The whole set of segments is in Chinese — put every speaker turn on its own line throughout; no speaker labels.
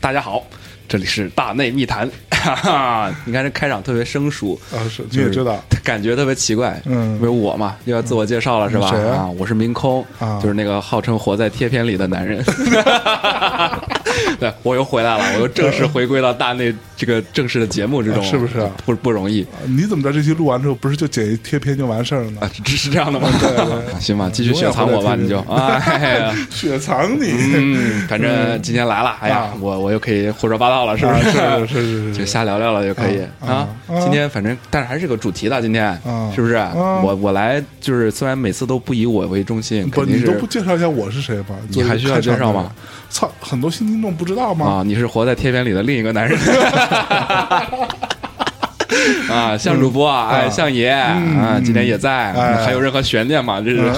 大家好，这里是大内密谈。 哈哈，你看这开场特别生疏，
啊，是这个知道，
感觉特别奇怪。
嗯
因为我嘛，又要自我介绍了是吧？
嗯谁啊
啊，我是明空，
啊
就是那个号称活在贴片里的男人。 对，我又回来了，我又正式回归到大内这个正式的节目之中了，
啊是不是啊
不不容易
你怎么在这期录完之后，不是就剪一贴片就完事儿了
啊
呢？？
是是这样的吗？
对
行吧，继续雪藏我吧，你就啊。哎呀
雪藏你，
嗯，反正今天来了，哎呀
啊，
我我又可以胡说八道了，是不
啊，
是？
是是是是，
就是瞎聊聊了就可以
啊
啊
啊。
今天反正，但是还是这个主题的，今天
啊
是不是？
啊
我我来就是，虽然每次都不以我为中心，
不，
肯定
你都
是
不介绍一下我是谁吗？
你还需要介绍吗？
操，很多新听众不知道吗？
啊，你是活在贴片里的另一个男人。 啊，向主播啊，哎，
啊
向爷
嗯
啊，今天也在，
哎
还有任何悬念吗？这是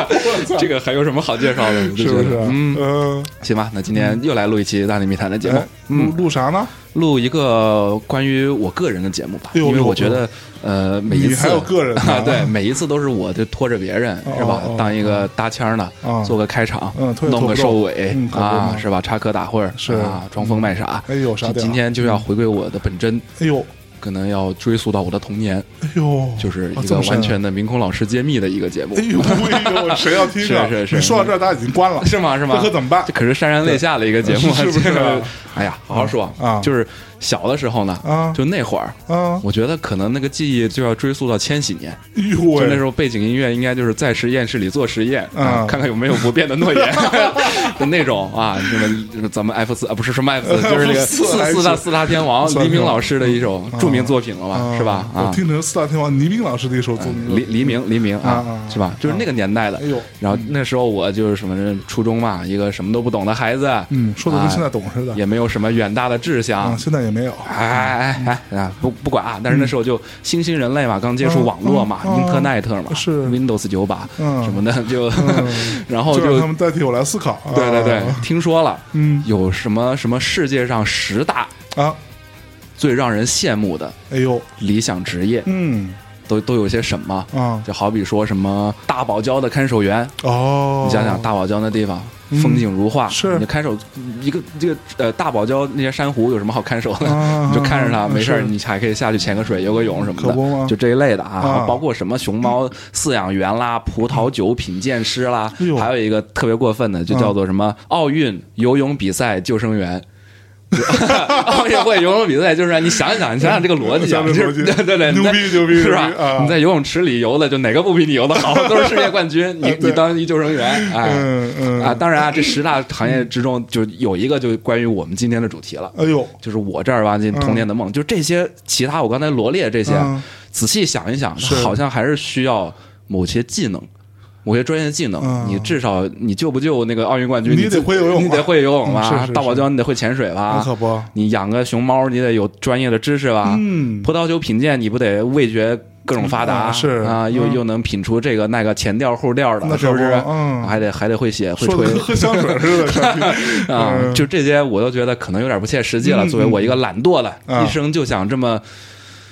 这个还有什么好介绍的？我就是觉
不
得
是？
嗯，嗯
嗯，
行吧，那今天又来录一期《大内密谈》的节目
哎，录录啥呢？
录一个关于我个人的节目吧，
哎呦
因为
呦
我觉得，呃，每一
你
次
还有个人呢
啊， 对，每一次都是我就拖着别人
哦
是吧
哦哦，
当一个搭腔的
啊，
做个开场
嗯，拖也
弄
拖
个
不动
收尾
嗯可不
啊，
嘛
是吧？插科打诨
是
啊，装疯卖傻。
哎呦，啥
今
点儿？
今天就要回归我的本真，
哎呦，
可能要追溯到我的童年，
哎呦，
就是
啊
一
这
个
么深
完全的明空老师揭秘的一个节目
哎，呦，哎呦，谁要听啊？
是是是
你说到这儿，大家已经关 了，
是吗？是吗？
这可怎么办
这可是潸然泪下的一个节目，
是是不是啊
这个 哎呀，好好说
啊
就是小的时候呢，
啊
就那会儿，
啊？
我觉得可能那个记忆就要追溯到千禧年，
哎呦
就那时
喂，
候背景音乐应该就是在实验室里做实验啊
啊，
看看有没有不变的诺言， 就那种啊，什么什么咱们 F 四啊，不是什么 F 四，就是那个
呃四
四
F
四大四大天王
四大
黎
天王
明老师的一首著名作品了嘛，
啊
是吧？
我
啊，嗯
听成四大天王倪斌老师的一首作品，
黎黎明黎明啊
啊啊，
是吧？就是那个年代的
哎呦。
然后那时候我就是什么初中嘛，一个什么都不懂的孩子，
嗯，说的
啊
跟现在懂似的
也没有什么远大的志
啊，
向，
现在也没有。
哎哎哎啊！不不管啊，但是那时候就新兴人类嘛，刚接触网络嘛、
嗯
i
嗯
n t e r n e t 嘛，
是
Windows 九八、
嗯
什么的，就、 然后
就
哦就
让他们代替我来思考。啊
对对对，听说了，
嗯
有什么什么世界上十大
啊，
最让人羡慕的
哎呦，
理想职业，
嗯
都都有些什么？
啊，
就好比说什么大堡礁的看守员，
哦，
你想想大堡礁那地方。
嗯
风景如画，
是
你看守一个这个呃大堡礁那些珊瑚有什么好看守的？
啊
你就看着它，
啊
没事儿，
是
你还可以下去潜个水、游个泳什么
可不
的，
吗
就这一类的啊
啊。嗯
包括什么熊猫饲养员啦、葡萄酒品鉴师啦
哎，呦嗯
还有一个特别过分的，就叫做什么奥运游泳比赛救生员。 奥运会游泳比赛就是你想一想，你想想这个逻辑啊，
想想这
就是
逻 辑
对对对，
牛逼
你在
牛逼
是吧
牛逼啊？
你在游泳池里游的，就哪个不比你游的 好，都是世界冠军。你你当一救生员，哎
嗯嗯
啊，，当然啊，这十大行业之中，就有一个就关于我们今天的主题了。
哎呦，
就是我这儿吧，这童年的梦，就这些其他我刚才罗列这些，
嗯
仔细想一想，
是
好像还是需要某些技能。某些专业技能，
嗯
你至少你救不救那个奥运冠军，你
你
自
得会游泳啊
你得会游泳吧？
嗯是是是
大堡礁你得会潜水吧？
那可不啊
你养个熊猫，你得有专业的知识吧？
嗯
葡萄酒品鉴，你不得味觉各种发达？
啊是
啊，又
嗯
又能品出这个那个前调后调
那
的，
可
是不是？
不嗯
还得还得会写会
说
吹
的，跟喝香水似的感觉
啊，
嗯
就这些我都觉得可能有点不切实际了。
嗯
作为我一个懒惰的，
嗯
一生就想这么，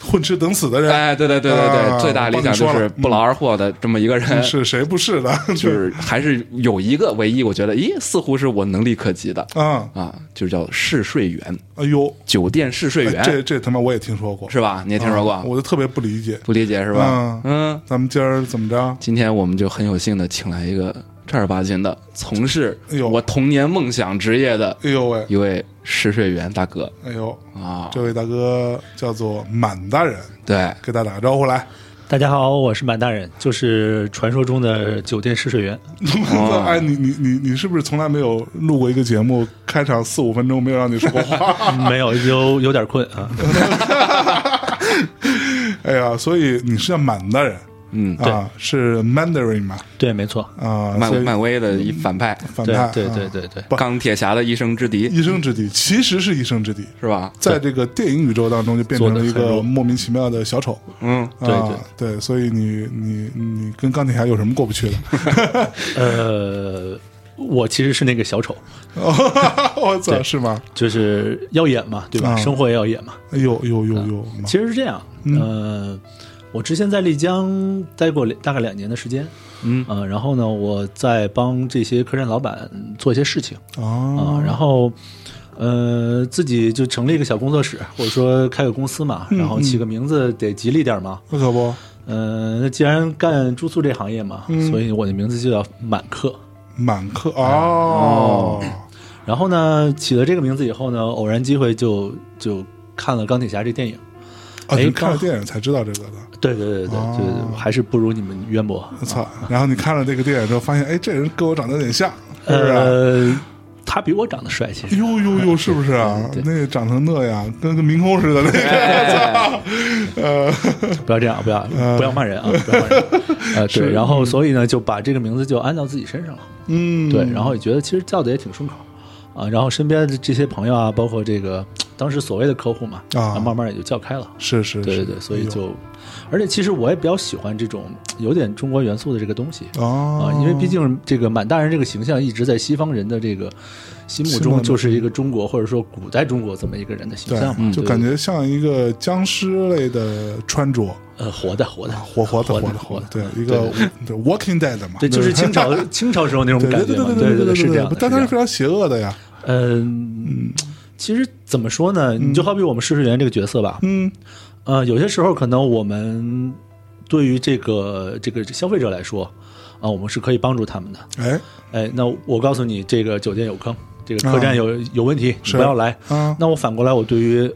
混吃等死的人，
哎，对对对对对，
啊
最大理想就
我帮你说
是
了嗯
不劳而获的这么一个人，
是谁不是的？
就哎是还是有一个唯一，我觉得，咦，似乎是我能力可及的
啊，
啊，就叫试睡员，
哎呦，
酒店试睡
哎
员
这这他妈我也听说过，
是吧？你也听说
啊
过？
我就特别不理解，啊
不理解是吧？嗯，
咱们今儿怎么着？
今天我们就很有幸的请来一个正儿八经的从事
哎呦
我童年梦想职业的
哎呦喂，
一位试睡员大哥
哎呦，
啊，
这位大哥叫做满大人，
对。
给大家打个招呼来。
大家好，我是满大人，就是传说中的酒店试睡员。
哦
哎，你你你你是不是从来没有录过一个节目，开场四五分钟没有让你说过话？
没有，有有点困啊。
哎呀，所以你是叫满大人，
嗯
啊，是 Mandarin 嘛
对，没错，
啊，
漫
所以
漫威的一反派，
反
对
派，
对
啊
对对对，
不
钢铁侠的一生之敌
一生之敌其实是一生之敌，
是吧？
在这个电影宇宙当中就变成了一
做得很
个
弱
莫名其妙的小丑。
嗯，
啊
对对
对，所以你你你跟钢铁侠有什么过不去的？
呃，我其实是那个小丑，
我操，
对
是吗？
就是要演嘛，对吧？
啊
生活也要演嘛。
哎呦呦呦呦！妈
其实是这样，呃，我之前在丽江待过两大概两年的时间，
嗯
呃，然后呢，我在帮这些客栈老板做一些事情
啊
啊、然后呃，自己就成立一个小工作室，或者说开个公司嘛，然后起个名字得吉利点嘛。
那可不，
呃，那既然干住宿这行业嘛，所以我的名字就叫满客。
满客哦，
嗯然后呢，起了这个名字以后呢，偶然机会就就看了钢铁侠这电影。
哦，
哎
你看了
刚
电影才知道这个的，
对对对对对，
哦
就还是不如你们渊博。
我操！然后你看了这个电影之后，发现哎，这人跟我长得有点像，是啊不是？
呃，他比我长得帅， 其实。
呦呦呦，是不是啊？
对
那长成那样，跟个民工似的，那 个，我操！呃，
不要这样，不要、不要骂人啊，不要骂 人。呃，对，然后所以呢，就把这个名字就安到自己身上了。
嗯，
对，然后也觉得其实叫的也挺顺口啊。然后身边的这些朋友啊，包括这个当时所谓的客户嘛，
啊
慢慢也就叫开了。
是是，
对对
是
对，所以
哎呦
就，而且其实我也比较喜欢这种有点中国元素的这个东西啊
哦，，
因为毕竟这个满大人这个形象一直在西方人的这个心目
心目
中
中
就是一个中国或者说古代中国这么一个人的形
对
象嘛，，
就
对
感觉像一个僵尸类的穿着，
呃活的活的
活活的
活
活
的
的活
的
的，对，一个对 Walking Dead 嘛，
对，就是清朝 清朝时候那种
对
感
对
觉
对
嘛，
对
对
对
对，是这样
对
的。，
但
是这
它
样
是
的
非常邪恶的呀，
嗯，其实怎么说呢？你就好比我们试睡员这个角色吧，
嗯，
呃，有些时候可能我们对于这个这个消费者来说，啊、我们是可以帮助他们的。
哎，
哎，那我告诉你，这个酒店有坑，这个客栈有、有问题，你
啊是
不要来。
啊，
那我反过来，我对于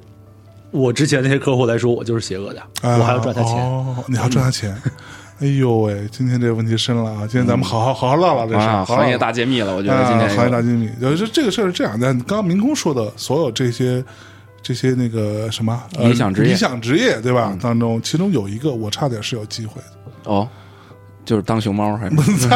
我之前那些客户来说，我就是邪恶的，
啊
我还要赚他钱。
哦，你还要赚他钱。
嗯
哎呦喂，今天这个问题深了啊！今天咱们好好好好唠唠这事
啊，
儿，好好
行业大揭秘了，我觉得
啊，
今天有
行业大揭秘。有这这个事儿是这样的，刚刚明空说的所有这些这些那个什么、呃、
理想职业嗯
理想职业对吧？当中其中有一个我差点是有机会的，
哦，就是当熊猫还是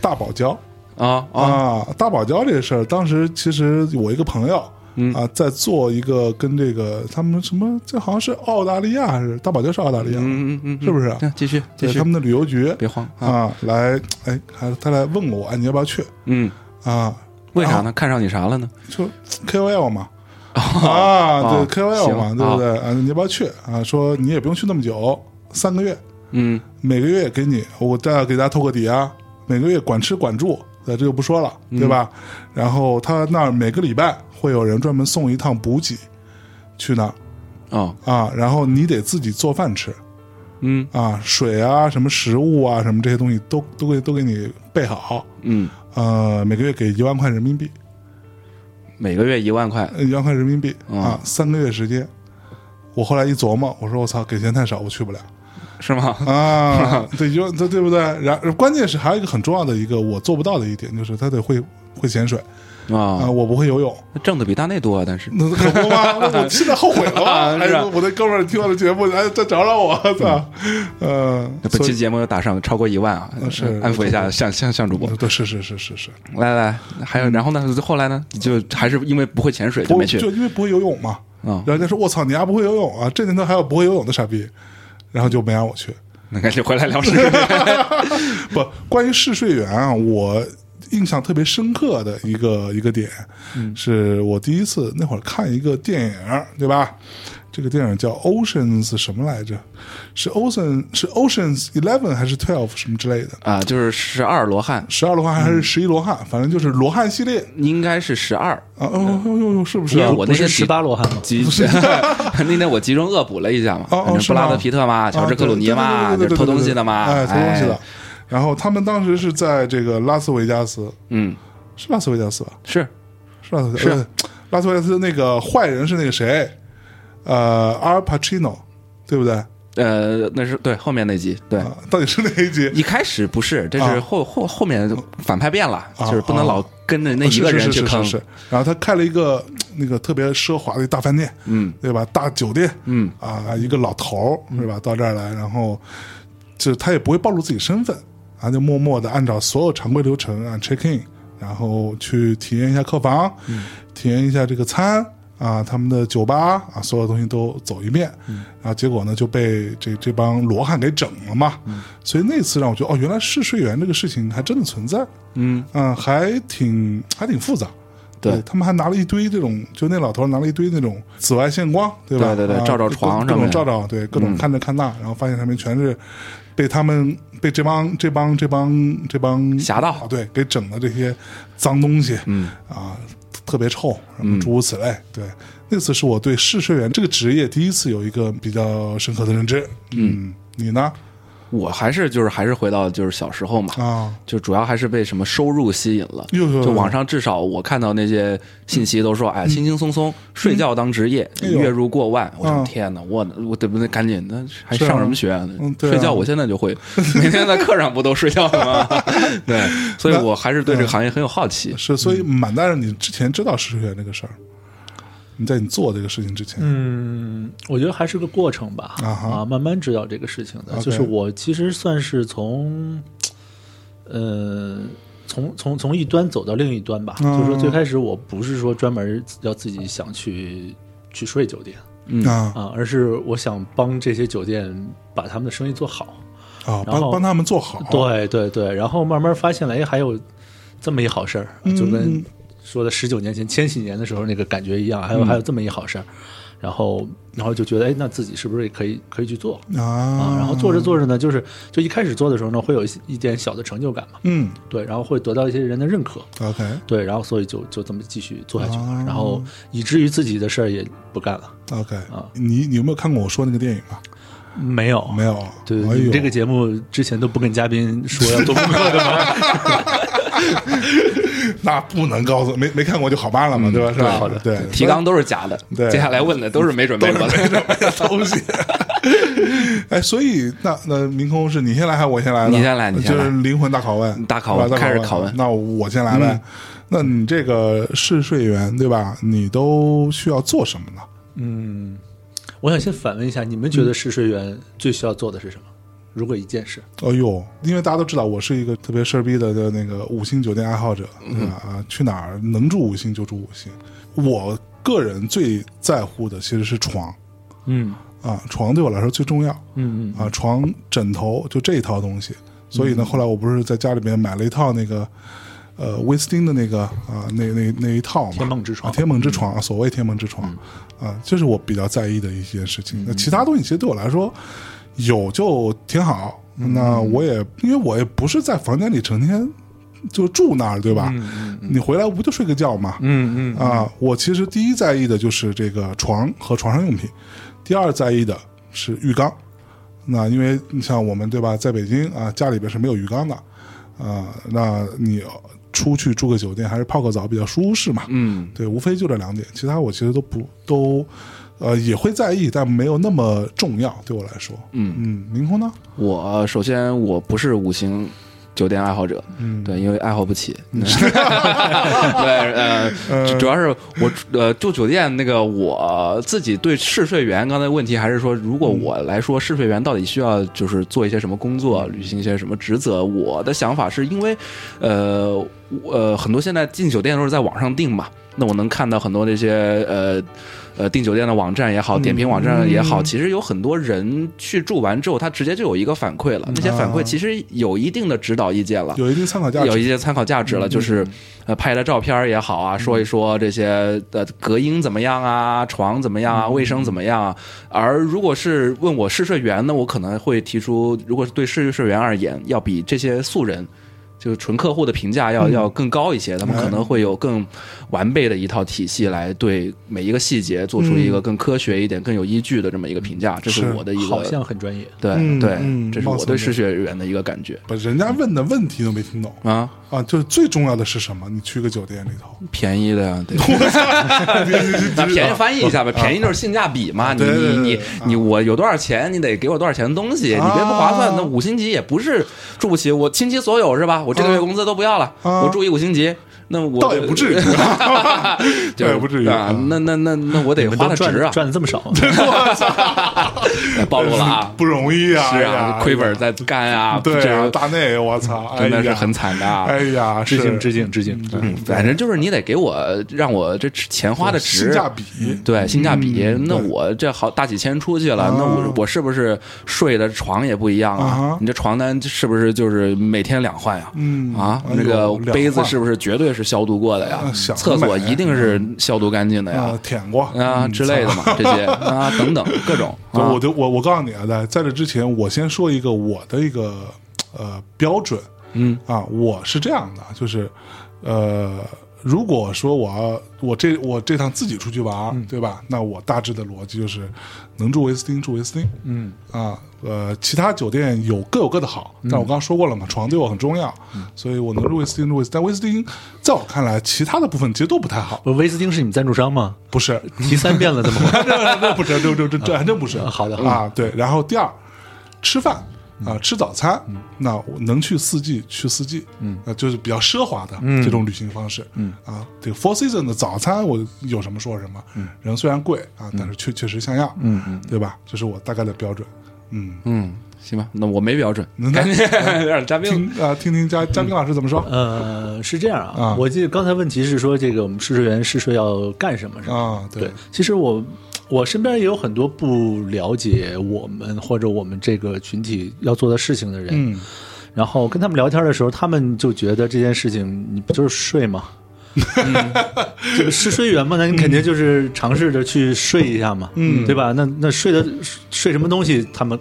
大堡礁
啊啊
啊，大堡礁这个事儿，当时其实我一个朋友。
嗯
啊，在做一个跟这个他们什么，这好像是澳大利亚还是大堡礁是澳大利亚，
嗯嗯嗯嗯，
是不是？
那继续继
对
续
他，们的旅游局
别慌啊，
啊，来，哎，还他来问我，哎，你要不要去
嗯，
啊？
为啥呢？看上你啥了呢？
就 KOL 嘛，啊，
哦
对 KOL 嘛，
行
对不对？啊，你要不要去啊？说你也不用去那么久，三个月，
嗯
每个月给你，我再给大家透个底啊，每个月管吃管住，呃，这就不说了，
嗯
对吧？然后他那儿每个礼拜会有人专门送一趟补给去那儿
哦
啊，然后你得自己做饭吃
嗯
啊，水啊，什么食物啊，什么这些东西都都给都给你备好，
嗯，
呃，每个月给一万块人民币，
每个月一万块，
一万块人民币、
嗯
啊，三个月时间。我后来一琢磨，我说我操，给钱太少，我去不了
是吗？
啊！对，就对对不对？然关键是还有一个很重要的一个我做不到的一点，就是他得会会潜水啊、
啊，
我不会 游泳，
挣的比大内多，啊，但是
那可不吗？我现在后悔了吧？哎
是啊，嗯
我那哥们儿听我的节目，哎，再找找我，操，呃，
本
所
期
以哦
节目又打上超过一万啊，
是嗯
安抚一下向向向主播，
呃对，是是是是是，
来来，还有然后呢？后来呢？就还是因为不会潜水就
不
没去
就因为不会游泳嘛。
啊，
然后人家说：“我操，你丫不会游泳啊！这年头还有不会游泳的傻逼。”然后就没让我去。
那赶紧回来聊 事。
不，关于试睡员啊，我印象特别深刻的一个一个点，
嗯
是我第一次那会儿看一个电影，对吧？这个电影叫《Oceans》什么来着？是 Ocean 是 Oceans Eleven 还是 Twelve 什么之类的？
啊，就是十二罗汉，
十二罗汉
嗯
还是十一罗汉？反正就是罗汉系列
应该是十 二。
啊！哦
嗯
呦呦呦，是不是
因为
啊？
我那
不是
天
十八罗汉吗？
集那天我集中恶补了一下嘛，
哦哦
反正
是
布
吗
拉德皮特嘛，乔治克鲁尼嘛，
啊对
就
对对对对对对
是偷东西的嘛，
哎，偷东西的。然后他们当时是在这个拉斯维加斯，
嗯，
是拉斯维加斯吧？
是
是拉斯维
是啊
呃拉斯维加斯那个坏人是那个谁，呃，阿尔帕奇诺，对不对？啊、
呃，那是对后面那集，对，
到底是哪一集？
一开始不是，这是
啊
后后后面反派变了，
啊
就是不能老跟着那一
哦是
个
是
人
是
去
是
坑
是，是。然后他开了一个嗯那个特别奢华的大饭店，
嗯
对吧？大酒店，
嗯
啊，一个老头儿是吧？到这儿来，然后就他也不会暴露自己身份，啊，就默默的按照所有常规流程啊 check in，然后去体验一下客房，体验一下这个餐啊，他们的酒吧啊，所有东西都走一遍，然后结果呢就被这这帮罗汉给整了嘛。所以那次让我觉得哦，原来试睡员这个事情还真的存在，
嗯，
嗯，还挺还挺复杂。
对
他们还拿了一堆这种，就那老头拿了一堆那种紫外线光，对吧？
对对对
啊
照照
各
床
各
上
种
面嗯
照照，对，各种看这看那，然后发现上面全是被他们被这帮这帮这帮这帮
侠盗
啊对，给整的这些脏东西，
嗯
啊，特别臭，什么诸如此类。对，那次是我对试睡员这个职业第一次有一个比较深刻的认知。嗯，你呢？
我还是就是还是回到就是小时候嘛，
啊，
就主要还是被什么收入吸引了。
哟哟
就网上至少我看到那些信息都说，哎，轻轻松松睡觉当职业，
嗯哎呦
月入过万。我
嗯
说天哪，我我得不得赶紧？那还
是啊
上什么学啊
嗯？对啊
睡觉我现在就 会，每天在课上不都睡觉吗？ 对，所以我还是对这个行业很有好奇。
嗯是，啊所
嗯
以满大人，你之前知道试睡员这个事儿，你在你做这个事情之前，
嗯，我觉得还是个过程吧，
啊哈
啊，慢慢知道这个事情的。
OK
就是我其实算是从，呃，从从从一端走到另一端吧。
嗯
就是说，最开始我不是说专门要自己想去去睡酒店
嗯
啊
啊，而是我想帮这些酒店把他们的生意做好。
啊，
然
帮
后
帮他们做好，
对对对，然后慢慢发现了，哎，还有这么一好事儿，啊就跟说的十九年前千禧年的时候那个感觉一样，还有、还有这么一好事儿，然后然后就觉得，哎，那自己是不是也可以可以去做啊
啊？
然后做着做着呢，就是就一开始做的时候呢，会有一些一点小的成就感嘛，
嗯
对，然后会得到一些人的认可，
，OK
对，然后所以就就这么继续做下去嘛
啊，
然后以至于自己的事儿也不干了，
OK，
啊
你你有没有看过我说那个电影啊？
没有，
没有，
对，
哎
你
呦
们这个节目之前都不跟嘉宾说要做功课的吗？
那不能告诉，没没看过就好办了
嗯
嘛，对吧？是吧？
对
好
好
的，
的
对，
提纲都是假的，
对
接下来问的都是没准备过的。
东 西。哎，所以那那明空是你先来还是我先来
你
呢？
先来你先来
就是灵魂大拷问，
大拷问
是吧
开始拷问嗯
那我先来呗。那你这个试睡员对吧？你都需要做什么呢？
嗯我想先反问一下，你们觉得试睡员最需要做的是什么？如果一件事，
哎呦，因为大家都知道我是一个特别事儿逼的的那个五星酒店爱好者，
嗯
对吧？啊，去哪儿能住五星就住五星。我个人最在乎的其实是床
嗯
啊，床对我来说最重要。
嗯
啊，床、枕头就这一套东西。所以呢，后来我不是在家里面买了一套那个，呃，威斯汀的那个啊、那那那一套嘛，
天梦之床嗯
啊天梦之床，啊所谓天梦之床，啊，这是我比较在意的一件事
嗯
情。那其他东西其实对我来说，有就挺好。
嗯
那我也因为我也不是在房间里成天就住那儿，对吧？
嗯
你回来不就睡个觉嘛？
嗯嗯
啊，我其实第一在意的就是这个床和床上用品，第二在意的是浴缸。那因为你像我们对吧，在北京啊，家里边是没有浴缸的，啊，那你出去住个酒店还是泡个澡比较舒适嘛。
嗯
对，无非就这两点，其他我其实都不都，呃，也会在意，但没有那么重要对我来说。
嗯。
嗯，明空呢？
我首先我不是五星酒店爱好者，
嗯
对，因为爱好不起。 对，呃，主主要是我呃住酒店那个我自己对试睡员刚才问题还是说，如果我来说试睡员到底需要就是做一些什么工作，履行一些什么职责？我的想法是因为，呃我呃，很多现在进酒店都是在网上订嘛，那我能看到很多那些呃。呃，订酒店的网站也好，点评网站也好，其实有很多人去住完之后，他直接就有一个反馈了。那些反馈其实有一定的指导意见了，
有一定参考价值。
啊有一些参考价值
嗯
了，就是呃拍的照片儿也好啊，说一说这些呃隔音怎么样啊，床怎么
嗯
样啊，卫生怎么样啊。而如果是问我试睡员呢，我可能会提出，如果是对试睡员而言，要比这些素人。就是纯客户的评价
嗯
要要更高一些，他们可能会有更完备的一套体系来对每一个细节做出一个更科学一点、更有依据的这么一个评价，这是
嗯是
我的一
好
个
像很专业。
对
嗯嗯
对，这是
貌
我
似
对
没
试睡员的一个感觉
不，人家问的问题都没听懂
啊，
啊！就是最重要的是什么？你去个酒店里头，
便宜的 呀，对。那
那
便宜翻译一下吧，便宜就是性价比嘛。你
啊对对
你
对
你
对
你，我有多少钱，你得给我多少钱的东西，你别
啊
不划算。那五星级也不是住不起，我倾其所有是吧？我这个月工资都不要了，
啊
我住一五星级，那我
倒也不至于，
就
倒也不至于，
啊。那那那那我得
你们
花
都
的
赚
值啊，
赚的这么少啊，
暴露了啊
不容易啊！
是
哎呀
啊，亏本在干啊，
对啊，
这
大内，我操，哎
真
呀
的是很惨的啊。
哎呀，
致敬
是
致敬致敬。
嗯反正就是你得给我让我这钱花的值，
哦性价比，嗯
对性价比，那
对哦
我这好大几千出去了，那我我是不是睡的床也不一样
啊
啊
哈？
你这床单是不是就是每天两换呀？
嗯
啊，
哎呦
那个
两
杯子
换
是不是绝对是消毒过的呀
啊？想得
厕所
美
一定是消毒干净的
啊
呀，？
舔过
啊之类的。嘛，这些啊等 等各种
嗯
啊
我就我我告诉你啊，在在这之前，我先说一个我的一个呃标准，
嗯
啊，我是这样的，就是呃，如果说我要我这我这趟自己出去玩儿，对吧？那我大致的逻辑就是，能住威斯汀住威斯汀，嗯啊，呃，其他酒店有各有各的好，但我刚刚说过了嘛，床对我很重要，所以我能住威斯汀住威斯汀。但威斯汀在我看来，其他的部分其实都不太好，
不是威斯汀是你们赞助商吗？
不是，
提三遍了，怎么回事？
这不是，这这这这还真不是。
啊好的
啊，对。然后第二，吃饭啊，吃早餐，
嗯
那我能去四季去四季，嗯，就是比较奢华的这种旅行方式，嗯啊，这个 Four Season 的早餐我有什么说什么，
嗯
人虽然贵啊，但是确确实像样，嗯嗯，对吧？这是我大概的标准，嗯，
嗯，行吧，那我没标准，
能
赶紧 让嘉宾
听啊，听听嘉嘉宾老师怎么说
呃，是这样
啊
啊，我记得刚才问题是说这个我们试睡员试睡要干什么是吧？
啊？
对，，其实我我身边也有很多不了解我们或者我们这个群体要做的事情的人，
嗯
然后跟他们聊天的时候，他们就觉得这件事情你不就是 睡吗？这个是睡员嘛，那
嗯
你肯定就是尝试着去睡一下嘛，嗯，对吧？那那睡的睡什么东西，他们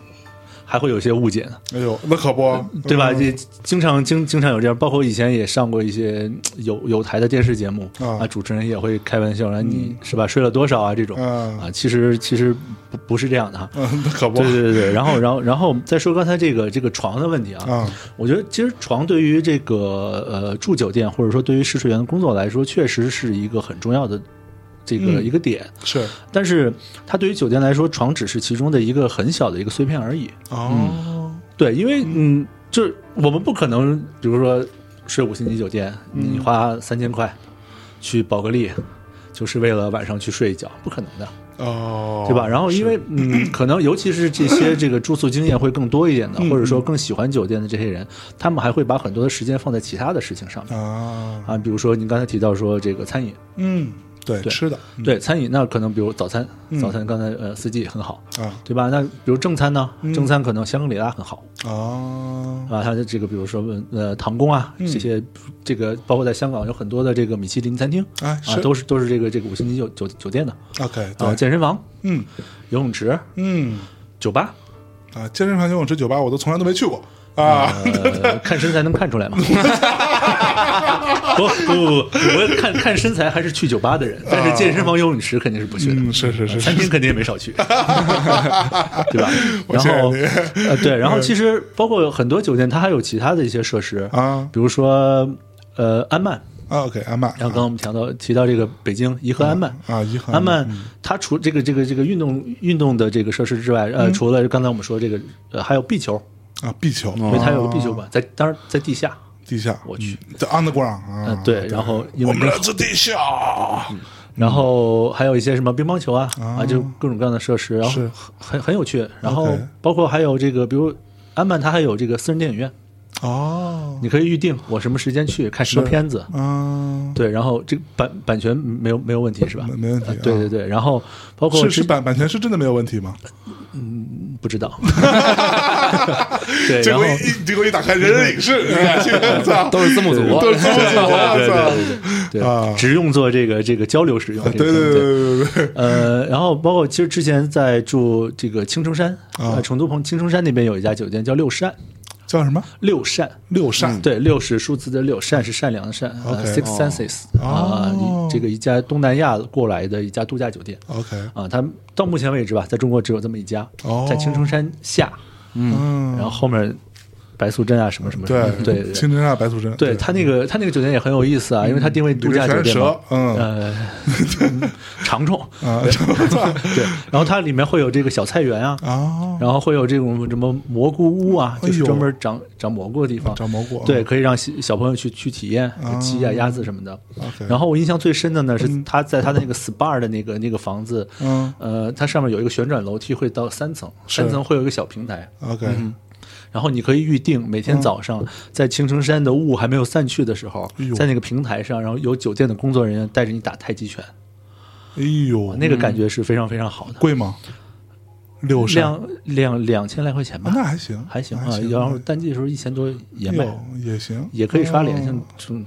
还会有些误解呢。
哎呦，那可不，
对吧？
嗯
也经常经经常有这样，包括以前也上过一些嗯有有台的电视节目
啊嗯
啊，主持人也会开玩笑，然后你是吧睡了多少啊这种
啊
啊，其实其实不不是这样的哈。
嗯，那可不
对对对对，然后然后然后再说刚才这个这个床的问题啊，
啊，
我觉得其实床对于这个呃住酒店或者说对于试睡员的工作来说，确实是一个很重要的这个
嗯
一个点，
是
但是它对于酒店来说，床只是其中的一个很小的一个碎片而已。
哦，
对，因为嗯，就是我们不可能，比如说睡五星级酒店，你花三千块去宝格丽，就是为了晚上去睡一觉，不可能的，
哦，
对吧？然后因为嗯，可能尤其是这些这个住宿经验会更多一点
嗯
的，或者说更喜欢酒店的这些人，他们还会把很多的时间放在其他的事情上面
啊，
啊，比如说您刚才提到说这个餐饮，
嗯，对，
对
吃的，嗯
对餐饮，那可能比如早餐，早餐刚才呃四季很好。
啊
对吧？那比如正餐呢？
嗯
正餐可能香格里拉很好，
啊，
啊，它的这个比如说呃唐宫啊
嗯
这些，这个包括在香港有很多的这个米其林餐厅
哎
啊
是，
都是都是这个这个五星级酒酒酒店的
OK，
啊，
对，
健身房、
嗯
游泳池、
嗯
酒吧，
啊，健身房、游泳池、酒吧，我都从来都没去过啊。
呃，看身材能看出来吗？ 不不不不，我看看身材还是去酒吧的人，但是健身房、游泳池肯定是不去的。
嗯，是是是
餐
是，
厅肯定也没 少去，对吧？
我嗯
然后
谢谢
呃，对，然后其实包括很多酒店，它还有其他的一些设施
啊
比如说呃安曼，
啊，OK，安曼
然后刚刚我们提到提到这个北京颐和安曼。
啊，颐和
安曼，它除这个这个这个运动运动的这个设施之外，
嗯
呃，除了刚才我们说这个，呃，还有壁球，
啊，壁球，
因为它有个壁球馆，在当然在地下，
地下，
我去，
在 underground 啊
呃，，对，然后英
我
文
们
更
来
好，
自地下，
然后还有一些什么乒乓球啊啊，就各种各样的设施，然后
是
很很有趣，然后
OK
包括还有这个，比如安曼它还有这个私人电影院，
哦，
你可以预定我什么时间去看什么
是
片子，
啊，
对，然后这个版版权没有没有问题是吧
没？没问题
啊对对对，然后包括
是
之
是版版权是真的没有问题吗？
不知道。对，
结
然后
果一结果一打开人人影视，我操，
都是字幕组，
都是这
对
么
对对
啊
对，只用作这个这个交流使用。
对对对
对。
对对对，
呃，然后包括其实之前在住这个青城山，
啊
呃，成都彭青城山那边有一家酒店叫六善，
叫什么
六善。嗯
六扇
对，六是数字的六，善是善良的善
OK，
呃，Six
哦
Senses 啊
哦，
这个一家东南亚过来的一家度假酒店
？OK，
啊，它到目前为止吧，在中国只有这么一家
哦，
在青城山下，
嗯
然后后面白素贞啊什么什么什么
对
对对
清真啊，白素贞，
对他那个他那个酒店也很有意思啊，因为他定位度假酒店
里
嘛，
面全是蛇嗯
呃， 长虫，
啊，
对，然后它里面会有这个小菜园啊，
啊，
然后会有这种什么蘑菇屋啊，
哎呦
就是专门长长蘑菇的地方，
长蘑菇啊哦
对，可以让小小朋友去去体验鸡啊、鸭子什么的。
OK
然后我印象最深的呢是他在他的那个 SPA 的那个那个房子，
嗯
呃，它上面有一个旋转楼梯会到三层，
是
三层会有一个小平台，
OK，
嗯然后你可以预定每
嗯
天早上在青城山的雾还没有散去的时候
哎呦，
在那个平台上，然后有酒店的工作人员带着你打太极拳，
哎呦，
那个感觉是非常非常好的。
贵吗？六扇啊，
两两两千来块钱吧，
哦那还行，
还行
那
啊
还。行
然后淡季的时候一千多也卖，
有也行，
也可以刷脸，
哦
像从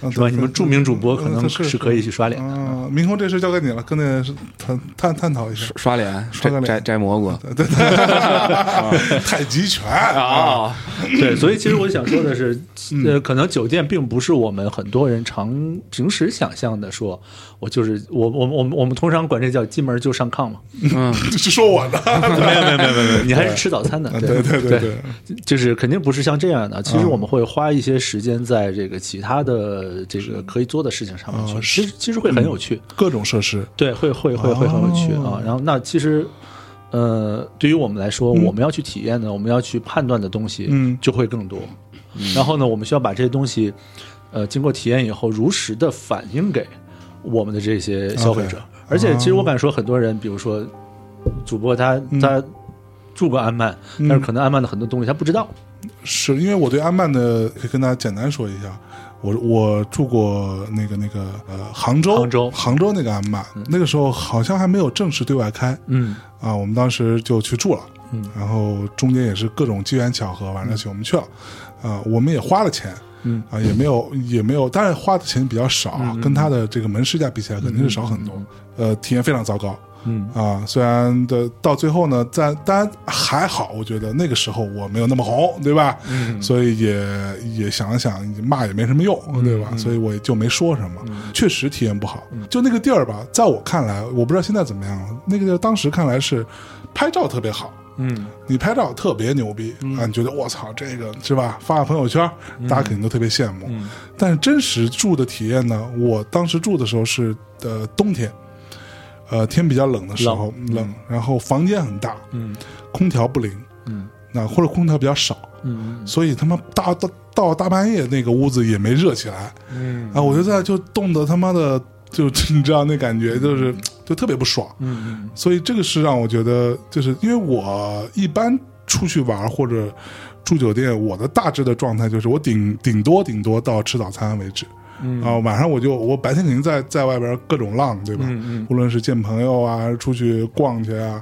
嗯
是吧？
对
你们著名主播可
嗯
能
是
是可以去刷脸的。
啊，明红这事交给你了，跟那是探探探讨一下，
刷脸，
刷个
摘
脸
摘摘蘑菇
太极拳，
啊，
嗯
对，所以其实我想说的是，呃，可能酒店并不是我们很多人常平时想象的说，我就是我我我们我们通常管这叫进门就上 炕嘛，
嗯，
是说我的，
没有没有没有没有，你还是吃早餐的，
对嗯对对
对
对，
就是肯定不是像这样的。其实我们会花一些时间在这个其他的这个可以做的事情上面去，
啊
其实其实会很有趣，
各种设施，
对，会会会会很有趣
哦
啊。然后那其实。呃，对于我们来说，我们要去体验的，我们要去判断的东西，
嗯
就会更多。然后呢，我们需要把这些东西，呃，经过体验以后，如实的反映给我们的这些消费者。而且，其实我敢说，很多人，比如说主播他、他住过安曼，
嗯
但是可能安曼的很多东西他不知道。
是因为我对安曼的可以跟大家简单说一下，我我住过那个那个呃杭州
杭州
杭州那个安曼，那个时候好像还没有正式对外开
嗯
啊，我们当时就去住了，
嗯
然后中间也是各种机缘巧合，晚上去我们去了，啊，我们也花了钱。
嗯
啊，也没有，也没有，当然花的钱比较少啊，
嗯嗯
跟它的这个门市价比起来，肯定是少很多。呃，体验非常糟糕，
嗯
啊，虽然的到最后呢，在当然还好，我觉得那个时候我没有那么红，对吧？嗯，所以也也想了想，骂也没什么用，对吧？所以我也就没说什么，确实体验不好。就那个地儿吧，在我看来，我不知道现在怎么样了。那个地儿当时看来是拍照特别好，
嗯
你拍照特别牛逼、啊，你觉得我操这个是吧？发个朋友圈，
嗯
大家肯定都特别羡慕。但是真实住的体验呢，我当时住的时候是呃冬天，呃天比较冷的时候冷然后房间很大，
嗯
空调不灵，
嗯
那或者空调比较少，
嗯
所以他妈大到到大半夜那个屋子也没热起来
嗯
啊，我就在就冻得他妈的就 你知道那感觉就是就特别不爽。
嗯
所以这个是让我觉得，就是因为我一般出去玩或者住酒店，我的大致的状态就是我顶顶多顶多到吃早餐为止，
嗯
然后啊晚上我就我白天肯定在在外边各种浪，对吧？
嗯
无论是见朋友啊，还是出去逛去啊，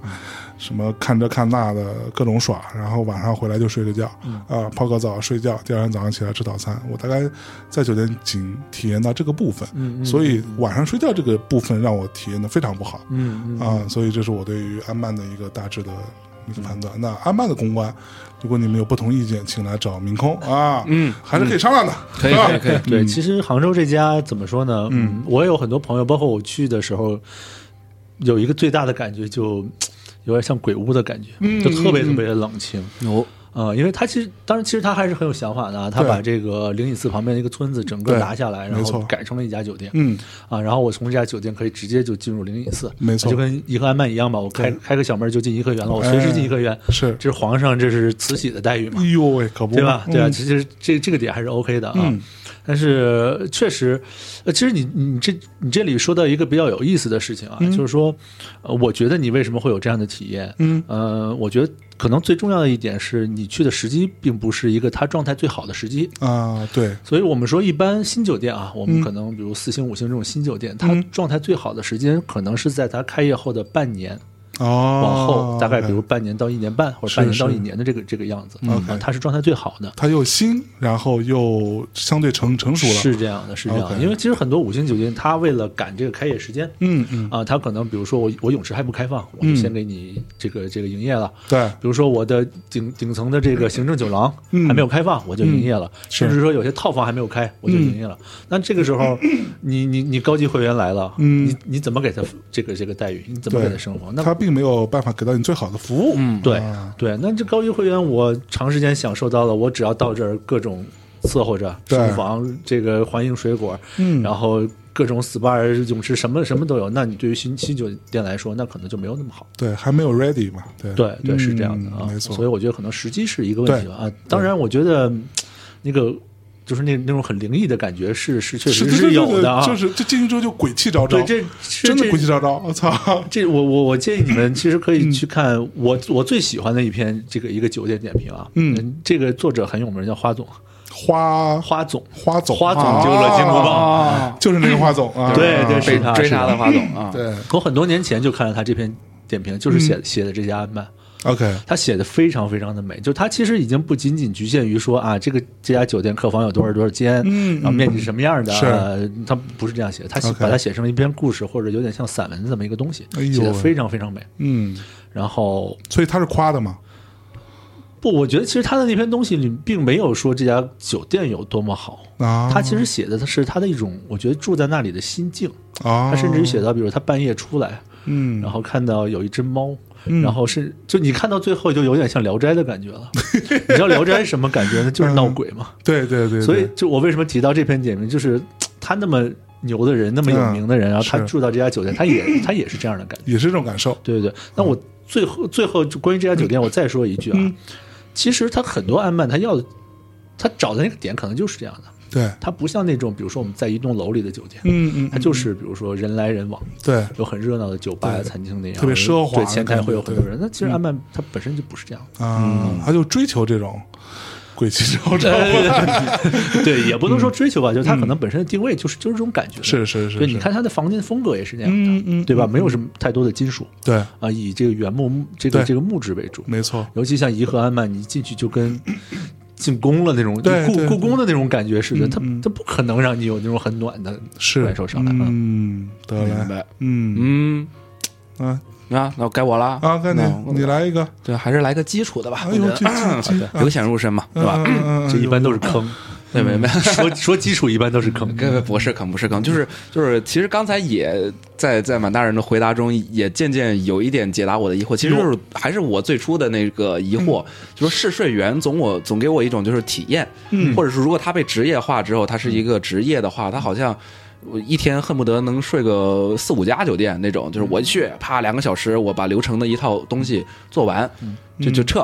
什么看这看那的各种耍，然后晚上回来就睡个觉，啊、
嗯
泡个澡睡觉，第二天早上起来吃早餐。我大概在酒店仅体验到这个部分，
嗯
所以晚上睡觉这个部分让我体验的非常不好。
嗯嗯
啊，所以这是我对于安曼的一个大致的一个判
嗯
断。那安曼的公关，如果你们有不同意见，请来找明空啊，
嗯，
还是可以商量的，
可以
是吧
可以可以，
嗯
对，其实杭州这家怎么说呢？嗯，我有很多朋友，包括我去的时候，有一个最大的感觉就有点像鬼屋的感觉，
嗯
就特别特别的冷清。
有
呃，因为他其实，当然，其实他还是很有想法的啊。他
对
把这个灵隐寺旁边的一个村子整个
对
拿下来，然
没
后
错
改成了一家酒店。
嗯，
啊，然后我从这家酒店可以直接就进入灵隐寺，
没错
就跟颐和安曼一样嘛。我开开个小门就进颐和园了，我随
哎
时进颐和园。
是，
这是皇上，这是慈禧的待遇嘛
哎？呦喂，可不嘛，
对吧？对啊，
嗯
其实这这个点还是 OK 的啊。
嗯
但是呃确实，呃，其实你你这你这里说到一个比较有意思的事情啊，就是说，呃，我觉得你为什么会有这样的体验？
嗯，
呃，我觉得可能最重要的一点是你去的时机并不是一个他状态最好的时机。
啊，对，
所以我们说，一般新酒店啊，我
嗯
们可能比如四星、五星这种新酒店，它状态最好的时间可能是在它开业后的半年，
哦，
往后大概比如
OK
半年到一年半，或者
是
半年到
是
一年的这个这个样子，
OK
啊它是状态最好的。
它又新，然后又相对成成熟了，
是这样的，是这样的
OK
因为其实很多五星酒店，它为了赶这个开业时间，
嗯嗯，
啊，它可能比如说我我泳池还不开放，我就先给你这个这个营业了。
对，
比如说我的顶顶层的这个行政酒廊
嗯
还没有开放，我就营业了；
是
嗯甚至说有些套房还没有开，我就营业了。那这个时候，你你你高级会员来了，
嗯
你你怎么给他这个这个待遇？你怎么
对
给他生活？那
它并没有办法给到你最好的服务，嗯，
对
啊
对，那这高级会员我长时间享受到了，我只要到这儿各种伺候着，
对
厨房这个欢迎水果，
嗯
然后各种 SPA 泳池什么什么都有。那你对于新新酒店来说，那可能就没有那么好。
对，还没有 ready 嘛，对，
对对，是这样的
嗯
啊，
没错，
所以我觉得可能时机是一个问题吧啊。当然，我觉得嗯那个就是那那种很灵异的感觉是是确实
对对对
有的啊。
对就是就进去之后就鬼气昭昭，
对，这是
真的
这
鬼气昭昭，我操！
这我我我建议你们其实可以去看我、我最喜欢的一篇这个一个酒店点评啊，
嗯，
这个作者很有名，叫花总，
花
花总，
花总，
花总丢了金箍棒，
啊，就是那个花总啊，
对
啊
对
啊
是嗯
被
他
追
是
杀
他
的华总啊，
对，
我很多年前就看了他这篇点评，就是写、写的这些安排。
OK，
他写的非常非常的美，就他其实已经不仅仅局限于说啊，这个这家酒店客房有多少多少间，
嗯
然后面积是什么样的，
是
呃他不是这样写，他写
OK
把它写成了一篇故事，或者有点像散文这么一个东西，
哎呦
写的
喂
非常非常美。
嗯，
然后
所以他是夸的嘛，
不，我觉得其实他的那篇东西里并没有说这家酒店有多么好，
啊，
他其实写的是他的一种，我觉得住在那里的心境。
啊，
他甚至于写到，比如他半夜出来，
嗯，
然后看到有一只猫，然后是就你看到最后就有点像《聊斋》的感觉了。 你知道《聊斋》是什么感觉呢？就是闹鬼嘛。
对对嗯对，
所以
对
就我为什么提到这篇点评，就是嘖他那么牛的人，那么有名的人，然后他
嗯是
住到这家酒店，他也他也是这样的感觉。
也是这种感受，
对对对。那我最后最后就关于这家酒店，我再说一句
嗯
啊，其实他很多安曼他要他找的那个点可能就是这样的，
对，
他不像那种比如说我们在一栋楼里的酒店，
嗯嗯，
它就是比如说人来人往。
对，
有很热闹的酒吧、
对
餐厅那样，
特别奢华
对，嗯
的
前台
感觉
会有很多
对
人。那其实安曼它本身就不是这样，
啊，他就追求这种鬼气昭昭，
对，对也不能说追求吧，就是它可能本身的定位就是嗯就是这种感觉。
是是是
对，
是
你看它的房间风格也是那
嗯
样
嗯
的，对吧？没有什么太多的金属
对，
啊，以这个原木这个
对
这个木质为主。
没错，
尤其像颐和安曼，你一进去就跟 进宫了那种，就
对对
故故
对
宫的那种感觉似的。它它不可能让你有那种很暖的
是
感受上来。嗯
嗯，得
明
嘞，
白？
嗯
嗯，
啊
啊，那该我啦。
啊，赶紧
那我
你来一个，
对，还是来个基础的吧，
哎
我觉
呦，
得
这这这，
留显入深嘛，对吧？
嗯
这一般都是坑，
对，没没。
说说基础一般都是坑。
各位不是坑，不是坑，就是就是，其实刚才也在在满大人的回答中，也渐渐有一点解答我的疑惑。其实就是还是我最初的那个疑惑，就说试睡员总我总给我一种就是体验，
嗯
或者是如果他被职业化之后，他是一个职业的话，他好像。我一天恨不得能睡个四五家酒店那种，就是我一去，啪两个小时，我把流程的一套东西做完，就就撤，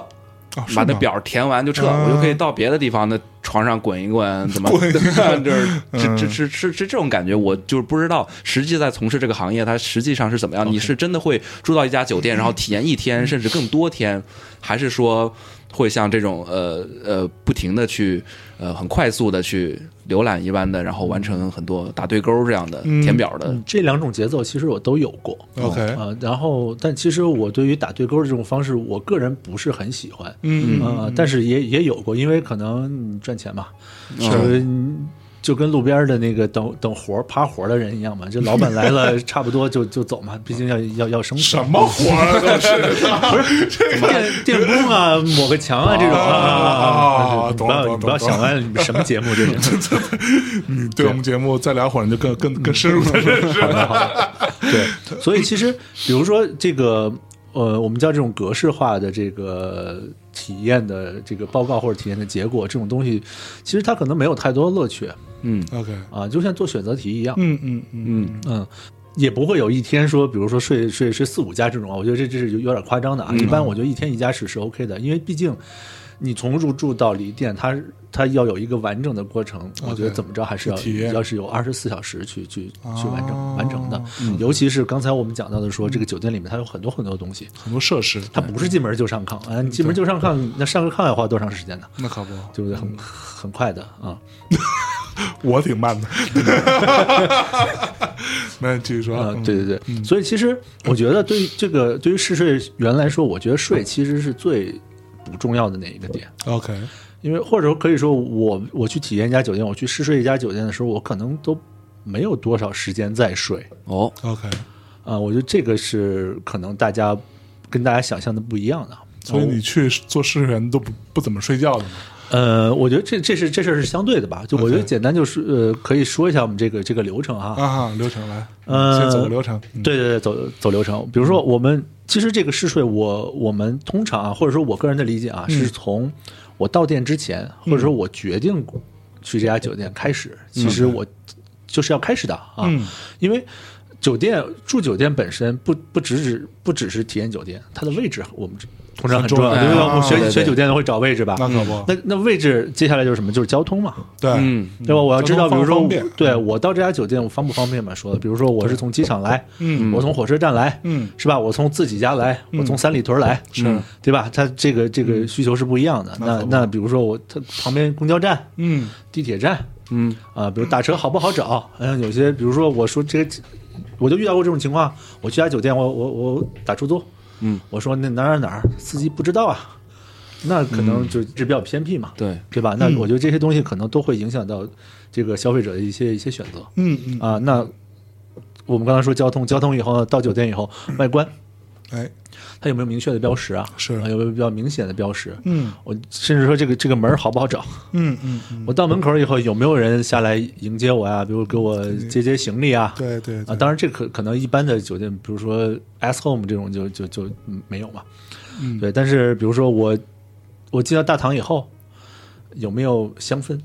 啊是
把那
吗
表填完就撤，
啊
我就可以到别的地方的床上滚一滚， 怎么
滚一滚
就是这
嗯
这这这这这种感觉，我就是不知道实际在从事这个行业它实际上是怎么样。你是真的会住到一家酒店，
嗯
然后体验一天甚至更多天，还是说会像这种呃呃不停的去呃很快速的去浏览一般的，然后完成很多打对勾这样的填表的？
嗯， 这两种节奏其实我都有过。
OK，
啊、然后，但其实我对于打对勾的这种方式，我个人不是很喜欢，
嗯嗯
呃，但是也也有过，因为可能你赚钱嘛，
是
就是你就跟路边的那个等等活儿趴活儿的人一样嘛，就老板来了差不多就就走嘛，毕竟要要要生
什
存，
么活儿啊都是
电电工啊，抹个墙啊这种啊啊啊啊啊，
懂
不
了懂了
要你不要
懂了
想歪了，你们什么节目这是？
嗯对我们节目再聊会儿，你就更更更深入的认识
好的
了。
好的，对，所以其实比如说这个呃，我们叫这种格式化的这个体验的这个报告或者体验的结果，这种东西其实它可能没有太多的乐趣
OK，
啊，就像做选择题一样，
嗯嗯嗯，
嗯
嗯。也不会有一天说，比如说睡睡睡四五家这种啊，我觉得这这是有有点夸张的啊。
嗯
一般我觉得一天一家是是 OK 的，因为毕竟你从入住到离店，它它要有一个完整的过程。我觉得
OK，
怎么着还是要
去体验
要是有二十四小时去去去完
哦
成完成的。尤其是刚才我们讲到的说，这个酒店里面它有很多很多东西，
很多设施，
它不是进门就上炕啊，
嗯
你进门就上炕，那上个炕要花多长时间呢？
那可不，
对不对？很很快的啊。
我挺慢 的。那你继续说嗯
啊，，对对对，所以其实我觉得对于这个对于嗜睡员来说，我觉得睡其实是最不重要的那一个点，
，OK，
因为或者说可以说我我去体验一家酒店，我去试睡一家酒店的时候，我可能都没有多少时间在睡
哦，
OK，
啊、我觉得这个是可能大家跟大家想象的不一样的。
所以你去做试试员都不不怎么睡觉的嘛
呃，我觉得这这是这事儿是相对的吧，就我觉得
OK
简单就是呃，可以说一下我们这个这个流程哈。
啊？流程来，
呃
先走个流程。嗯
对对对，走走流程。比如说，我们其实这个试睡我，我们通常啊，或者说我个人的理解啊，是从我到店之前，或者说我决定去这家酒店开始，其实我就是要开始的啊，
嗯
因为。酒店住酒店本身不不只只不只是体验酒店，它的位置我们通常很重要，
很
对
重要
吧？我们
对
啊
学
对
学
对
酒店的会找位置吧？
嗯那可不，
那那位置接下来就是什么？就是交通嘛。
对，
嗯
对吧？我要知道，比
交通
如说
方便，
对我到这家酒店，我方不方便嘛？说的，比如说我是从机场来，嗯，我从火车站来，
嗯，
是吧？我从自己家来，我从三里屯来，是，对吧？它这个这个需求是不一样的。那那比如说我它旁边公交站、
嗯，
地铁站，
嗯
啊，比如打车好不好找？嗯，有些比如说我说这个，我就遇到过这种情况，我去家酒店，我我我打出租，
嗯，
我说那哪儿哪儿哪儿，司机不知道啊，那可能就这比较偏僻嘛，
嗯对，嗯
对吧？那我觉得这些东西可能都会影响到这个消费者的一些一些选择
嗯嗯，
啊。那我们刚才说交通，交通以后到酒店以后外观，
哎，
它有没有明确的标识啊？
是
啊有没有比较明显的标识？
嗯
我甚至说这个这个门儿好不好找？
嗯嗯嗯，
我到门口以后有没有人下来迎接我呀？比如给我接接行李啊？
对对
啊，
对，
当然这可可能一般的酒店，比如说 S Home 这种就就就嗯没有嘛。
嗯
对，但是比如说我我进到大堂以后，有没有香氛，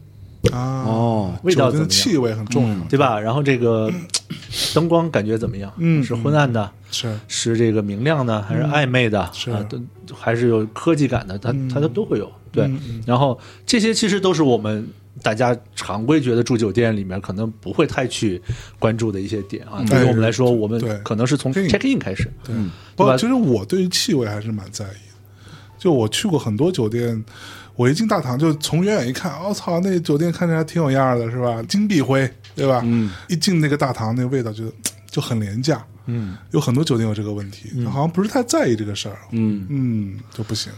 啊，
哦，
味道
酒
怎
精的
么样？嗯
气味很重要，
嗯
对吧？然后这个 灯光感觉怎么样？
嗯
是昏暗的，
是
是这个明亮的，还是暧昧的？
是
啊，都还是有科技感的，它它都都会有。对
嗯嗯，
然后这些其实都是我们大家常规觉得住酒店里面可能不会太去关注的一些点啊。对于我们来说，我们
嗯对
可能是从
这个
check in 开始。
对
嗯，
不
对
过
吧
其实我对于气味还是蛮在意的。就我去过很多酒店，我一进大堂就从远远一看，我、操，那酒店看着还挺有样儿的，是吧？金碧辉，对吧？
嗯，
一进那个大堂，那味道就就很廉价。
嗯，
有很多酒店有这个问题，好像不是太在意这个事儿。
嗯，
嗯，就不行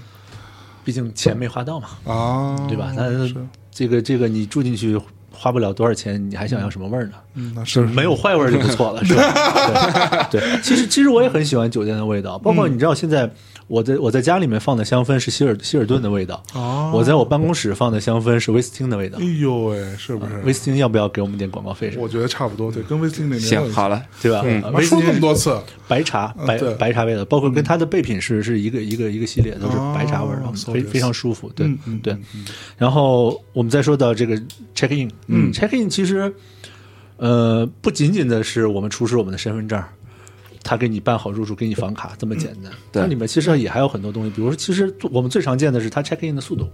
毕竟钱没花到嘛，
啊，
对吧？那
是，
这个这个你住进去花不了多少钱，你还想要什么味儿呢？
嗯，那是
没有坏味儿就不错了，是 吧？对，对其实其实我也很喜欢酒店的味道，包
嗯
括你知道现在我在我在家里面放的香氛是希尔希尔顿的味道，
啊，
我在我办公室放的香氛是威斯汀的味道
哎。呦喂，是不是？
威斯汀要不要给我们点广告费什么
我觉得差不多，对，跟威斯汀那边
行，好
了，
了，
对吧？呃
嗯我
威斯
说这么
汀
多次，
白茶
嗯
白
对
白茶味的，包括跟它的备品是是一个一个一个系列，都是白茶味儿
哦，so
非
this
非常舒服，对
嗯嗯
对。然后我们再说到这个 check in，嗯，check in 其实呃不仅仅的是我们出示我们的身份证儿。他给你办好入住，给你房卡，这么简单。
对
它里面其实也还有很多东西，比如说，其实我们最常见的是他 check in 的速度，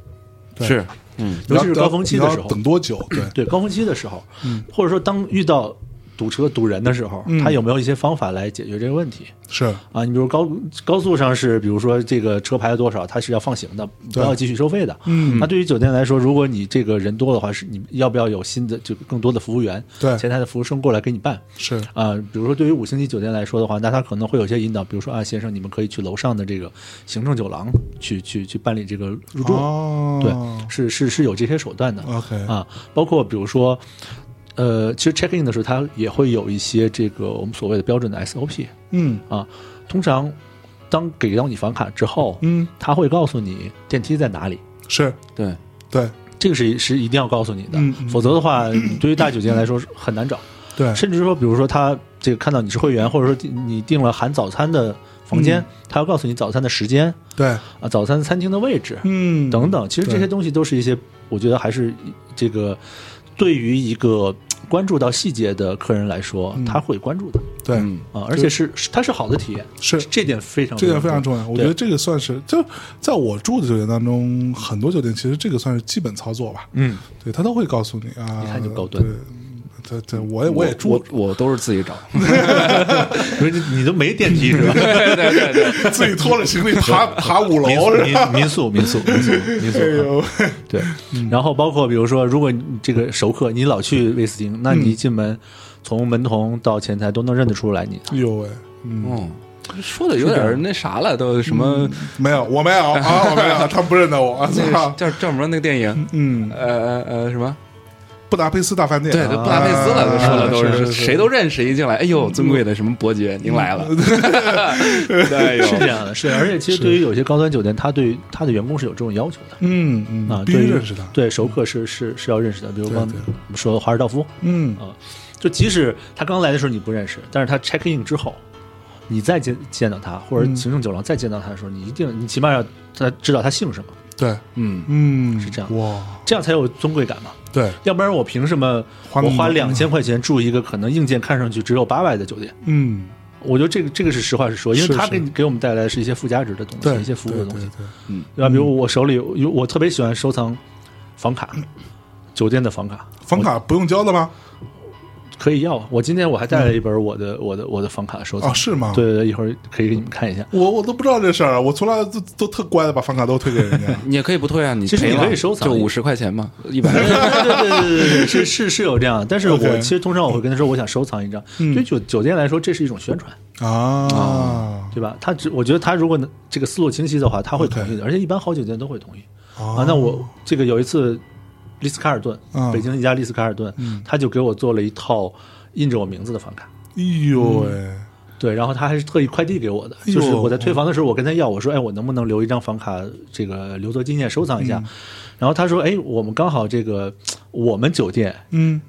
对
是，嗯，
尤其是
你要
高峰期的
你
时候
要，等多久？对，
对高峰期的时候，
嗯
或者说当遇到堵车堵人的时候，他有没有一些方法来解决这个问题？
是，
啊，你比如高高速上是，比如说这个车牌多少，它是要放行的，不
对
要继续收费的。
嗯
那对于酒店来说，如果你这个人多的话，是你要不要有新的就更多的服务员，
对
前台的服务生过来给你办。
是，
啊，比如说对于五星级酒店来说的话，那他可能会有一些引导，比如说啊，先生，你们可以去楼上的这个行政酒廊去去去办理这个入住。
哦，
对，是是是有这些手段的。
OK
啊，包括比如说，呃，其实 check in 的时候，它也会有一些这个我们所谓的标准的 SOP。
嗯
啊，通常当给到你房卡之后，
嗯，
他会告诉你电梯在哪里，
是
对，
对
这个是是一定要告诉你的，
嗯嗯嗯
否则的话， 对于大酒店来说是很难找。
对，
甚至说，比如说他这个看到你是会员，或者说你订了含早餐的房
嗯
间，他要告诉你早餐的时间
对，
啊，早餐餐厅的位置、
嗯，
等等。其实这
对
些东西都是一些，我觉得还是这个对于一个。关注到细节的客人来说，
嗯
他会关注的
对，
嗯
啊，而且是是它是好的体验，
是
这点非常
这点非常重要。我觉得
对
这个算是，就在我住的酒店当中，很多酒店其实这个算是基本操作吧。
嗯，
对他都会告诉你啊，
一看就高端
对，这这我也我也住
我，我都是自己找，
不是你都没电梯是 吧？
对对对对，
自己拖着行李爬爬五楼
民宿
是吧？
民民宿民宿民宿民宿
哎
啊，
呦，
对。然后包括比如说，如果你这个熟客你老去威斯汀，那你一进门从门童到前台都能认得出来你。
哎呦喂，嗯，
嗯，说的有点那啥了，都什么
没有，我没有啊，我没有，他不认得我，
那
操
个叫叫什么那个电影，
嗯，
呃呃呃什么？
布达佩斯大饭店，
对，都布达佩斯了，都说的都
啊
是谁都认识，一进来，哎呦，尊贵的什么伯爵，您来了， 哎
是这
呦，
样的，是，而且其实对于有些高端酒店，他对他的员工是有这种要求的
嗯嗯
啊，
必
对
须
于
认识他，
对熟客是是是要认识的，比如
对
刚
对
我们说的华尔道夫，
嗯
啊，就即使他刚来的时候你不认识，但是他 check in 之后，你再见见到他，或者
嗯
行政酒廊再见到他的时候，你一定你起码要他知道他姓什么，
对，
嗯，。
嗯，
是这样
哇，
这样才有尊贵感嘛。
对，
要不然我凭什么
花那
我
么
花
多
两千块钱住一个可能硬件看上去只有八百的酒店？
嗯，
我觉得这个这个是实话实说，因为
是
他
是
给你给我们带来的是一些附加值的东
对，
西，一些服务的东西
对，，对对
对吧？比如我手里有我特别喜欢收藏房卡，酒店的房卡，
房卡不用交的吗？
可以要啊。我今天我还带了一本我的我的我的房卡收藏
啊，，是吗？
对，对对，一会儿可以给你们看一下。
我我都不知道这事儿啊，我从来都都特乖的把房卡都退给人 家
你也可以不退啊，你
其实
赔
你
了
可以收藏
就五十块钱嘛，一百，
对对对对对对，是是是有这样，但是
OK
我其实通常我会跟他说我想收藏一张，对于酒酒店来说这是一种宣传，
啊
对吧？他只我觉得他如果能这个思路清晰的话，他会同意的，而且一般好酒店都会同意啊
啊。
那我这个有一次，丽思卡尔顿
嗯，
北京一家丽思卡尔顿，他就给我做了一套印着我名字的房卡。
哎呦
嗯
喂，
对，然后他还是特意快递给我的，
哎呦
就是我在退房的时候，我跟他要，我说，哎，我能不能留一张房卡，这个留作纪念收藏一下？
嗯
然后他说，哎，我们刚好这个我们酒店
嗯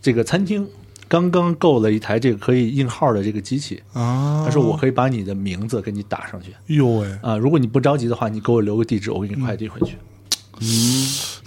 这个餐厅刚刚购了一台这个可以印号的这个机器，
啊，
他说我可以把你的名字给你打上去
哎呦喂，
啊、如果你不着急的话，你给我留个地址，
嗯
我给你快递回去。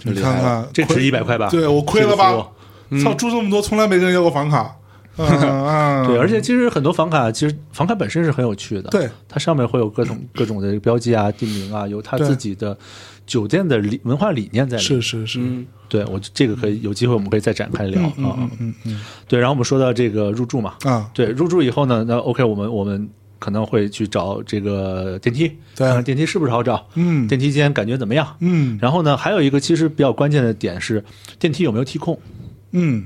你看看，
这值一百块吧？
对我亏了
这个服
吧
务？嗯
操，住这么多，从来没跟人要过房卡， 啊啊，
对，而且其实很多房卡，其实房卡本身是很有趣的。
对，
它上面会 有各种各种的标记啊、地名啊，有它
对
自己的酒店的理文化理念在里
是
面。
是是，嗯
对我这个可以有机会我们可以再展开聊啊、
嗯嗯嗯
对，然后我们说到这个入住嘛，
啊，
对，入住以后呢，那 OK，我们我们可能会去找这个电梯，
对
看看电梯是不是好找，
嗯
电梯间感觉怎么样？
嗯
然后呢，还有一个其实比较关键的点是电梯有没有提控，
嗯，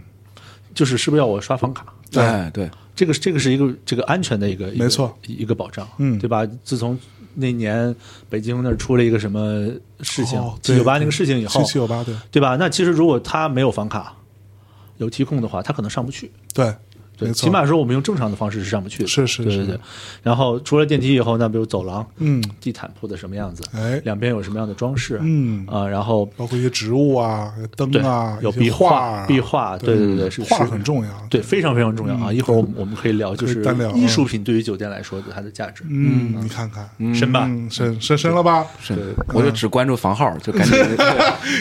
就是是不是要我刷房卡？
对
哎对，
这个这个是一个这个安全的一个一个
没错
一个保障，
嗯
对吧？自从那年北京那儿出了一个什么事情，
哦
七九八
对
那个事情以后
七，七九八，对
对吧？那其实如果他没有房卡，有提控的话，他可能上不去。
对，
对，
没错
起码说我们用正常的方式是上不去的。
是是
对
是
对对。然后除了电梯以后，那比如走廊、
嗯
地毯铺的什么样子，
哎
两边有什么样的装饰，
嗯
啊、然后
包括一些植物啊、灯
对
啊，
有
一些
壁
画、
壁画，对对对，是
画
是
很重要，
对，非常非常重要
嗯
啊！一会儿我们我们可以聊，就
可
是
以单聊啊
艺术品对于酒店来说的它的价值，
嗯，你看看，
深吧？
嗯，深深深了吧？
是，我就只关注房号，就赶紧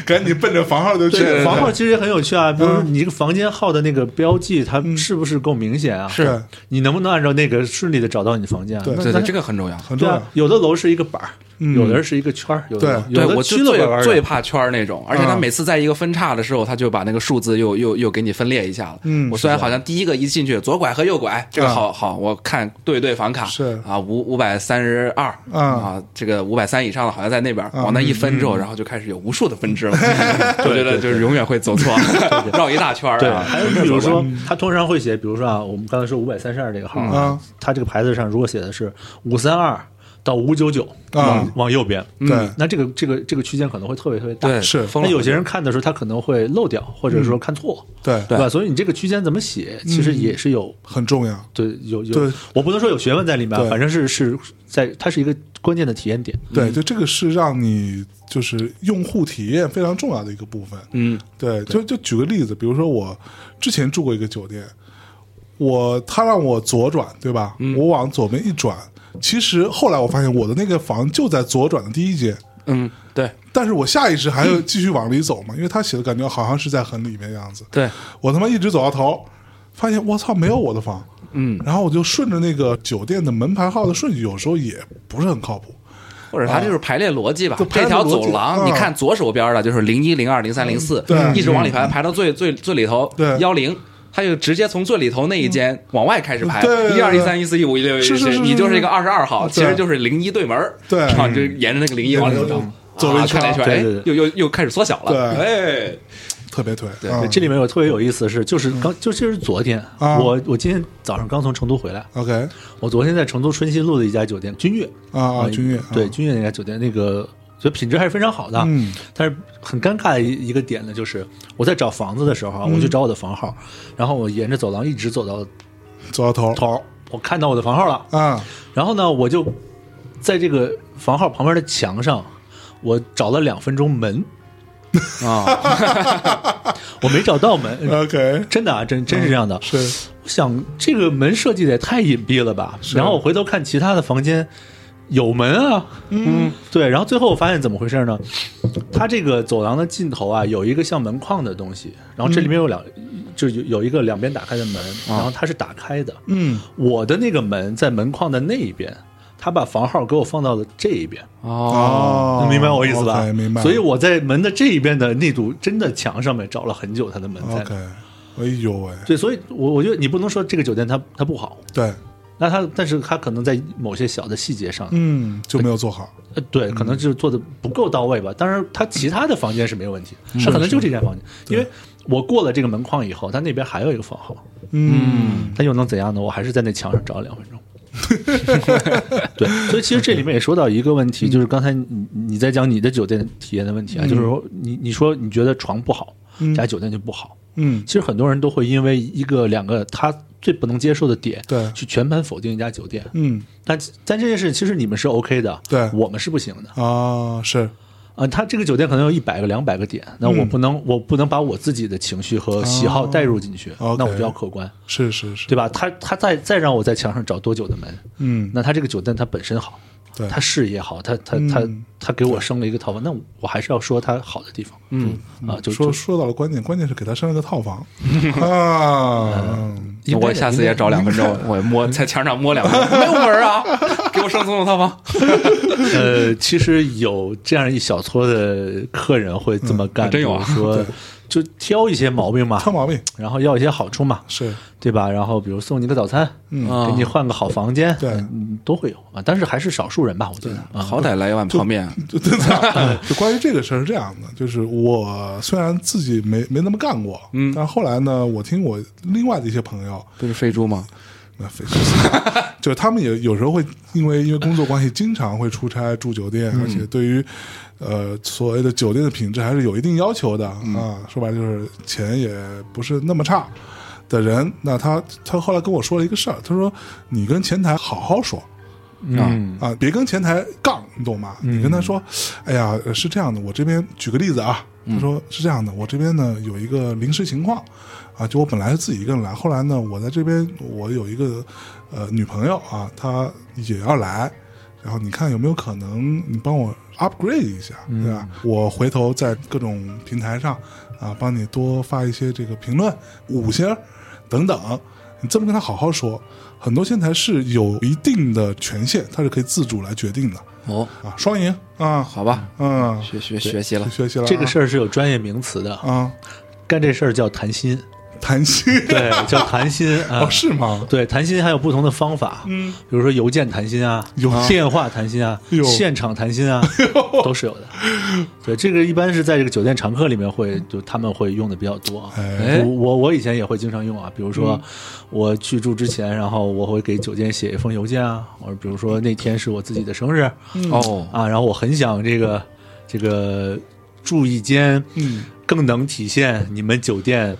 赶紧奔着房号就去
对，
了，
房号其实也很有趣啊，比如说
嗯
你这个房间号的那个标记，它是不是够明显啊？
是
你能不能按照那个顺利的找到你的房间啊？
对
那
对
那
对，这个很重要。
很重
对
要嗯
啊，，有的楼是一个板儿，有的是一个圈儿，有的
对
对，
有
我
的
就
啊区了
最
玩
最
最
怕圈儿那种，而且他
嗯
每次在一个分叉的时候，他就把那个数字又又又给你分裂一下了。
嗯
我虽然好像第一个一进去左拐和右拐，这个
啊
好好，我看对对房卡
是
啊，五五百三十二
啊
啊，这个五百三以上的好像在那边，往那一分之后，然后就开始有无数的分支了。我觉得就是永远会走错，绕一大圈儿
对，
啊。
还有比如说，它通常会写，比如说啊，我们刚才说五百三十二这个号
嗯
啊，它这个牌子上如果写的是五三二到五九九，
啊
往往右边，嗯
对
那这个这个这个区间可能会特别特别大，
对，
是
疯
那
了
有些人看的时候，他可能会漏掉，或者说看错，
嗯对
对吧？所以你这个区间怎么写，其实也是有
很重要，
对有有
对，
我不能说有学问在里面啊
对，
反正是是在它是一个关键的体验点。
对，就这个是让你就是用户体验非常重要的一个部分。
嗯，
对，就就举个例子，比如说我之前住过一个酒店，我他让我左转，对吧？
嗯
我往左边一转，其实后来我发现我的那个房就在左转的第一间，
嗯，对
但是我下意识还
嗯
要继续往里走嘛，因为他写的感觉好像是在很里面的样子。
对，
我他妈一直走到头，发现我操没有我的房，
嗯，
然后我就顺着那个酒店的门牌号的顺序，有时候也不是很靠谱。
或者它就是排列逻辑吧
啊就。排
这
列
条
逻辑
走廊，
嗯
你看左手边的就是零一、零二、零三、零四
对，
一直往里排，排到最最最里头
对嗯
幺零。它就直接从最里头那一间往外开始排，
对对对
一二一三一四一五一六一
是是是
七，你就是一个二十二号，
对
其实就是零一对门儿
对
然后你就沿着那个零一往里走
嗯，走了一圈
啊看了一圈，
对
哎
对对，
又又又开始缩小了，哎，
特别推，
对
嗯
这里面有特别有意思的是，就是刚就这是昨天，
啊
我我今天早上刚从成都回来，
OK
我昨天在成都春熙路的一家酒店君悦
啊啊，君悦
对，君悦那家酒店那个。所以品质还是非常好的，
嗯，
但是很尴尬的一一个点呢，就是我在找房子的时候
嗯
啊，我去找我的房号，然后我沿着走廊一直走到
走到头
头儿，我看到我的房号了，
啊，
然后呢，我就在这个房号旁边的墙上，我找了两分钟门，
啊，
我没找到门，
嗯 OK
真的啊，真真是这样的。
是
我想这个门设计的也太隐蔽了吧。然后我回头看其他的房间有门啊，嗯，对。然后最后我发现怎么回事呢？它这个走廊的尽头啊，有一个像门框的东西，然后这里面有两，就有有一个两边打开的门，然后它是打开的。
嗯
我的那个门在门框的那一边，他把房号给我放到了这一边。
哦，
哦，
明白我意思吧
OK，明白。
所以我在门的这一边的那堵真的墙上面找了很久，它的门在哪。
OK，哎呦喂，
对，所以我我觉得你不能说这个酒店它它不好，
对，
那它但是它可能在某些小的细节上，
嗯，就没有做好，
呃对，可能就是做的不够到位吧。当然，它其他的房间是没有问题，它可能就这间房间，因为我过了这个门框以后，它那边还有一个房号，
嗯，
它又能怎样呢？我还是在那墙上找了两分钟。对，所以其实这里面也说到一个问
嗯
题，就是刚才你你在讲你的酒店体验的问题啊，就是说你你说你觉得床不好，加酒店就不好。
嗯
其实很多人都会因为一个两个他最不能接受的点，
对
去全盘否定一家酒店。
嗯
但但这件事其实你们是 OK 的，
对
我们是不行的
啊，是
啊。他这个酒店可能有一百个、两百个点，那
嗯
我不能我不能把我自己的情绪和喜好带入进去，
哦 OK
那我就要客观，
是是是，
对吧？他他再再让我在墙上找多久的门，
嗯，
那他这个酒店它本身好，
对嗯
他视野好，他他他他给我升了一个套房，那我还是要说他好的地方，嗯啊，就
说
就
说到了关键，关键是给他升了个套 房啊，
应该
我下次也找两分钟，我摸 在墙上摸两分 钟，没有门啊，给我上总统套房。
呃，其实有这样一小撮的客人会这
嗯
么干，
啊真有啊
比如说就挑一些毛病嘛，
挑毛病
然后要一些好处嘛，
是
对吧？然后比如送你个早餐，
啊
给你换个好房间，
嗯对
嗯，都会有啊，但是还是少数人吧，我觉得啊，
好歹来一碗泡面，
就真的，就关于这个事儿是这样的，就是我虽然自己没没那么干过，嗯，但后来呢，我听我另外的一些朋友，
不是飞猪吗？
那非常 就是他们也有时候会因为因为工作关系，经常会出差住酒店，而且对于呃所谓的酒店的品质还是有一定要求的、啊。说白了就是钱也不是那么差的人。那他他后来跟我说了一个事儿，他说你跟前台好好说。
嗯
啊，别跟前台杠，你懂吗？你跟他说，哎呀，呃是这样的，我这边举个例子啊，他说是这样的，我这边呢有一个临时情况，啊，就我本来是自己一个人来，后来呢，我在这边我有一个呃女朋友啊，她也要来，然后你看有没有可能你帮我 upgrade 一下，
嗯
对吧？我回头在各种平台上啊，帮你多发一些这个评论、五星儿等等。你这么跟他好好说，很多前台是有一定的权限，他是可以自主来决定的
哦，
啊，双赢啊，
好吧，
嗯，
学学学习了。
学习了啊
这个事儿是有专业名词的，
啊，
干这事儿叫谈心，
谈心
对，叫谈心啊，
哦，是吗？
对，谈心还有不同的方法，嗯，比如说邮件谈心啊，
有啊
电话谈心啊
哎呦，
现场谈心啊，都是有的。对，这个一般是在这个酒店常客里面会，就他们会用的比较多啊。
哎嗯
我我我以前也会经常用啊，比如说我去住之前，然后我会给酒店写一封邮件啊，或者比如说那天是我自己的生日
嗯
哦，
啊，然后我很想这个这个住一间
嗯
更能体现你们酒店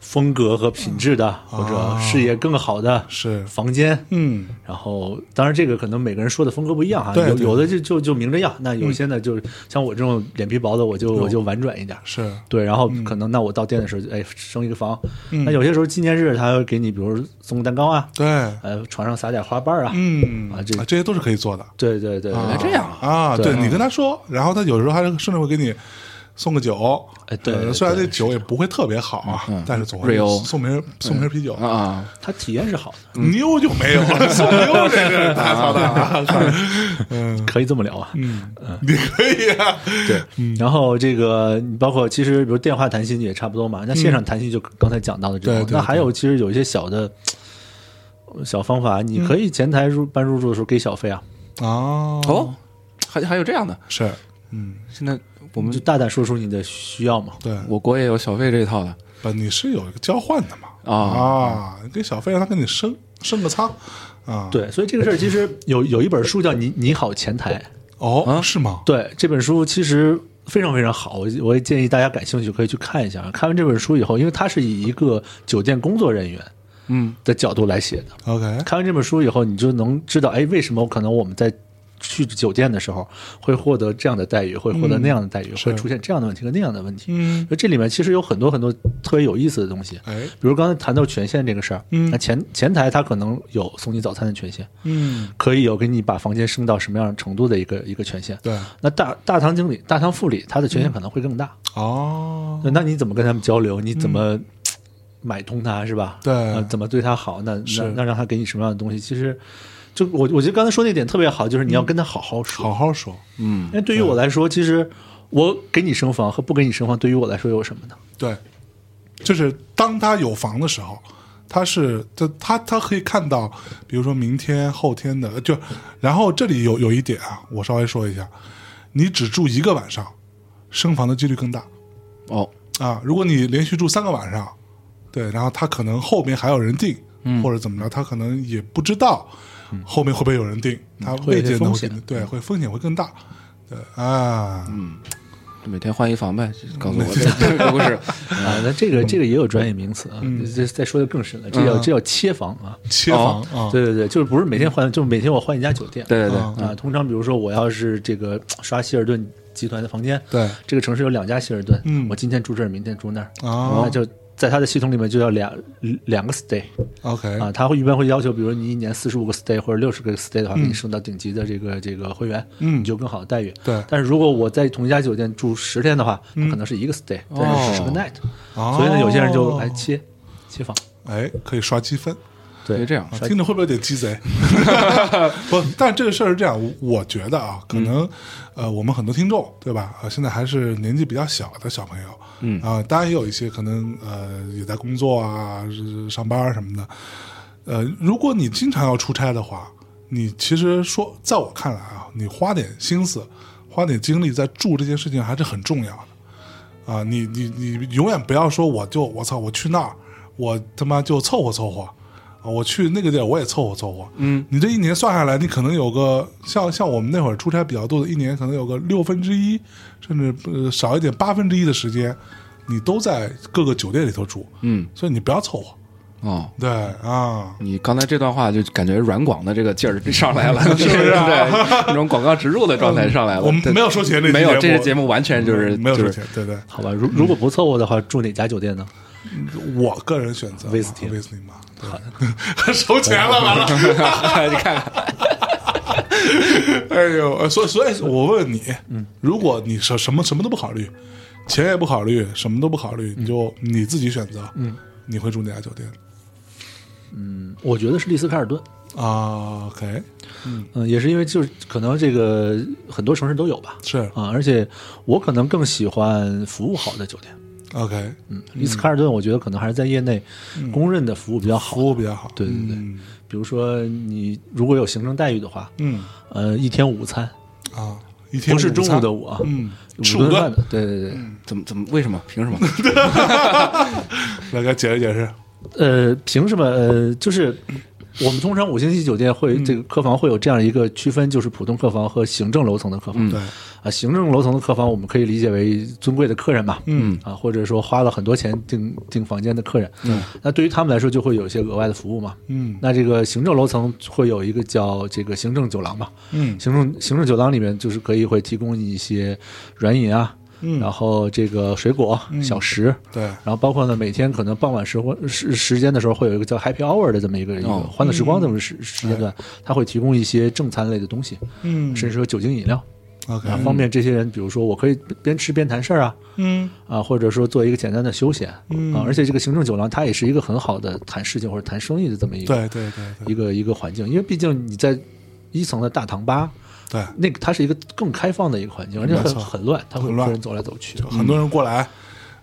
风格和品质的，或者视野更好的
嗯哦是
房间。
嗯，
然后，当然这个可能每个人说的风格不一样哈，
对
有
对嗯
有的就就就明着要，那有些呢就是像我这种脸皮薄的，我就我就婉转一点。
是
对，然
嗯
后可能那我到店的时候，哎，升一个房。那有些时候纪念日，他会给你，比如送个蛋糕啊，
对，
呃，床上撒点花瓣啊。
嗯
啊这
些都是可以做的。
对对对，
啊
对
这样
啊？
对
对你跟他说，然后他有时候还甚至会给你送个酒。
哎对
呃
对
虽然
对嗯
这酒也不会特别好啊，但是总会
瑞欧
送瓶送瓶啤酒。
啊，
它体验是好
嗯
的，
妞就没有了， 送妞这是太操蛋了。嗯
可以这么聊啊。
你可以啊，
对，然后这个你包括其实比如电话谈心也差不多嘛，那线上谈心就刚才讲到的这
对
种
对，
那还有其实有一些小的呃小方法，你可以前台入办入住的时候给小费啊，
哦
哦，还还有这样的，
是
现在我
就
们
大胆说出你的需要嘛。
对，
我国也有小费这一套的
不，你是有一个交换的嘛？
啊，
啊，你给小费让他给你升升个舱啊？，
对，所以这个事儿其实有有一本书叫你《你好前台》，啊
哦，是吗？
对这本书其实非常非常好，我我也建议大家感兴趣可以去看一下。看完这本书以后，因为它是以一个酒店工作人员
嗯
的角度来写的，
OK，
看完这本书以后，你就能知道，哎，为什么可能我们在去酒店的时候会获得这样的待遇，会获得那样的待遇，会出现这样的问题和那样的问题。
嗯，
就这里面其实有很多很多特别有意思的东西，
哎，
比如刚才谈到权限这个事儿，
嗯
那前前台他可能有送你早餐的权限，
嗯，
可以有给你把房间升到什么样程度的一个一个权限。
对，
那大大堂经理、大堂副理，他的
嗯
权限可能会更大。
哦，
那那你怎么跟他们交流？你怎么买通他是吧？
嗯对
呃怎么对他好？那
是
那那让他给你什么样的东西？其实，就我我觉得刚才说那点特别好，就是你要跟他好好
嗯
说。
好好说，
嗯
因，为对于我来说，其实我给你升房和不给你升房，对于我来说有什么呢？
对，就是当他有房的时候，他是他他他可以看到，比如说明天、后天的，就然后这里有有一点啊，我稍微说一下，你只住一个晚上，升房的几率更大
哦，
啊。如果你连续住三个晚上，对，然后他可能后面还有人订，
嗯
或者怎么着，他可能也不知道后面会不会有人订，他
嗯会有
未
一些
见得
风
会给你
险嗯
对，会风险会更大。对啊，
每天换一房呗，告诉
嗯
我这个故 事。
啊，那这个这个也有专业名词啊，
嗯
这再说的更深了，这叫这叫切房啊。
切房啊，
对对对，就是不是每天换，就是每天我换一家酒店。
对对对，
啊，通常比如说我要是这个 刷希尔顿集团的房间，
对
这个城市有两家希尔顿，
嗯
我今天住这儿，明天住那儿，
哦
那就在他的系统里面就要两两个 stay
，OK
啊，他会一般会要求，比如你一年四十五个 stay 或者六十个 stay 的话，给你升到顶级的这个这个会员，
嗯
你就有更好的待遇。
对嗯
但是如果我在同一家酒店住十天的话，它可能是一个 stay，但是是十个 night，
哦
所以呢，有些人就来切切房，
哎，可以刷积分。
别
对
这样
啊，听着会不会有点鸡贼？ 不，但这个事儿是这样，我我觉得啊，可能、呃，我们很多听众对吧？呃，现在还是年纪比较小的小朋友，
嗯
啊、当然也有一些可能呃也在工作啊、是上班啊什么的。呃，如果你经常要出差的话，你其实说，在我看来啊，你花点心思、花点精力在住这件事情还是很重要的。啊，你你你永远不要说我就我操我去那儿，我他妈就凑合凑合，啊，我去那个地儿我也凑合凑合。
嗯，
你这一年算下来，你可能有个像像我们那会儿出差比较多的，一年可能有个六分之一，甚至、呃、少一点八分之一的时间，你都在各个酒店里头住，
嗯
所以你不要凑合。
哦。
对啊，
你刚才这段话就感觉软广的这个劲儿上来 了，是不是？ 对，那种广告植入的状态上来了。
我们
对
啊嗯没有收钱这期
没有，这个
节目嗯
节目完全就是
没有
就
收
是
钱，对对，
好吧，如如果不凑合的话，住哪家酒店呢？
我个人选择啊
威斯汀
威斯汀吧，对 收钱了，完了。
你看看，
哎呦，呃所以所以，我问你，
嗯
如果你什什么什么都不考虑，钱也不考虑，什么都不考虑，
嗯
你就你自己选择，嗯，你会住哪家酒店
嗯我觉得是丽思卡尔顿，
啊？OK，
嗯，也是因为就是可能这个很多城市都有吧，
是
啊，而且我可能更喜欢服务好的酒店。
OK，
嗯，丽思卡尔顿我觉得可能还是在业内公认的嗯服务比较好。
服务比较好，
对对对
嗯
比如说你如果有行政待遇的话，
嗯
呃，一天午餐
啊，一天
不是中
午
午
餐
的，午啊，
嗯，吃
五
五
顿饭嗯
顿，
的，对对对。
怎么怎么为什么凭 什么？
来给解释解释，
呃，凭什么？呃，就是我们通常五星级酒店会
嗯
这个客房会有这样一个区分，就是普通客房和行政楼层的客房。
嗯对，
啊，行政楼层的客房，我们可以理解为尊贵的客人嘛，
嗯
啊，或者说花了很多钱订订房间的客人，嗯，那对于他们来说就会有一些额外的服务嘛，
嗯
那这个行政楼层会有一个叫这个行政酒廊嘛，
嗯
行政行政酒廊里面就是可以会提供你一些软饮啊，
嗯
然后这个水果、小食，
对，
然后包括呢，每天可能傍晚时或时时间的时候，会有一个叫 Happy Hour 的这么一个一个
哦
欢乐时光这么时时间段，它会提供一些正餐类的东西，
嗯
甚至有酒精饮料，
，OK，
啊，方便这些人，比如说我可以边吃边谈事儿啊，
嗯
啊，或者说做一个简单的休闲，
嗯
啊，而且这个行政酒廊它也是一个很好的谈事情或者谈生意的这么一个
对对对对
一个一个环境，因为毕竟你在一层的大堂吧，
对，
那个它是一个更开放的一个环境，而且
没
很
错
很乱，它会有
很乱
客人走来走去，
很多人过来，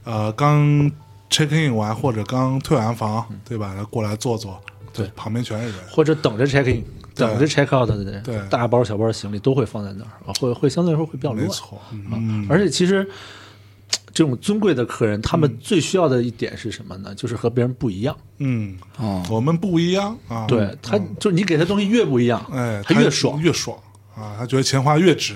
呃，刚 check in 完或者刚退完房，对吧？然后过来坐坐，
嗯对
旁边全是人。
或者等着 check in。
对
等着 check out 的人，
对
大包小包的行李都会放在那儿，啊会会相对来说会比较
没
乱。
错，
啊
嗯，
而且其实这种尊贵的客人，他们最需要的一点是什么呢？就是和别人不一样。
嗯，
哦，
我们不一样啊。
对他，就是你给他东西越不一样，
哎，
他越爽。
越爽啊！他觉得钱花越 值。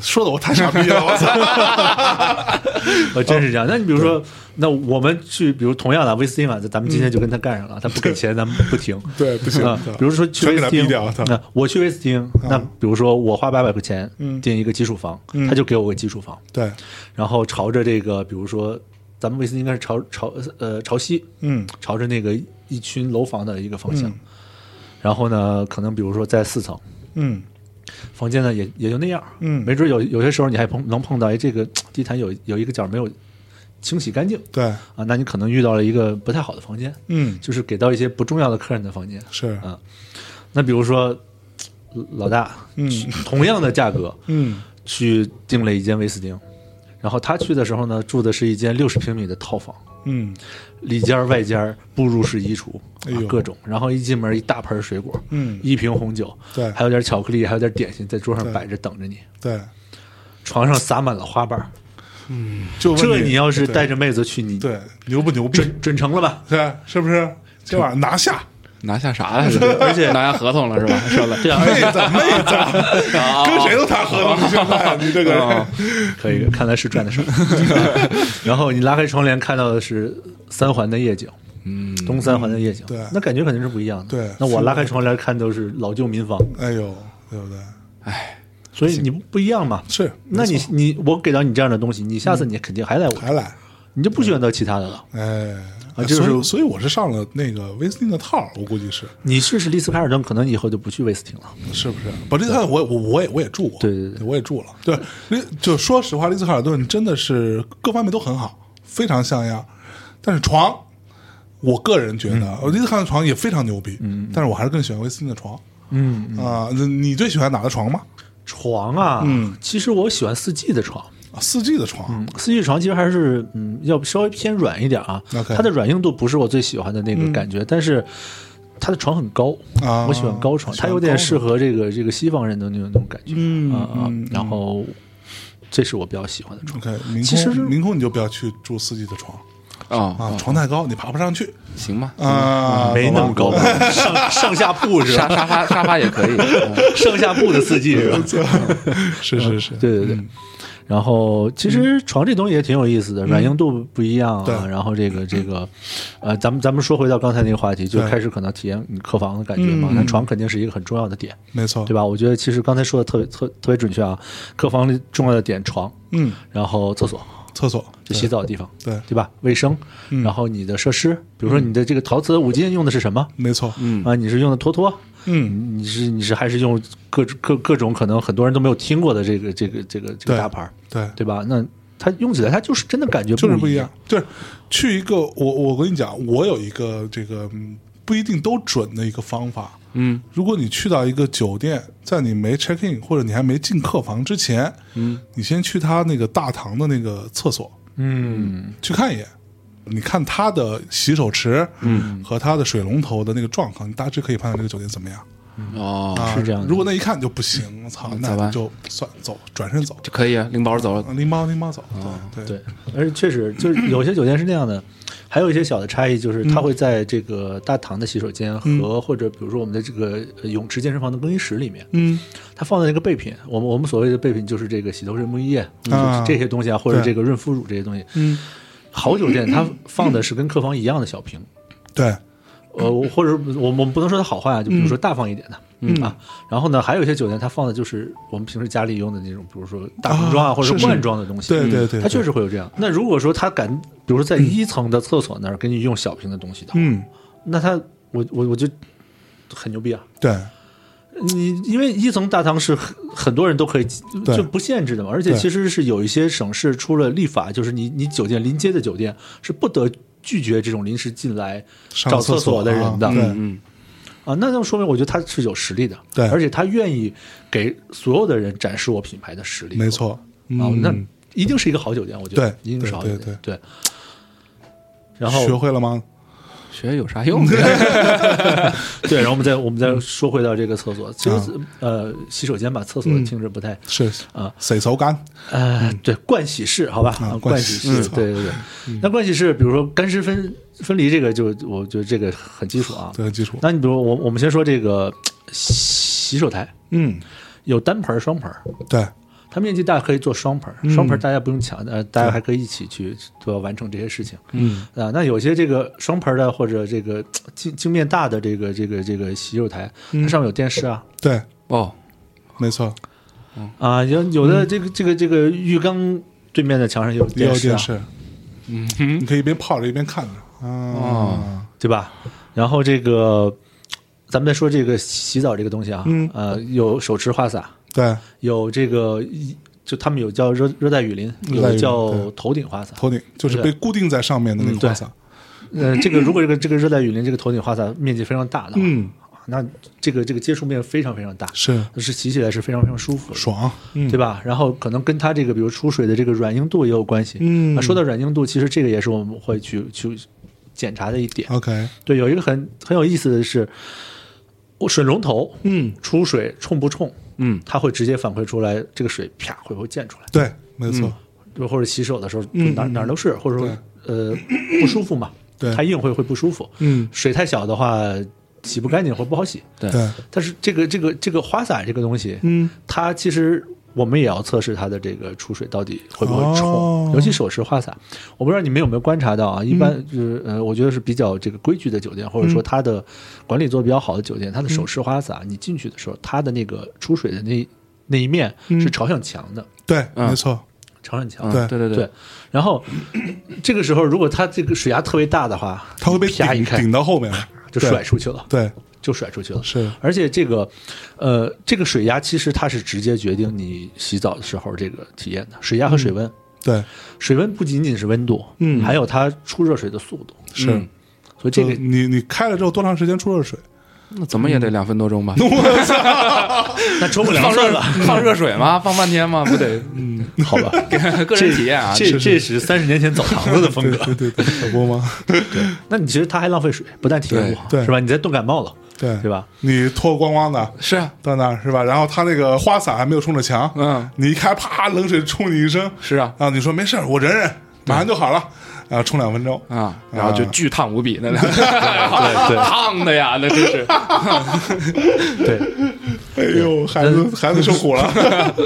说的我太傻逼了，我操！
呃，真是这
哦
样。那你比如说，那我们去，比如同样的威斯汀啊，咱们今天就跟他干上了，他不给钱，咱们不停。
嗯 对，不行
啊，比如说去
全
威
给他
斯
毙
汀
掉，操，
那我去威斯汀，那比如说我花八百块钱
嗯
订一个基础房，
嗯
他就给我个基础房，
对，
然后朝着这个，比如说咱们威斯汀应该是朝朝呃朝西，
嗯
朝着那个一群楼房的一个方向。
嗯
然后呢，可能比如说在四层
嗯
房间呢，也也就那样，
嗯
没准有有些时候你还碰能碰到，哎，这个嘖地毯有有一个角没有清洗干净
对，
啊，那你可能遇到了一个不太好的房间，
嗯
就是给到一些不重要的客人的房间
是，
啊。那比如说嘖老大，
嗯
去同样的价格
嗯
去订了一间威斯汀，然后他去的时候呢，住的是一间六十平米的套房，
嗯
里间儿外间儿步入式衣橱，
哎
啊
呦
各种，然后一进门一大盆水果，
嗯
一瓶红酒，
对
还有点巧克力，还有点点心在桌
对
上摆着等着你，
对，
床上撒满了花瓣儿。
嗯就问
这你要是
对
带着妹子去，你
对牛不牛逼？
准准成了吧？
对，是不是？今晚上拿下，
拿下啥来着？而且拿下合同了是吧？说了
对啊，
妹子妹 子，跟谁都谈合同，现
哦
在你这个人，
可以，看来是赚的少。然后你拉开窗帘看到的是三环的夜景，嗯，东三环的夜景，
对
那感觉肯定是不一样的。
对
那我拉开窗帘看都是老旧民房，
哎呦，对不对？
所以你不一样嘛。
是，
那你你我给到你这样的东西，你下次你肯定还来我这儿，
还来，
你就不选择其他的了。
哎，
啊就是
所以所以我是上了那个威斯汀的套儿，我估计是
你试试丽思卡尔顿，可能以后就不去威斯汀了。
是不是？不，丽斯卡尔顿我我我也我也住过，
对对对
我也住了。对，丽就说实话，丽斯卡尔顿真的是各方面都很好，非常像样。但是床，我个人觉得，
嗯
丽斯卡尔顿床也非常牛逼，嗯，但是我还是更喜欢威斯汀的床。
嗯，
啊、那你最喜欢哪个床吗？
床啊，
嗯
其实我喜欢四季的床。
啊四 G 的床，
四季床其实还是嗯，要稍微偏软一点啊。
OK 嗯
它的软硬度不是我最喜欢的那个感觉，但是它的床很高，
啊
我喜欢高床，
喜欢
它有点适合这个这个西方人的那种那种感觉。
嗯
啊、啊
嗯
然后这是我比较喜欢的床。
OK，明空
其实
明空你就不要去住四 G 的床
啊，
啊，床太高你爬不上去
行吧，
啊，
嗯没那
好吧
么高，上上下铺是
沙
吧？
沙发沙发也 可以，嗯
上下铺的四季 是吧？
是是是，
对对对。然后其实床这东西也挺有意思的，软硬度不一样
嗯对
啊。然后这个这个，呃，咱们咱们说回到刚才那个话题，就
对
开始可能体验你客房的感觉嘛。
嗯
那床肯定是一个很重要的点，
没错，
对吧？我觉得其实刚才说的特别特特别准确啊，客房里重要的点床，
嗯，
然后厕所
厕所
就洗澡的地方，
对嗯
对吧？卫生，然后你的设施，比如说你的这个陶瓷的五金用的是什么？
没错，
嗯
啊，你是用的托托，
嗯，
你你是你是还是用各各各种可能很多人都没有听过的这个这个这个这
对
个大牌儿，
对，
对吧？那它用起来，它就是真的感觉
就是
不
不
一
一样。，就是去一个我我跟你讲，我有一个这个嗯不一定都准的一个方法。
嗯
如果你去到一个酒店，在你没 check in 或者你还没进客房之前，
嗯，
你先去他那个大堂的那个厕所
嗯，
去看一眼。你看他的洗手池，嗯，和他的水龙头的那个状况，你大致可以判断这个酒店怎么样。
哦，
啊
是这样的
如果那一看就不行，我操，那
咋办
你就算走，转身走，
就可以啊，拎包走了
啊，拎包拎包走。对
对，而且确实就是有些酒店是那样的，还有一些小的差异就是
嗯
它会在这个大堂的洗手间和或者比如说我们的这个呃泳池健身房的更衣室里面，
嗯，
它放的那个备品，我们我们所谓的备品就是这个洗头水、沐浴液，就是这些东西啊，或者
对
这个润肤乳这些东西，嗯，好酒店它放的是跟客房一样的小瓶，
对，
呃，我或者我我们不能说它好坏啊，就比如说大方一点的，嗯啊，然后呢，还有一些酒店它放的就是我们平时家里用的那种，比如说大瓶装啊，
啊
或者
是是
罐装的东西，
对对
嗯
对
它
对
确实会有这样。那如果说他敢，比如说在一层的厕所那儿给你用小瓶的东西的话，
嗯，
那他我我我就很牛逼啊！
对，
你因为一层大堂是很很多人都可以
对
就不限制的嘛，而且
对
其实是有一些省市出了立法，就是你你酒店临街的酒店是不得拒绝这种临时进来
上
找
厕
厕所的
啊
人的，
对
嗯
啊，那就说明我觉得他是有实力的，
对
而且他愿意给所有的人展示我品牌的实力，
没错，
啊，
嗯，
那一定是一个好酒店，我觉得
对
一定是好酒
对哦
店，对然后
学会了吗？
学有啥用？
对，然后我们再我们
嗯
再说回到这个厕所，其
啊
实、呃，洗手间吧，厕所
嗯
听着不太、
是
啊，
洗手间，
呃，对，盥洗室，好吧，
嗯啊
啊
盥
盥
洗
洗
室嗯
室，对对对。那盥洗室，比如说干湿分分离，这个就我觉得这个很基础啊。
这个基础，
那你比如我我们先说这个洗手台，
嗯，
有单盆儿双盆儿，
对，
它面积大可以做双盆儿，
嗯
双盆儿大家不用抢，呃，大家还可以一起去做完成这些事情。
嗯
啊，那有些这个双盆儿的或者这个呃镜镜面大的这个这个这个洗手台，
嗯
它上面有电视啊，
对，
哦，
没错，嗯
啊，有有的这个这个这个浴缸对面的墙上有
也有
电视
电
啊，
视，
嗯哼，
你可以一边泡着一边看着啊
哦，
对吧？然后这个咱们再说这个洗澡这个东西啊，
嗯
呃，有手持花洒，
对，
有这个一就他们有叫热热带雨林，
热带雨
有的
林
叫
对
头顶花洒，
头顶就是被固定在上面的
嗯
那个花洒，
呃，这个如果这个这个热带雨林这个头顶花洒面积非常大的话，
嗯，
那这个这个接触面非常非常大，
是
是洗起来是非常非常舒服的，
爽，嗯
对吧？然后可能跟它这个比如出水的这个软硬度也有关系。
嗯
啊，说到软硬度，其实这个也是我们会去去检查的一点。
，OK，
对，有一个很很有意思的是，我水龙头
嗯，
出水冲不冲，
嗯
它会直接反馈出来这个水啪会不会溅出来，
对，没错，
就或者洗手的时候
嗯
哪
嗯
哪儿都是，或者说
对
呃不舒服嘛。
对
太硬会会不舒服。
嗯，
水太小的话，洗不干净或不好洗。
对，
但是这个这个这个花洒这个东西，
嗯，
它其实我们也要测试它的这个出水到底会不会冲，
哦嗯
尤其手持花洒。我不知道你们有没有观察到啊？一般就是、呃，我觉得是比较这个规矩的酒店，或者说它的管理做得比较好的酒店，它
嗯
的手持花洒，你进去的时候，它的那个出水的那那一面
嗯
是朝向墙的，
对，
嗯
没错，
朝向墙。
嗯
对
对对
对，然后 这个时候，如果它这个水压特别大的话，
它会被
啪一
顶
开
顶到后面，
就
对
甩出去了，
对，
就甩出去了。
是，
而且这个，呃，这个水压其实它是直接决定你洗澡的时候这个体验的，水压和水温。
对，
水温不仅仅是温度，
嗯
还有它出热水的速度。
是。
嗯
所以这
就
个
你你开了之后多长时间出热水？
那怎么也得两分多钟吧？
那冲不了
放
算
热
了，
放热水吗？放半天吗？不得
好吧？
给个人体验啊！
这这是三十年前澡堂子的风格。
对对对，可不 吗？
那你其实它还浪费水，不但体验不好，
对对
是吧？你再冻感冒了，
对
对吧？
你脱光光的
是啊，
到那儿是吧？然后他那个花洒还没有冲着墙，
嗯，
你一开，啪，冷水冲你一身，
是啊，
然后你说没事儿，我忍忍，马上就好了，然后冲两分钟，
啊，然后就巨烫无 比，那 烫的呀，那真是。
对。
哎呦，孩子孩子受苦 了，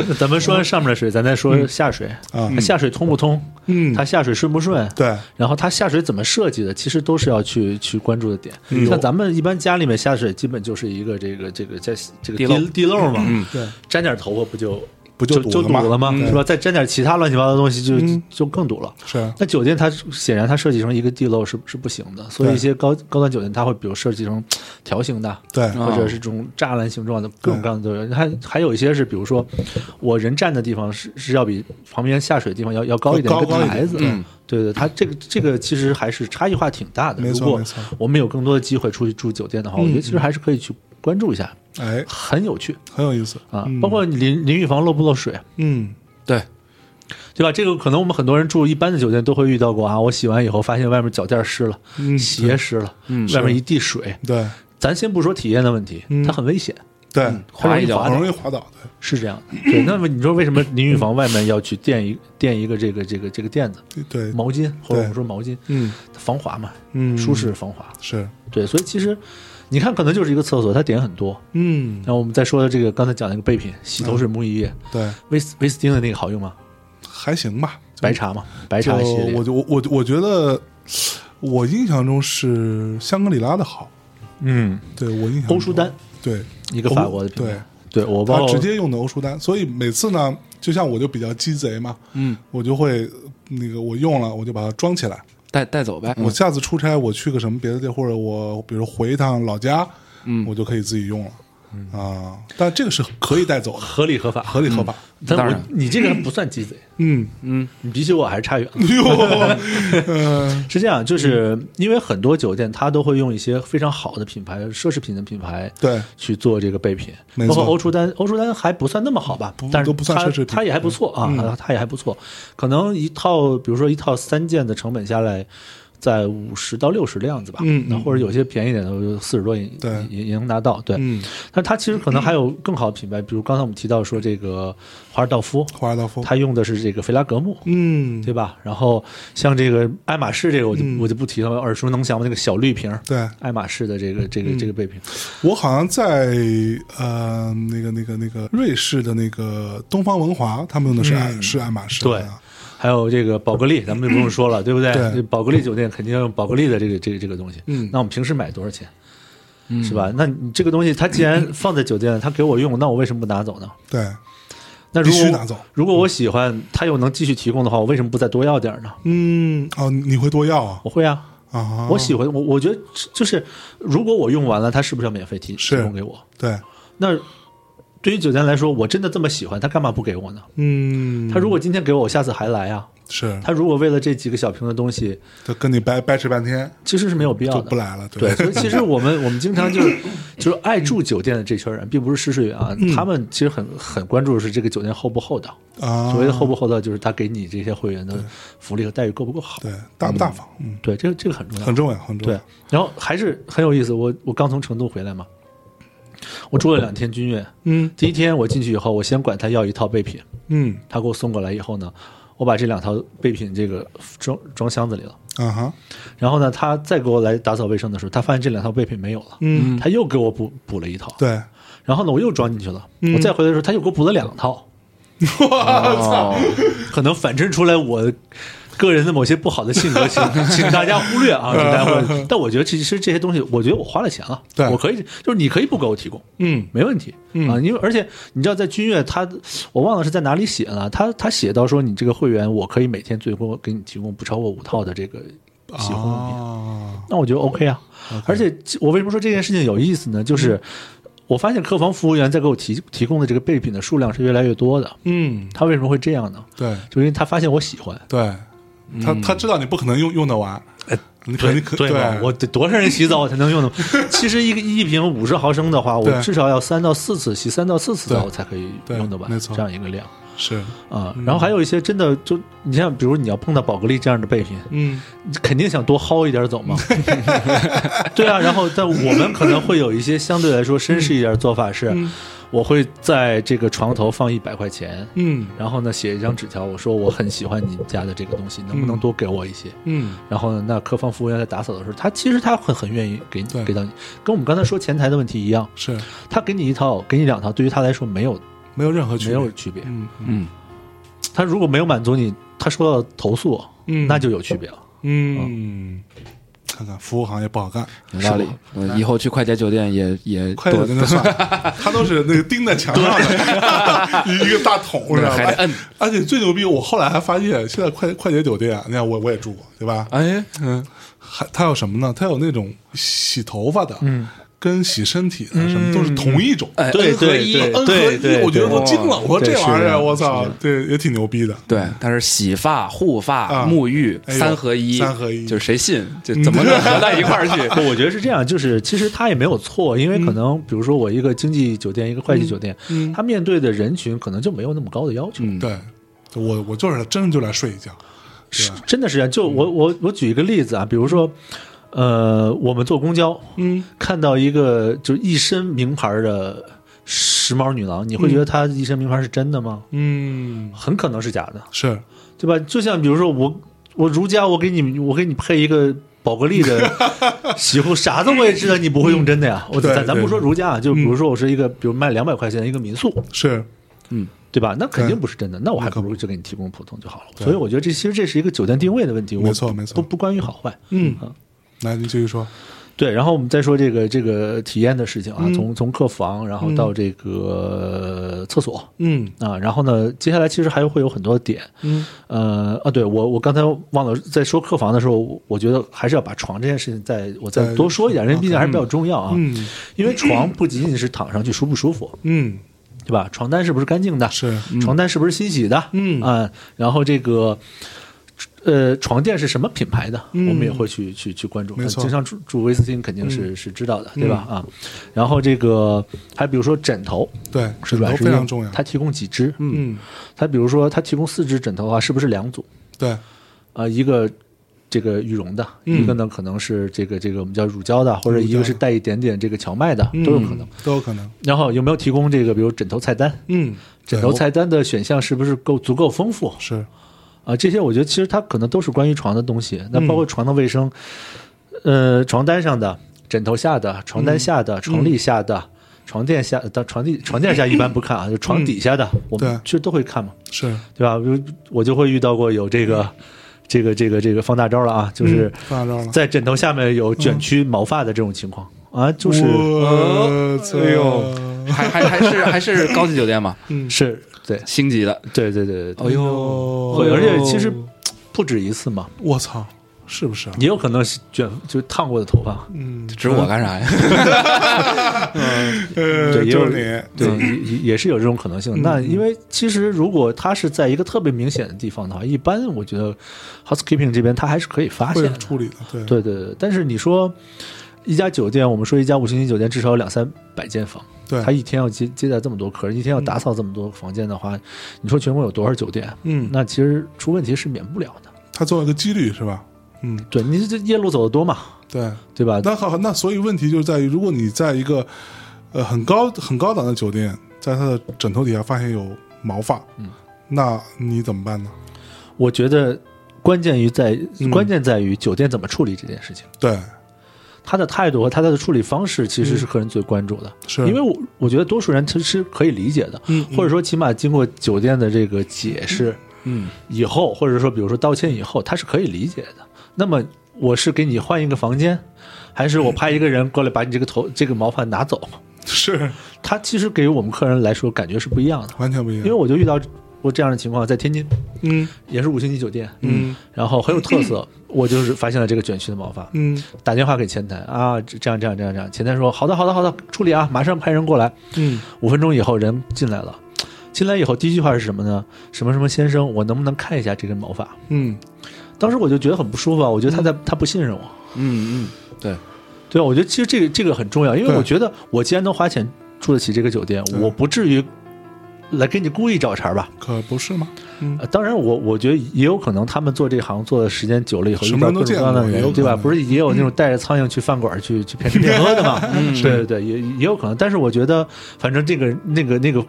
那咱们说完上面的水，咱再说下水
啊
它下水通不通？
嗯
它下水顺不顺？
对
然后它下水怎么设计的，其实都是要去去关注的点。
嗯
像咱们一般家里面下水，基本就是一个这个这个在这个
地漏嗯
地地漏嘛，
嗯对，
沾点头发不就
不就
就
堵了
就
吗嗯
堵了吗？是吧？再沾点其他乱七八糟的东西，就就更堵了。
是啊
那酒店它显然它设计成一个地漏是是不行的，所以
对
一些高高端酒店它会比如设计成条形的，
对
嗯
或者是这种栅栏形状的各种各样的都有。还还有一些是，比如说我人站的地方是是要比旁边下水的地方要要高一点，
要
一
高
个台子
高一点。
对对，它这个这个其实还是差异化挺大的。
没
如
错
果
没错嗯
我们有更多的机会出去住酒店的话，我觉得其实还是可以去关注一下，
哎，
很有趣
很有意思，
啊。包括你淋淋浴房漏不漏水，
嗯，
对，
对吧？这个可能我们很多人住一般的酒店都会遇到过啊。我洗完以后发现外面脚垫湿了，
嗯
鞋湿了，外面一地水。
对
咱先不说体验的问题，
嗯
它很危险，
对，
滑一
滑
跤
倒
很容易滑倒，
是这样的。对，那么你说为什么淋浴房外面要去垫一垫一个这个这个这个垫子、
对对，
毛巾，或者
对
我们说毛巾，
嗯，
防滑嘛，
嗯
舒适防滑。
是，
对，所以其实你看，可能就是一个厕所，它点很多。
嗯，
然后我们再说的这个刚才讲的那个备品，洗头水、沐浴液，
对，
威斯威斯汀的那个好用吗？
还行吧，就
白茶嘛，白
就
茶系列
我。就我我我觉得，我印象中是香格里拉的好，
嗯，
对我印象
欧舒丹，
对
一个法国的品
哦对
牌。。对，我
他
包括
直接用的欧舒丹，所以每次呢，就像我就比较鸡贼嘛，
嗯，
我就会呃那个我用了我就把它装起来。
带带走
嗯
呗。
我下次出差我去个什么别的地儿，或者我比如回一趟老家，嗯，我就可以自己用了。
嗯
啊，但这个是可以带走的，
合理合法，
合理合法。
嗯但
当
我
然
你这个还不算鸡贼，
嗯，
你比起我还是差远 了。
哟，呃，
是这样，就是
嗯
因为很多酒店它都会用一些非常好的品牌、奢侈品的品牌
对，
去做这个备品，
没
包
错
括欧舒丹，欧舒丹还不算那么好吧
不，
但是
都不算
它
奢侈品嗯
它也还不错啊，它也还不错。可能一套，比如说一套三件的成本下来。在五十到六十的样子吧，
嗯嗯
那或者有些便宜一点的，四十多也
对
也也能拿到，对。
嗯，
但它其实可能还有更好的品牌，比如刚才我们提到说这个华尔道夫，
华尔道夫，
它用的是这个菲拉格慕，
嗯，
对吧？然后像这个爱马仕这个，我就、我就不提了，耳熟能详的那个小绿瓶儿，
对嗯
爱马仕的这个这个、这个备品，
我好像在呃那个那个那个瑞士的那个东方文华，他们用的是爱是爱马仕，
嗯对
啊，
还有这个宝格丽，咱们就不用说了，对不对？
对
这宝格丽酒店肯定要用宝格丽的这个这个这个东西。
嗯
那我们平时买多少钱？是吧？那你这个东西它既然放在酒店，它给我用，那我为什么不拿走呢？
对，
那
必
如果
须拿走。
如果我喜欢，它又能继续提供的话，我为什么不再多要点儿呢？
嗯，哦，你会多要啊？
我会啊，
啊，
我喜欢我我觉得就是，如果我用完了，它是不是要免费提提
是
供给我？
对，
那对于酒店来说，我真的这么喜欢，他干嘛不给我呢？
嗯，
他如果今天给我，我下次还来啊。
是
他如果为了这几个小瓶的东西，
就跟你掰掰扯半天，
其实是没有必要
就
的。
不来了，
对，
对
所以其实我们我们经常就是就是爱住酒店的这群人，并不是试睡员啊，
嗯
他们其实很很关注的是这个酒店厚不厚道。
啊，
所谓的厚不厚道，就是他给你这些会员的福利和待遇够不够好。
对大不大方，嗯，
对，这个这个很重要，
很重要，很重
对
要。，
然后还是很有意思。我我刚从成都回来嘛，我住了两天君悦。
嗯
第一天我进去以后，我先管他要一套备品，
嗯
他给我送过来以后呢，我把这两套备品这个装装箱子里了。
啊哈，
然后呢，他再给我来打扫卫生的时候，他发现这两套备品没有了，
嗯，
他又给我补补了一套。
对，
然后呢，我又装进去了。我再回来的时候，他又给我补了两套。
哦，
可能反衬出来我个人的某些不好的性格， 请请大家忽略啊，请大家忽略。但我觉得其实这些东西，我觉得我花了钱了，
对
我可以就是你可以不给我提供，
嗯，
没问题啊，因为而且你知道在君悦他，我忘了是在哪里写了，他他写到说你这个会员我可以每天最多给你提供不超过五套的这个
嗯
喜欢用品，
啊，
那我觉得 OK 啊。而且我为什么说这件事情有意思呢？
嗯
就是我发现客房服务员在给我提提供的这个备品的数量是越来越多的。
嗯，
他为什么会这样呢？
对
就因为他发现我喜欢，
对，他他知道你不可能用用得完，你肯定可啊
嗯哎对吧我得多少人洗澡我才能 用呢？其实一个一瓶五十毫升的话，
对
我至少要三到四次洗，三到四次
对
澡我才可以
对
用得完
没错
这样一个量
是，
啊。然后还有一些真的就你像比如你要碰到宝格丽这样的备品，
嗯，
你肯定想多薅一点 走嘛。对啊，然后但我们可能会有一些相对来说绅士一点的做法是，我会在这个床头放一百块钱，
嗯
然后呢写一张纸条，我说我很喜欢你家的这个东西，能不能多给我一些？
嗯，
然后呢，那客房服务员在打扫的时候，他其实他很很愿意给你
对
给到你，跟我们刚才说前台的问题一样，
是
他给你一套，给你两套，对于他来说没有
没有任何区
没
别，
有区别。
嗯
嗯，
他如果没有满足你，他收到投诉，
嗯
那就有区别了。哦
嗯，看看服务行业不好干，
有道理。嗯以后去快捷酒店也也
快
多
点跟他算了，他都是那个钉在墙上的，一个大桶是吧？哎
还得摁
而且最牛逼，我后来还发现，现在快快捷酒店啊，你看我我也住过，对吧？
哎，嗯，
还它有什么呢？它有那种洗头发的，嗯，跟洗身体的什么都是同一种，
哎
对
，N 合
对
一
对
，N 合
对
一，
对
我觉得都
对
惊了，我说
对
这玩意
是
儿，啊
这样
我
是
操
这样，
对，也挺牛逼的，
对，它是洗发、护发、
啊
沐浴
哎呦
三合一，
三合一嗯
就是谁信就怎么能合到一块儿去？
不，我觉得是这样，就是其实他也没有错，因为可能比如说我一个经济酒店，一个会计酒店，
嗯
他面对的人群可能就没有那么高的要求。
嗯
对，我我就是真的就来睡一觉，
是真的是这样。就我我我举一个例子啊，比如说，呃，我们坐公交，
嗯，
看到一个就一身名牌的时髦女郎，你会觉得她一身名牌是真的吗？
嗯，
很可能是假的，
是
对吧？就像比如说我我如家，我给你我给你配一个。宝格 丽的洗护啥子我也知道你不会用真的呀，我
嗯对
咱咱
对嗯
不说如家啊，就比如说我是一个，比如卖两百块钱的一个民宿，
是，
对吧？那肯定
对
不是真的，那我还不如就给你提供普通就好了。所以我觉得这其实这是一个酒店定位的问题，我
没错没错
不不关于好坏。
嗯
啊，
来你继续说，
对，然后我们再说这个这个体验的事情啊，
嗯
从从客房，然后到这个厕所。
嗯
啊，然后呢？接下来其实还会有很多点，
嗯，
呃，啊，对我我刚才忘了在说客房的时候，我我觉得还是要把床这件事情再我再
对
多说一点，因为毕竟还是比较重要啊。
嗯
因为床不仅仅是躺上去舒不舒服，
嗯
对吧？床单是不是干净的？嗯
是，
床单是不是新洗的？
嗯
啊，然后这个呃床垫是什么品牌的，
嗯
我们也会去去去关注。
没错嗯
经常住住威斯汀肯定是、是知道的，对吧？啊，然后这个还比如说枕头
对，
是
枕头
软是
非常
硬
重要，
它提供几只？
嗯，
它比如说它提供四只枕头啊，是不是两组？
对，
啊、一个。这个羽绒的，一个呢可能是这个这个我们叫嗯乳胶的，嗯或者一个是带一点点这个荞麦的，都有可能。
嗯都有可能，
然后有没有提供这个，比如枕头菜单？
嗯，
枕
对
头
我
菜单的选项是不是够足够丰富？
是，
啊，这些我觉得其实它可能都是关于床的东西，那包括床的卫生，呃，床单上的、枕头下的、床单下的、床笠下的、床垫下的、床底床垫下一般不看啊，就床底下的，我
对
们其实都会看嘛，
是
对吧？比如我就会遇到过有这个。这个这个这个放大招了啊！就是
嗯放大招了
在枕头下面有卷曲毛发的这种情况啊，就是
嗯
哦
我操，
哎呦 还还还是还是高级酒店嘛，
是，对
星级的。
对对对
哎
对对，
呦，
会而
哦
且其实不止一次嘛，
我操，是不是啊？
也有可能是卷就烫过的头发，
嗯，
指我干啥呀？
呃，
对，也
就
有
是你，嗯
对，也也也是有这种可能性的。那因为其实如果他是在一个特别明显的地方的话，一般我觉得 housekeeping 这边他还是可以发现
会
的。
处理的，对，
对对对，但是你说一家酒店，我们说一家五星级酒店至少有两三百间房，
对
他一天要接接待这么多客人，一天要打扫这么多房间的话，你说全国有多少酒店？啊
嗯，
那其实出问题是免不了的。
他做一个几率是吧？嗯，
对，你这夜路走的多嘛，
对。
对吧？
那好，那所以问题就在于，如果你在一个呃很高很高档的酒店，在他的枕头底下发现有毛发，嗯，那你怎么办呢？
我觉得关键于在
嗯
关键在于酒店怎么处理这件事情，
对，
他的态度和他的处理方式其实
嗯
是客人最关注的，
是
因为我我觉得多数人其实是可以理解的，
嗯嗯
或者说起码经过酒店的这个解释
嗯
以后，或者说比如说道歉以后，他是可以理解的。那么我是给你换一个房间，还是我派一个人过来把你这个头这个毛发拿走？
是
他其实给我们客人来说感觉是不一样的，
完全不一
因为
样。
我就遇到过这样的情况，在天津
嗯
也是五星级酒店，
嗯
然后很有特色，我就是发现了这个卷曲的毛发，
嗯
打电话给前台啊，这这样这样这样这样，前台说好的好的好的，处理啊，马上派人过来。
嗯，
五分钟以后人进来了，进来以后第一句话是什么呢？什么什么先生，我能不能看一下这根毛发？
嗯，
当时我就觉得很不舒服啊，我觉得他在、他不信任我。
嗯嗯，对，
对啊，我觉得其实这个这个很重要，因为
对
我觉得我既然能花钱住得起这个酒店，我不至于来给你故意找茬吧。
可不是嘛。
呃当然我，我觉得也有可能他们做这行做的时间久了以后，
什
遇
么
到
人都
各种各
见
样的
过也
人，
有
对吧？
可能
不是也有那种带着苍蝇去饭馆去去骗吃骗喝 的嘛？
嗯
对对对，也也有可能。但是我觉得，反正这个那个那个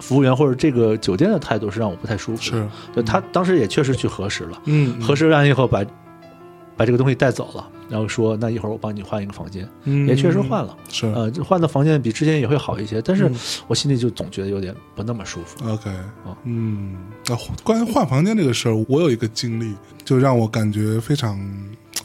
服务员或者这个酒店的态度是让我不太舒服的。
是，
对他当时也确实去核实了，
嗯
核实完以后把把这个东西带走了，然后说那一会儿我帮你换一个房间，
嗯
也确实换了。
是
呃，这换的房间比之前也会好一些，但是
嗯
我心里就总觉得有点不那么舒服。
OK，
哦
嗯，那关于换房间这个事儿，我有一个经历，就让我感觉非常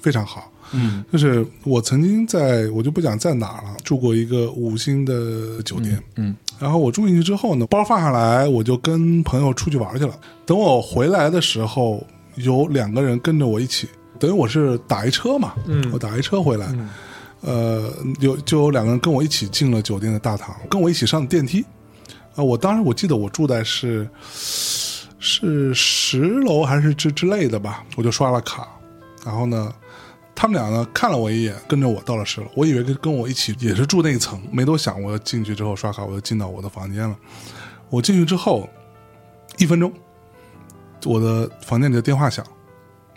非常好。
嗯
就是我曾经在我就不讲在哪儿了，住过一个五星的酒店，
嗯
然后我住进去之后呢，包放下来，我就跟朋友出去玩去了。等我回来的时候，有两个人跟着我一起，等于我是打一车嘛，
嗯
我打一车回来，
嗯
呃，有就有两个人跟我一起进了酒店的大堂，跟我一起上电梯。啊、我当时我记得我住在是是十楼还是之之类的吧，我就刷了卡，然后呢，他们俩呢看了我一眼，跟着我到了十楼，我以为跟跟我一起也是住那一层，没多想，我进去之后刷卡，我就进到我的房间了。我进去之后，一分钟，我的房间里的电话响，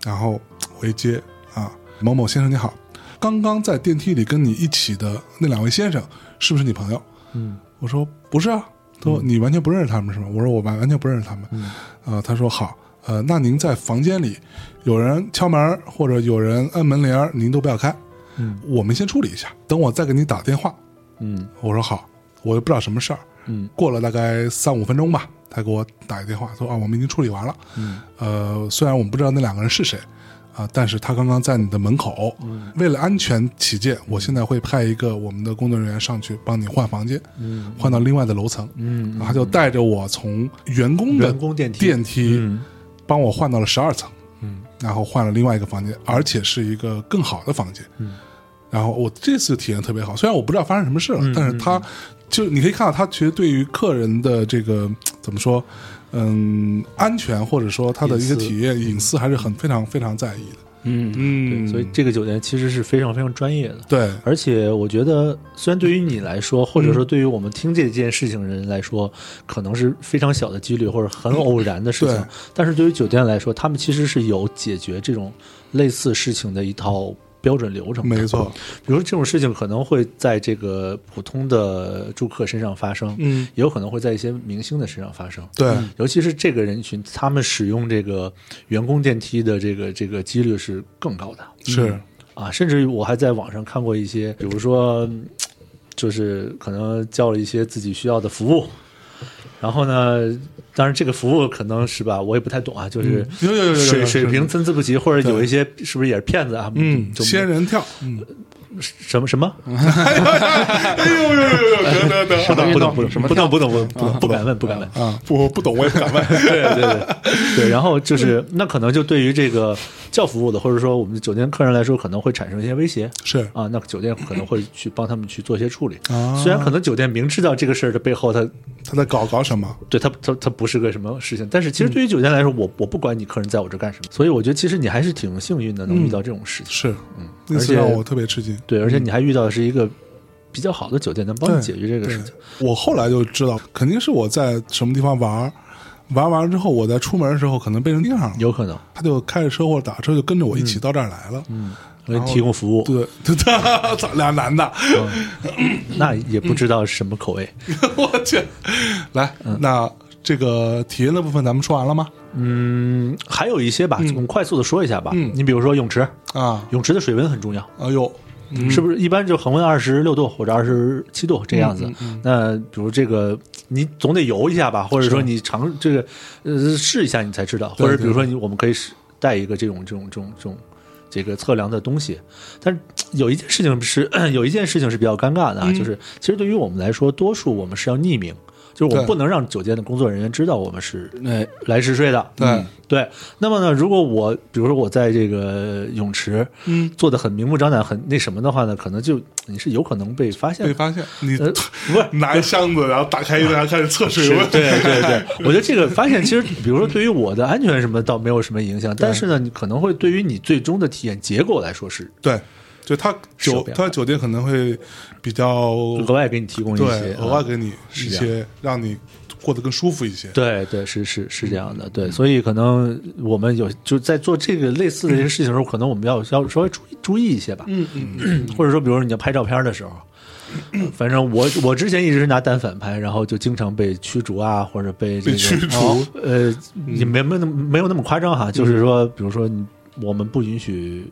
然后我一接啊，某某先生你好，刚刚在电梯里跟你一起的那两位先生是不是你朋友？
嗯
我说不是啊，他说你完全不认识他们是吗？我说我完完全不认识他们。
嗯
呃，他说好，呃，那您在房间里有人敲门或者有人按门铃儿，您都不要开，
嗯
我们先处理一下，等我再给你打电话。
嗯
我说好，我也不知道什么事儿。
嗯
过了大概三五分钟吧，他给我打一电话说啊，我们已经处理完了。
嗯，
呃，虽然我们不知道那两个人是谁。啊！但是他刚刚在你的门口，
嗯
为了安全起见，我现在会派一个我们的工作人员上去帮你换房间，
嗯
换到另外的楼层。
嗯，
他就带着我从员工的
员工电梯
电梯
嗯
帮我换到了十二层，
嗯，
然后换了另外一个房间，而且是一个更好的房间，
嗯，
然后我这次体验特别好，虽然我不知道发生什么事了，
嗯
但是他就你可以看到他其实对于客人的这个怎么说，嗯，安全或者说他的一个
隐私
体验隐私还是很非常非常在意的，
嗯
嗯
对，所以这个酒店其实是非常非常专业的。
对，
而且我觉得，虽然对于你来说，或者
嗯
说对于我们听这件事情的人来说，可能是非常小的几率或者很偶然的事
对
情，但是对于酒店来说，他们其实是有解决这种类似事情的一套标准流程。
没错，，
比如说这种事情可能会在这个普通的住客身上发生，
嗯，
也有可能会在一些明星的身上发生。
对，
尤其是这个人群，他们使用这个员工电梯的这个这个几率是更高的。
是，
啊，甚至于我还在网上看过一些，比如说，嗯就是可能叫了一些自己需要的服务，然后呢，当然这个服务可能是吧，我也不太懂啊，就是
有有有有有
水
有
水
是
平参差不齐，或者有一些是不是也是骗子啊？
嗯，
就
仙人跳，嗯，
什么什么
哎呦呦呦呦，得得得，
不懂
懂
不懂不
什
懂
么
不懂不懂不懂不懂不敢问不敢问。
啊，不我不懂我也不敢问，
对对对对，然后就是那可能就对于这个叫服务的，或者说我们酒店客人来说，可能会产生一些威胁。
是
啊，那酒店可能会去帮他们去做一些处理。
啊
虽然可能酒店明知道这个事儿的背后，他
他在搞搞什么？
对他他他不是个什么事情，但是其实对于酒店来说，我我不管你客人在我这干什么，所以我觉得其实你还是挺幸运的，能遇到这种事情。
是，嗯那次
而且
让我特别吃惊。
对，而且你还遇到的是一个比较好的酒店，能帮你
对
解决这个事情。
我后来就知道，肯定是我在什么地方玩儿，玩完了之后，我在出门的时候可能被人盯上了，
有可能
他就开着车或者打车就跟着我一起到这儿来了。嗯，
为提供服务，
对， 对，操，俩男的，
那也不知道是什么口味。
我去，来，那这个体验的部分咱们说完了吗？
嗯，还有一些吧，我们快速的说一下吧。
嗯
你比如说泳池，
啊，
泳池的水温很重要，
哎呦，
是不是？一般就恒温二十六度或者二十七度这
嗯
样子。那比如这个，你总得游一下吧，或者说你尝这个呃试一下，你才知道。
对
或者比如说你，我们可以试带一个这种这种这种这种这个测量的东西。但是有一件事情是 有一件事情是比较尴尬的，
嗯
啊，就是其实对于我们来说，多数我们是要匿名。就是我们
对
不能让酒店的工作人员知道我们是
那
来试睡的。
对
嗯对，那么呢，如果我比如说我在这个泳池，嗯，做的很明目张胆、很那什么的话呢，可能就你是有可能被发现
被
的。
发现你
呃，不是。
拿一箱子，然后打开一个，然后开始测
是
水温，
对对对，我觉得这个发现其实，比如说对于我的安全什么倒没有什么影响，但是呢，你可能会对于你最终的体验结果来说是
对，就他
手
酒
表
他酒店可能会比较
额外给你提供一
对
些
额外
啊
给你一
是这样
些让你过得更舒服一些。
对对，是是是这样的，
嗯
对，所以可能我们有就在做这个类似的这些事情的时候，可能我们要要稍微注意注意一些吧，嗯嗯， 或者说，比如说你要拍照片的时候，反正我我之前一直是拿单反拍，然后就经常被驱逐啊，或者被这
被
个
驱逐嗯
哦呃，也没没那么没有那么夸张哈，就是说，比如说你我们不允许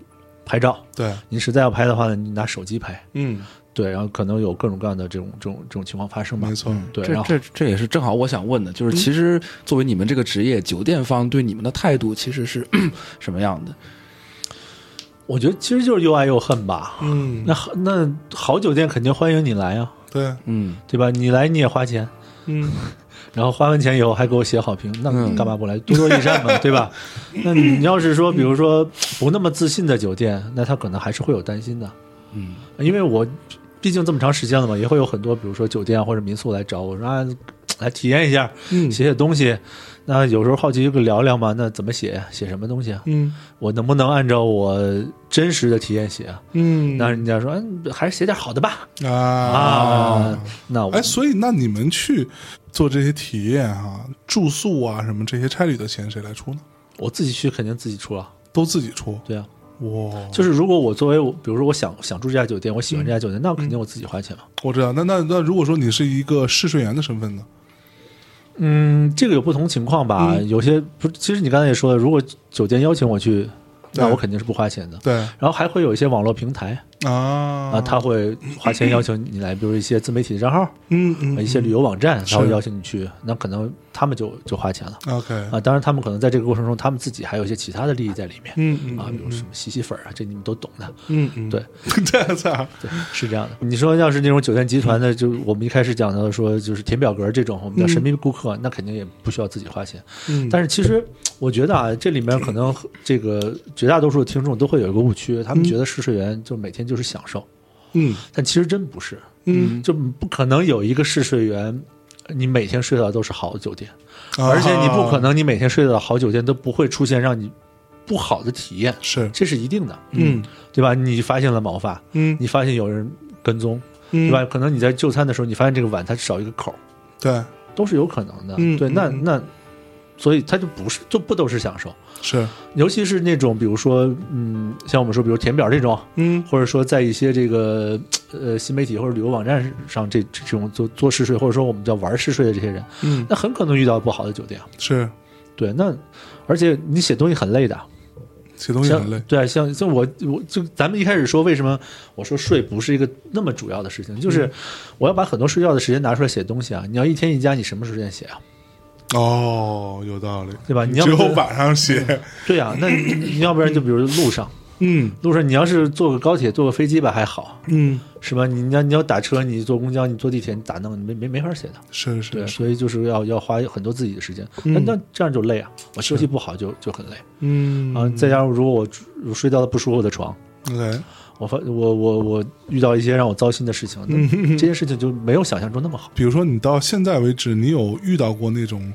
拍照，
对，
你实在要拍的话呢，你拿手机拍，
嗯，
对，然后可能有各种各样的这种这种这种情况发生吧
没，错，
对，然
这这
后。
这也是正好我想问的，
嗯
就是其实作为你们这个职业，酒店方对你们的态度其实是 什么样的？
我觉得其实就是又爱又恨吧。
嗯
那好那好酒店肯定欢迎你来啊，
对，
嗯，
对吧？你来你也花钱，
嗯，
然后花完钱以后还给我写好评，那
嗯
你干嘛不来？多多益善嘛，对吧？ 那你要是说，比如说不那么自信的酒店，那他可能还是会有担心的。
嗯，
因为我毕竟这么长时间了嘛，也会有很多比如说酒店啊或者民宿来找我说啊，来体验一下，
嗯
写写东西。那有时候好奇就聊聊嘛，那怎么写？写什么东西啊？
嗯
我能不能按照我真实的体验写啊？
嗯
那人家说，嗯，还是写点好的吧。
啊
啊，，那我
哎，所以那你们去做这些体验啊，住宿啊什么这些差旅的钱谁来出呢？
我自己去肯定自己出啊。
都自己出？
对啊，
哇，
就是如果我作为我，比如说我想想住这家酒店，我喜欢这家酒
嗯
店，那我肯定我自己花钱嘛。
我知道。那那那如果说你是一个试睡员的身份呢？
嗯，这个有不同情况吧，
嗯
有些不，其实你刚才也说了，如果酒店邀请我去，那
对
我肯定是不花钱的。
对
然后还会有一些网络平台
啊
啊，他会花钱邀请你来，比如一些自媒体账号、
嗯嗯
一些旅游网站，他会
是
邀请你去，那可能他们就就花钱了。
OK
啊，当然，他们可能在这个过程中，他们自己还有一些其他的利益在里面。
嗯嗯
啊，比如什么洗洗粉啊，这你们都懂的。
嗯嗯，
对，
这样子啊，
对，是这样的。你说要是那种酒店集团的，就我们一开始讲到的说，就是填表格这种，我们叫神秘顾客，那肯定也不需要自己花钱。
嗯
但是其实我觉得啊，这里面可能这个绝大多数听众都会有一个误区，他们觉得试睡员就每天就是享受，
嗯
但其实真不是，
嗯，
就不可能有一个试睡员。你每天睡到的都是好的酒店，
啊
而且你不可能你每天睡到的好酒店都不会出现让你不好的体验，
是
这是一定的，
嗯
对吧？你发现了毛发，
嗯
你发现有人跟踪，
嗯
对吧？可能你在就餐的时候，你发现这个碗它少一个口，
对
都是有可能的。
嗯
对，那
嗯嗯
那，所以它就不是就不都是享受，
是
尤其是那种比如说，嗯，像我们说，比如填表这种，
嗯
或者说在一些这个呃新媒体或者旅游网站上这这种做做试睡，或者说我们叫玩试睡的这些人，
嗯
那很可能遇到不好的酒店。
是
对，那而且你写东西很累的，
写东西很
像
累，
对，啊像像我我就咱们一开始说，为什么我说睡不是一个那么主要的事情，就是我要把很多睡觉的时间拿出来写东西啊。你要一天一加，你什么时间写啊？
哦，有道理，
对吧你要
只有
不
晚上写，
对啊，那你你要不然就比如路上，
嗯
路上你要是坐个高铁、坐个飞机吧还好，
嗯，
是吧？你你要你要打车，你坐公交，你坐地铁，你打弄，你没没没法写的。
是
对，
是是，
所以就是要要花很多自己的时间，那那这样就累啊，我休息不好就就很累
嗯
啊。再加上如果我我睡到了不舒服的床，
OK，
我发我我我遇到一些让我糟心的事情，
嗯
那这些事情就没有想象中那么好。
比如说你到现在为止，你有遇到过那种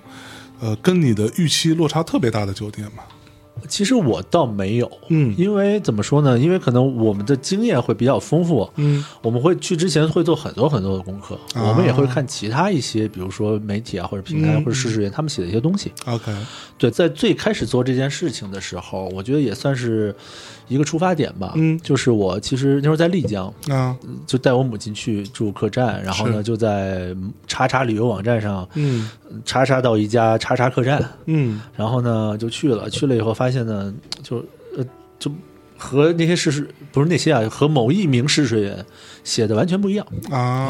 呃跟你的预期落差特别大的酒店吗？
其实我倒没有，
嗯
因为怎么说呢？因为可能我们的经验会比较丰富，
嗯，
我们会去之前会做很多很多的功课，
啊
我们也会看其他一些，比如说媒体啊或者平
嗯
台、或者试试员他们写的一些东西。
OK，
对，在最开始做这件事情的时候，我觉得也算是一个出发点吧，
嗯
就是我其实那时候在丽江，
啊，
就带我母亲去住客栈，然后呢
是
就在查查旅游网站上
嗯
查查到一家查查客栈，
嗯
然后呢就去了，去了以后发现呢，就呃就和那些试水不是那些啊，和某一名试水员写的完全不一样，
啊，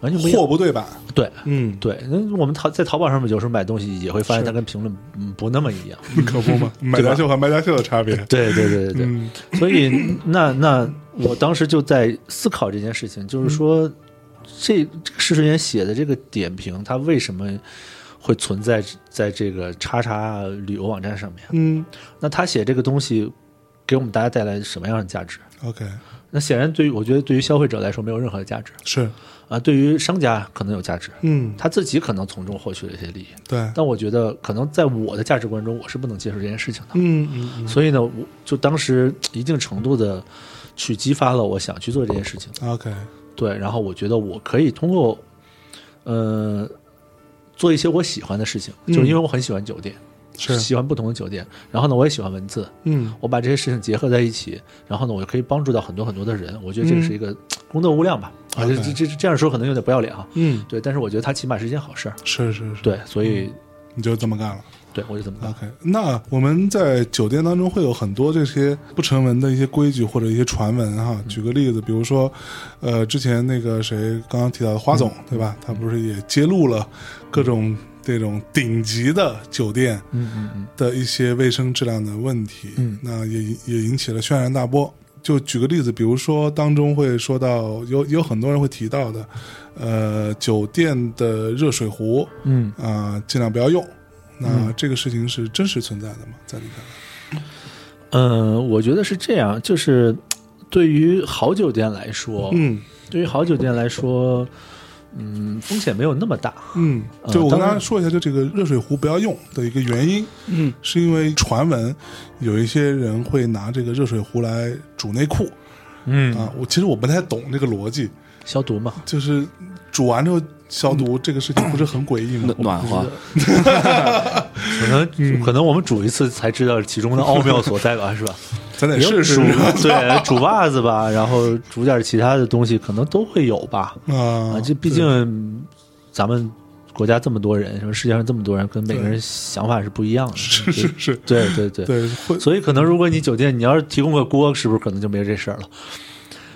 完全不一样。
货不对版，
对
嗯，
对，那我们淘在淘宝上面有时候买东西也会发现
是
它跟评论嗯不那么一样。
可不嘛， 买家秀和卖家秀的差 别，
对对对对对，
嗯
所 以那那我当时就在思考这件事情，就是说，这这个试水员写的这个点评，它为什么会存在在这个叉叉旅游网站上面？
嗯
那他写这个东西给我们大家带来什么样的价值？
嗯，OK，
那显然对于我觉得对于消费者来说没有任何的价值
是，
啊，对于商家可能有价值，
嗯，
他自己可能从中获取了一些利益，
对，
但我觉得可能在我的价值观中，我是不能接受这件事情的。
嗯嗯
所以呢，我就当时一定程度的去激发了我想去做这件事情。
嗯，OK，
对，然后我觉得我可以通过，呃，做一些我喜欢的事情，
嗯
就是因为我很喜欢酒店，
是，
喜欢不同的酒店。然后呢，我也喜欢文字，
嗯
我把这些事情结合在一起，然后呢，我就可以帮助到很多很多的人。我觉得这个是一个功德无量吧。啊，这
OK
这这这样说可能有点不要脸啊。
嗯，
对，但是我觉得它起码是一件好事儿。
是是是，
对，所以
你就这么干了。
对我就这么干。
OK，那我们在酒店当中会有很多这些不成文的一些规矩或者一些传闻哈。举个例子，比如说，呃，之前那个谁刚刚提到的花总，对吧？他不是也揭露了各种这种顶级的酒店
嗯嗯嗯，
的一些卫生质量的问题，
嗯
那也引也引起了轩然大波。就举个例子，比如说当中会说到有有很多人会提到的，呃，酒店的热水壶，
嗯，
啊、尽量不要用。那这个事情是真实存在的吗？在你看来，
嗯，我觉得是这样，就是对于好酒店来说，
嗯
对于好酒店来说，嗯，风险没有那么大。
嗯，
呃
就我跟
当
大
然
家说一下，就这个热水壶不要用的一个原因，
嗯，
是因为传闻有一些人会拿这个热水壶来煮内裤
嗯，
啊。我其实我不太懂这个逻辑，
消毒嘛，
就是煮完之后消毒、这个事情不是很诡异吗
嗯
嗯
暖？暖和，
可能可能我们煮一次才知道其中的奥妙所在吧，是吧？
咱得
也有
试试
煮对煮袜子吧，然后煮点其他的东西，可能都会有吧。
啊
啊，这毕竟咱们国家这么多人，什么世界上这么多人，跟每个人想法是不一样的。
是是是，
对对对。
对，会
所以可能如果你酒店你要是提供个锅，是不是可能就没这事儿了？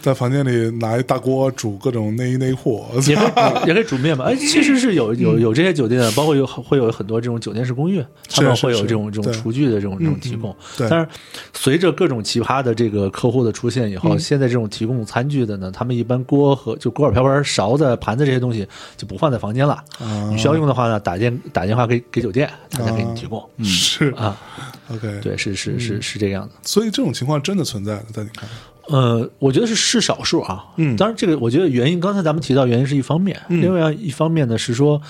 在房间里拿一大锅煮各种内衣内裤，
也可以煮，也可以煮面嘛。哎，其实是有
嗯
有有这些酒店的，包括有会有很多这种酒店式公寓，他们
是是
会有
是
这种这
对
种
嗯
厨具的这种这种提供。
对
但是随着各种奇葩的这个客户的出现以后，
嗯
现在这种提供餐具的呢，他们一般锅和就锅碗瓢盆、勺子、盘子这些东西就不放在房间了。
啊
你需要用的话呢，打电打电话给给酒店，他再给你提供。
是
啊，
OK，
对，是是
嗯
是是这个样子。
所以这种情况真的存在的，在你看来，
呃，我觉得是是少数啊。
嗯
当然这个我觉得原因，刚才咱们提到原因是一方面，另外一方面呢是说，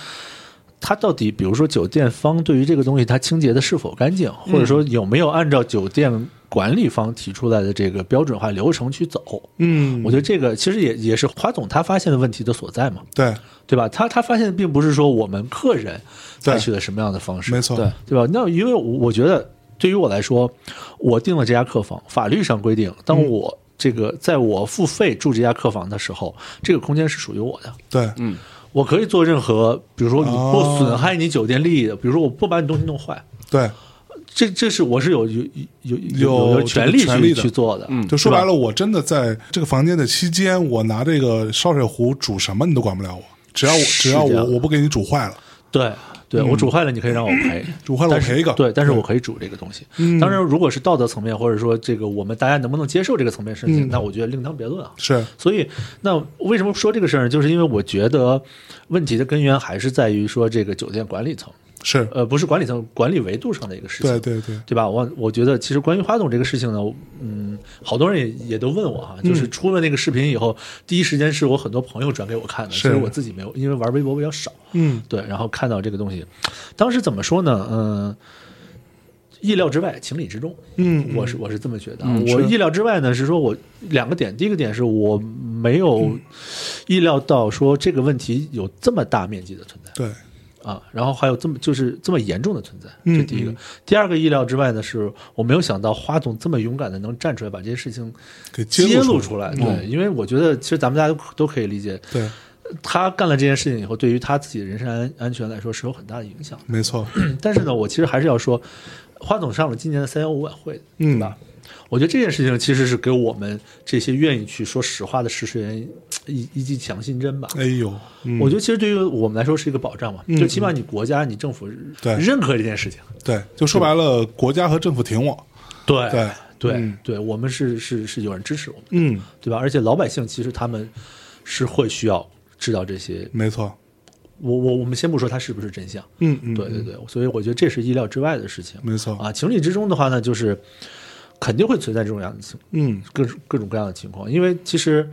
它到底比如说酒店方对于这个东西它清洁的是否干净，或者说有没有按照酒店管理方提出来的这个标准化流程去走。
嗯
我觉得这个其实也也是华总他发现的问题的所在嘛，
对，
对吧？他他发现的并不是说我们客人采
对
取了什么样的方式，
没错，
对
对吧？那因为我我觉得，对于我来说，我订了这家客房，法律上规定，当
嗯
我这个在我付费住这家客房的时候，这个空间是属于我的，
对，
我可以做任何，比如说你
哦
不损害你酒店利益的，比如说我不把你东西弄坏，
对，
这这是我是有有有
有
有权
这
利
个权利
去
的
去做的，
嗯
就说白了，我真的在这个房间的期间，我拿这个烧水壶煮什么你都管不了我，只要我
是
只要
这
我
样的
我不给你煮坏了，
对对，
嗯
我煮坏了你可以让我赔，
煮坏了我
但是
赔一个，
对，但是我可以煮这个东西。
嗯
当然，如果是道德层面，或者说这个我们大家能不能接受这个层面事
嗯
情，那我觉得另当别论啊。
是
所以，那为什么说这个事儿呢？就是因为我觉得问题的根源还是在于说这个酒店管理层，
是，
呃，不是管理层，管理维度上的一个事情，
对对对，
对吧？我我觉得其实关于花总这个事情呢，嗯，好多人也也都问我
嗯
哈、就是出了那个视频以后，第一时间是我很多朋友转给我看的，
是
其实我自己没有，因为玩微博比较少，
嗯
对，然后看到这个东西，当时怎么说呢？嗯、意料之外，情理之中。
嗯
我是我是这么觉得啊。
嗯
我
是
意料之外呢，是说我两个点，第一个点是我没有意料到说这个问题有这么大面积的存在
对，
啊，然后还有这么就是这么严重的存在，这第一个。第二个意料之外的是，我没有想到花总这么勇敢的能站出来把这些事情
给
揭
露
露出来，对，因为我觉得其实咱们大家都都可以理解，
对，
他干了这件事情以后，对于他自己的人身安安全来说是有很大的影响的。嗯
没错，
但是呢，我其实还是要说，花总上了今年的三幺五晚会，
嗯
对吧？我觉得这件事情其实是给我们这些愿意去说实话的实事人一一剂强心针吧。
哎呦，嗯
我觉得其实对于我们来说是一个保障嘛，
嗯
就起码你国家、你政府
对
认可这件事情，
对，就说白了，国家和政府挺我，
对
对
对
嗯
对，我们是是是有人支持我们，
嗯，
对吧？而且老百姓其实他们是会需要知道这些，
没错，
我我我们先不说它是不是真相，
嗯嗯，
对对对，所以我觉得这是意料之外的事情。
没错，
啊，情理之中的话呢，就是肯定会存在这种样的情
嗯
各种各种各样的情况，因为其实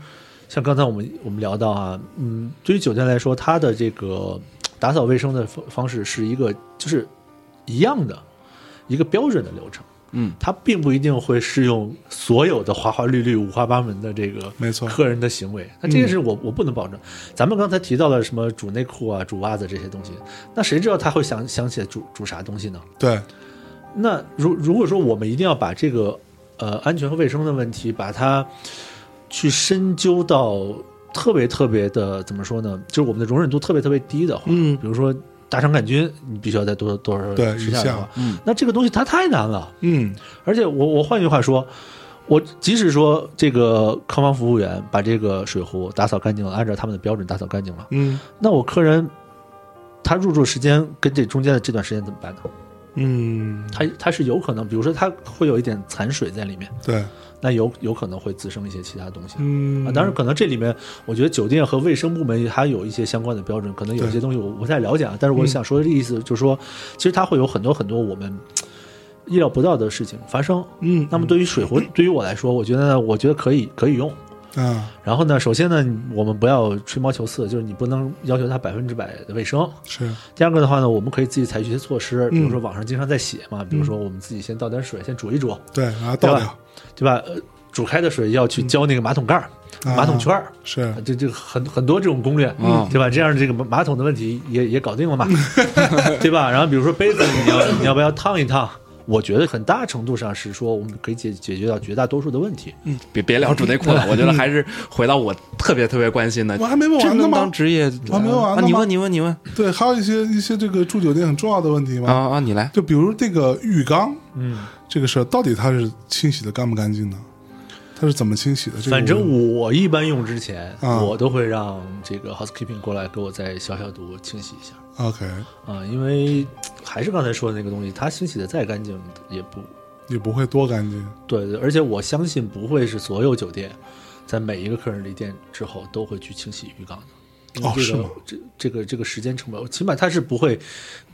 像刚才我们我们聊到啊，嗯，对于酒店来说，它的这个打扫卫生的方方式是一个就是一样的一个标准的流程，
嗯，
它并不一定会适用所有的花花绿绿、五花八门的这个
没错
客人的行为。那这件事我、我不能保证。咱们刚才提到了什么煮内裤啊、煮袜子这些东西，那谁知道他会想想起来煮煮啥东西呢？
对，
那如如果说我们一定要把这个呃安全和卫生的问题，把它去深究到特别特别的怎么说呢？就是我们的容忍度特别特别低的话，
嗯
比如说大肠杆菌，你必须要在多多少
对
时
以
下
下
的话，那这个东西它太难了。
嗯
而且我我换句话说，我即使说这个康房服务员把这个水壶打扫干净了，按照他们的标准打扫干净了，
嗯
那我客人他入住时间跟这中间的这段时间怎么办呢？
嗯，
它它是有可能，比如说它会有一点残水在里面，
对，
那有有可能会滋生一些其他东西。
嗯
啊，当然，可能这里面，我觉得酒店和卫生部门它有一些相关的标准，可能有
对嗯
些东西我不太了解啊。但是我想说的意思就是说，其实它会有很多很多我们意料不到的事情发生。
嗯，
那么对于水壶，对于我来说，我觉得呢，我觉得可以可以用。
啊，
然后呢，首先呢，我们不要吹毛求疵，就是你不能要求它百分之百的卫生，
是，
第二个的话呢，我们可以自己采取一些措施，比如
嗯
说网上经常在写嘛，比如说我们自己先倒点水，先煮一煮，
对，然后倒掉，
对吧？呃，煮开的水要去浇那个马桶盖儿、
啊
马桶圈儿，
是，
这这很很多这种攻略，
嗯
对吧？这样这个马桶的问题也也搞定了嘛，对吧？然后比如说杯子，你要你要不要烫一烫？我觉得很大程度上是说，我们可以解解决到绝大多数的问题。
嗯别别聊主内裤了，我觉得还是回到我特别特别关心的
嗯我，还没问
这
完呢
能当
吗？
职业？
我还没问完呢吗
啊！你问，你问，你问
对，还有一些一些这个住酒店很重要的问题
啊
嘛，
啊！你来，
就比如这个浴缸
嗯，
这个事儿，到底它是清洗的干不干净呢？它是怎么清洗的？这个
反
我
正我一般用之前，
啊
我都会让这个 housekeeping 过来给我再消消毒、清洗一下。
OK
啊，因为还是刚才说的那个东西，它清洗的再干净也不
也不会多干净，哦
对对，而且我相信不会是所有酒店在每一个客人离店之后都会去清洗浴缸的。因为
哦
这个、
是吗
这这个这个时间成本，起码它是不会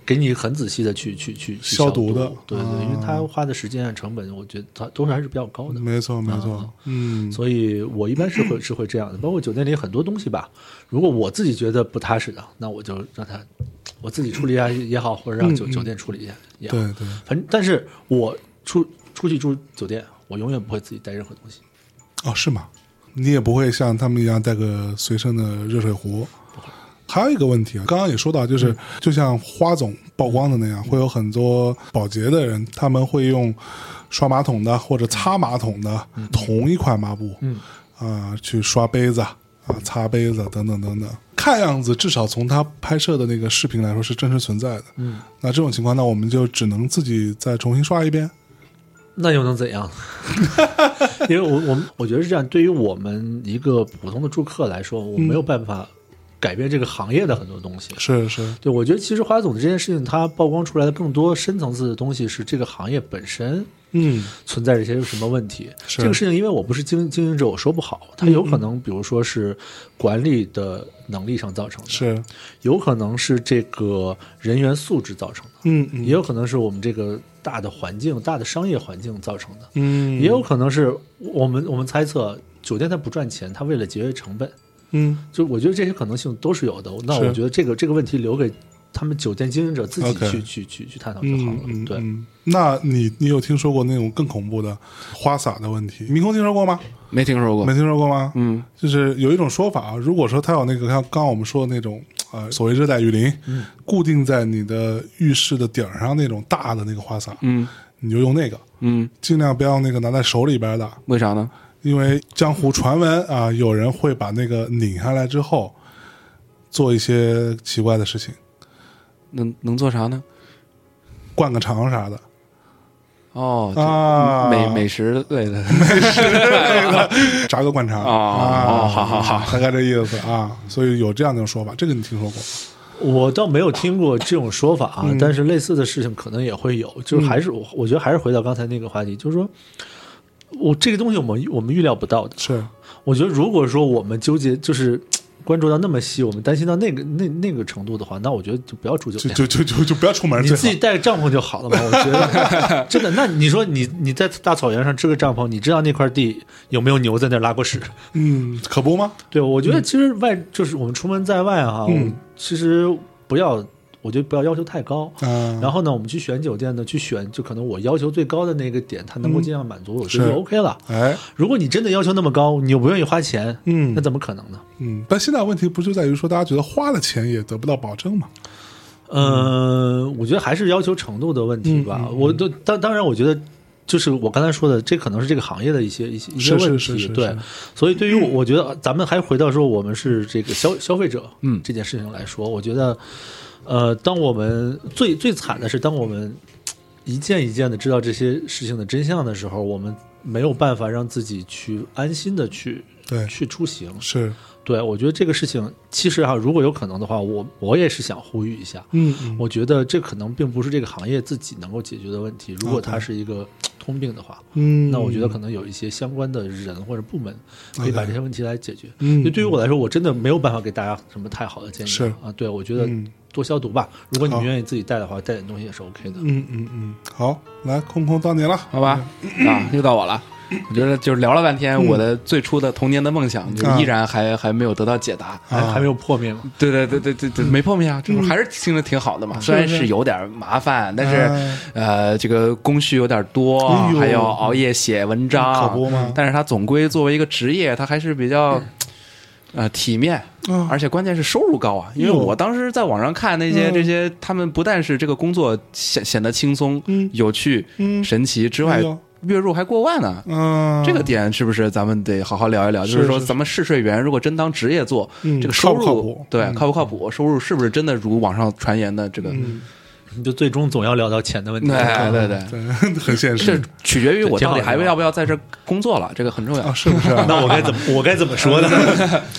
给你很仔细的去去去去
消
消
毒的
对对，因为它花的时间啊成本，我觉得它都是还是比较高的。
没错没错，嗯，
所以我一般是会是会这样的，包括酒店里很多东西吧。如果我自己觉得不踏实的，那我就让他我自己处理一下也好，或者让酒、酒店处理一下也好。
嗯对对，
反正但是我出出去住酒店，我永远不会自己带任何东西，
哦是吗？你也不会像他们一样带个随身的热水壶。还有一个问题啊，刚刚也说到，就是、就像花总曝光的那样，会有很多保洁的人，他们会用刷马桶的或者擦马桶的、同一块抹布，嗯啊、去刷杯子啊、擦杯子等等等等。看样子，至少从他拍摄的那个视频来说是真实存在的。嗯，那这种情况，那我们就只能自己再重新刷一遍。
那又能怎样？因为我我们我觉得是这样，对于我们一个普通的住客来说，我没有办法改变这个行业的很多东西。
是是，
对，我觉得其实花总的这件事情，它曝光出来的更多深层次的东西是这个行业本身
嗯，
存在着一些什么问题。
是
这个事情，因为我不是经经营者，我说不好，它有可能，比如说是管理的能力上造成的，
是，
有可能是这个人员素质造成的，
嗯嗯
也有可能是我们这个大的环境、大的商业环境造成的，
嗯，
也有可能是我们我们猜测酒店它不赚钱，它为了节约成本，
嗯，
就我觉得这些可能性都是有的。那
是
我觉得这个这个问题留给他们酒店经营者自己
OK
去去去去探讨就好
嗯
了。
嗯，
对，
嗯那你你有听说过那种更恐怖的花洒的问题？明空听说过吗？
没听说过
没，听说过吗？
嗯
就是有一种说法啊，如果说它有那个像刚刚我们说的那种呃所谓热带雨林，固定在你的浴室的顶上那种大的那个花洒，
嗯
你就用那个，
嗯，
尽量不要那个拿在手里边的，
为啥呢？
因为江湖传闻啊，有人会把那个拧下来之后，做一些奇怪的事情，
能能做啥呢？
灌个肠啥的
哦，
啊，
美美食类 的，
炸个灌肠
哦
啊，
哦好好好，
大概这意思啊，所以有这样的说法，这个你听说过？
我倒没有听过这种说法啊，
嗯
但是类似的事情可能也会有，就是还是、我我觉得还是回到刚才那个话题，就是说我这个东西我们我们预料不到的。
是，
我觉得如果说我们纠结就是嘖关注到那么细，我们担心到那个那那个程度的话，那我觉得就不要住酒
就
店。
就就就就不要出门
你
最
自己
好。
带个帐篷就好 了嘛，我觉得真的。那你说你你在大草原上支个帐篷，你知道那块地有没有牛在那儿拉 过屎？
嗯，可不吗？
对，我觉得其实外、就是我们出门在外哈，
嗯
我其实不要，我觉得不要要求太高。
啊，
然后呢，我们去选酒店呢，去选就可能我要求最高的那个点，它能够尽量满足我，我觉得
嗯是
就 OK 了。
哎，
如果你真的要求那么高，你又不愿意花钱，
嗯
那怎么可能呢？
嗯，但现在问题不就在于说，大家觉得花了钱也得不到保证嘛？
嗯，我觉得还是要求程度的问
嗯
题吧。我都当当然，我觉得就是我刚才说的，这可能是这个行业的一些一些一些
是是
问题。
是是是
对，所以对于我，我觉得咱们还回到说我们是这个消消费者，
嗯
这件事情来说，我觉得，呃，当我们最最惨的是，当我们一件一件的知道这些事情的真相的时候，我们没有办法让自己去安心的去
对，
去出行。
是，
对，我觉得这个事情其实哈、啊如果有可能的话，我我也是想呼吁一下，
嗯嗯，
我觉得这可能并不是这个行业自己能够解决的问题。如果
OK
它是一个通病的话，
嗯
那我觉得可能有一些相关的人或者部门可以把
OK
这些问题来解决。
嗯
就对于我来说，我真的没有办法给大家什么太好的建议
是
啊。对，我觉得
嗯
多消毒吧。如果你
好
愿意自己带的话，带点东西也是 OK 的。
嗯嗯嗯，好，来，空空到你了，
好吧，啊，又到我了。我觉得就是聊了半
嗯
天，我的最初的童年的梦想，
啊
就是依然还还没有得到解答。
还哎还没有破灭吗？
对对对对对对，
嗯
没碰面啊，这不还是听着挺好的嘛。虽然是有点麻烦，但是
哎
呃，这个工序有点多
哎，呦嗯
还要熬夜写文章，
可
啊
不
嗯
嗯嘛
但是他总归作为一个职业，他还是比较呃体面，
啊
而且关键是收入高啊。因为我当时在网上看那些
嗯
这些，他们不但是这个工作显显得轻松
嗯、
有趣、
嗯
神奇之外
哎呦，
月入还过万呢。
嗯，
这个点是不是咱们得好好聊一聊？就是是说，
是
咱们试睡员如果真当职业做，
嗯
这个收入
靠不靠谱
对
嗯
靠不靠谱？收入是不是真的如网上传言的这个？
嗯，
你就最终总要聊到钱的问题。
对对对，
哎对， 很现
这
实
取决于我
这挺
到
好
底还
挺好
要不要在这工作了，这个很重
啊，
要。
是不是啊？
那我该怎么我该怎么 说呢？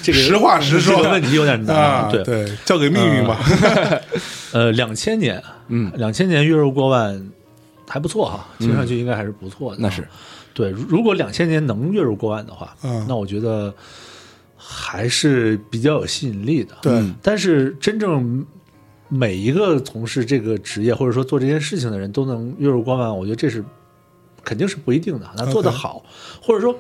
这个
实话实说
这个问题有点难
啊，
对嗯
对，交给命运吧，
呃，两千年，
嗯，
两千年月入过万还不错哈，听上去应该还是不错的。
那是，
对，如如果两千年能月入过万的话，
嗯
那我觉得还是比较有吸引力的。
对，
但是真正每一个从事这个职业或者说做这件事情的人都能月入过万，我觉得这是肯定是不一定的。那做得
OK
好或者说，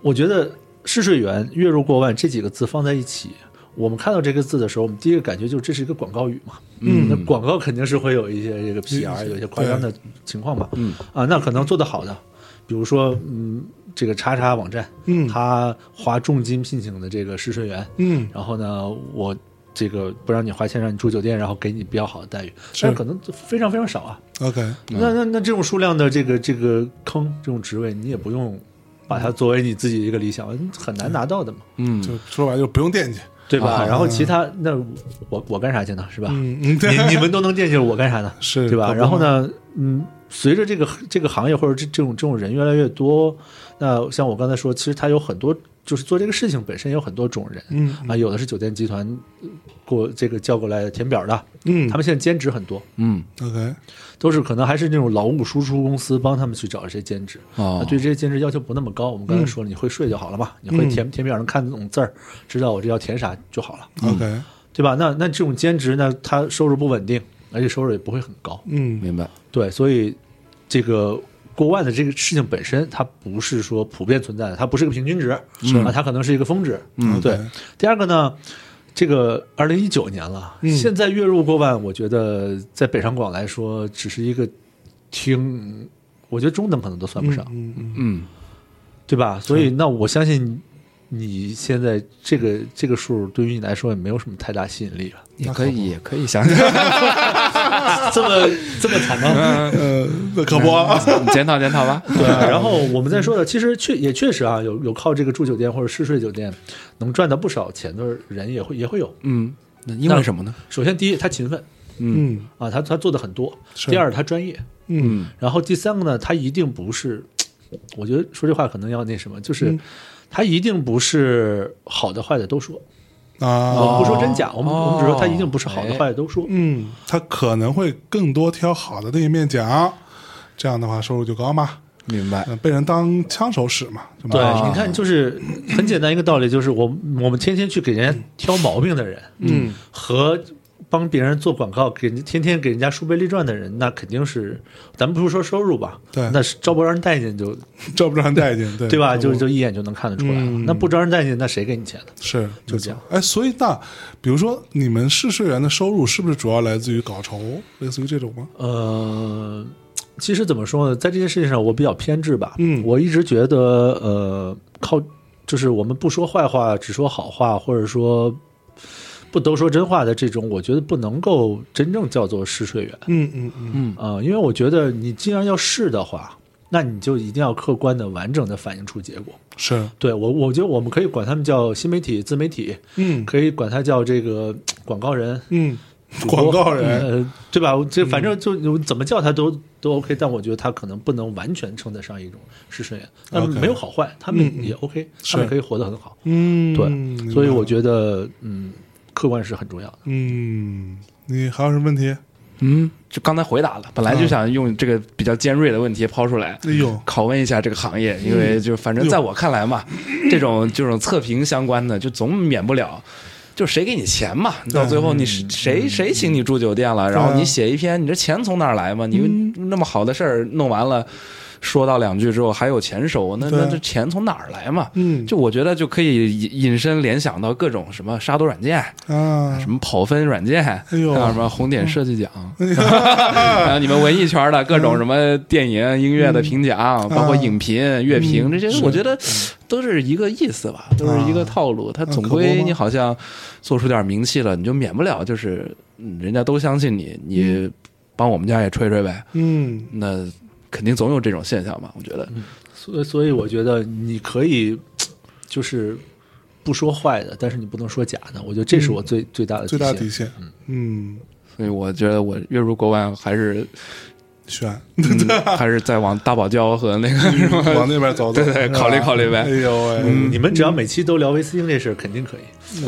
我觉得试睡员月入过万这几个字放在一起。我们看到这个字的时候，我们第一个感觉就是这是一个广告语嘛，嗯，那广告肯定是会有一些这个 PR，有一些夸张的情况嘛，嗯，啊，那可能做得好的，比如说，嗯，这个叉叉网站，
嗯
他花重金聘请的这个试睡员，
嗯，
然后呢，我这个不让你花钱，让你住酒店，然后给你比较好的待遇，
是
但可能非常非常少啊。
，OK，
那那那这种数量的这个这个坑，这种职位，你也不用把它作为你自己一个理想，很难拿到的嘛，
嗯，
就说白了就不用惦记，
对吧？嗯然后其他那我我干啥去呢？是吧？
嗯嗯，对，
你你们都能惦记着我干啥呢？
是
对吧？
可不
然后
嘛
呢，嗯，随着这个这个行业或者这这种这种人越来越多，那像我刚才说，其实他有很多就是做这个事情本身有很多种人，
嗯
啊，有的是酒店集团呃过这个叫过来填表的，
嗯
他们现在兼职很多，
嗯，
，OK，
都是可能还是那种劳务输出公司帮他们去找一些兼职。
哦
那，对这些兼职要求不那么高，我们
嗯
刚才说了，你会睡就好了嘛，你会填填表上看懂字儿，知道我这要填啥就好了，
OK，嗯
对吧？那那这种兼职呢，他收入不稳定，而且收入也不会很高，
嗯，
明白。
对，所以这个过万的这个事情本身，它不是说普遍存在的，它不是个平均值啊，它可能是一个峰值。啊
嗯
对
OK。
第二个呢，这个二零一九年了，现在月入过万，我觉得在北上广来说，只是一个挺，我觉得中等可能都算不上，
嗯嗯，
嗯，
对吧？所以那我相信。你现在这个这个数对于你来说也没有什么太大吸引力了。
也可以，也可以想想，
这么这么惨吗？
呃，
嗯
那可不啊，
嗯检讨检讨吧。
对。啊然后我们再说的，其实确也确实啊，有有靠这个住酒店或者试睡酒店能赚到不少钱的人也会也会有。
嗯，那因为什么呢？
首先，第一，他勤奋
嗯
啊，他他做的很多；
是
第二，他专业；
嗯
然后第三个呢，他一定不是，我觉得说这话可能要那什么，就是
嗯
他一定不是好的坏的都说，我
啊，
们不说真假，我们我们只说他
哦
一定不是好的
哎
坏的都说。
嗯，他可能会更多挑好的那一面讲，这样的话收入就高嘛，
明白。
呃被人当枪手使嘛，这么
对，
说
你看，就是很简单一个道理，就是我我们天天去给人家挑毛病的人，嗯，和帮别人做广告，给人家天天给人家树碑立传的人，那肯定是，咱们不是说收入吧，
对
那是招不招人待见就
招不招人待见， 对
对吧？
招嗯
就
不
就一眼就能看得出来了。那不招人待见，那谁给你钱呢？
是
就
没
这
错
样
哎，所以那比如说你们试睡员的收入是不是主要来自于稿酬，类似于这种吗？
呃，其实怎么说呢，在这件事情上我比较偏执吧。
嗯
我一直觉得，呃，靠，就是我们不说坏话，只说好话，或者说不都说真话的这种，我觉得不能够真正叫做试睡员
嗯嗯嗯
啊、呃因为我觉得你既然要试的话，那你就一定要客观的、完整的反映出结果。
是，
对我，我觉得我们可以管他们叫新媒体、自媒体，
嗯
可以管他叫这个广告人，
嗯，
主 播
广告人，
呃，对吧？我这反正就我怎么叫他都都 OK，但我觉得他可能不能完全称得上一种是顺眼，但
OK
没有好坏，他们也 OK，、他们可以活得很好。
嗯，
对，所以我觉得，嗯，客观是很重要的。
得，嗯，你还有什么问题？
嗯，就刚才回答了，本来就想用这个比较尖锐的问题抛出来。
哎呦，
拷问一下这个行业，因为就反正在我看来嘛，这种这种测评相关的，就总免不了，就谁给你钱嘛，到最后你是谁谁请你住酒店了，然后你写一篇，你这钱从哪儿来嘛？你那么好的事儿弄完了，说到两句之后还有钱收，那
对
那这钱从哪儿来嘛？
嗯
就我觉得就可以引引申联想到各种什么杀毒软件、
啊
什，么跑分软件，还
哎呦哎
有什么红点设计 奖， 还有你们文艺圈的各种什么电影、音乐的评奖，
嗯
包括影评、乐评这些，我觉得都是一个意思吧，都是一个套路。它总
嗯可不
归
吗
你好像做出点名气了，你就免不了就是嗯人家都相信你，你帮我们家也吹吹呗，
嗯
那肯定总有这种现象嘛。我觉得，
所以所以我觉得你可以就是不说坏的，但是你不能说假的。我觉得这是我最、最大的
最大
底
底
线。
线，嗯，
所以我觉得我月入过万还 是
选
嗯还是再往大堡礁和那个 什么
往那边走走，
对对
是吧
考虑考虑呗
哎呦 喂，
嗯，你们只要每期都聊维斯汀这事儿，肯定可以。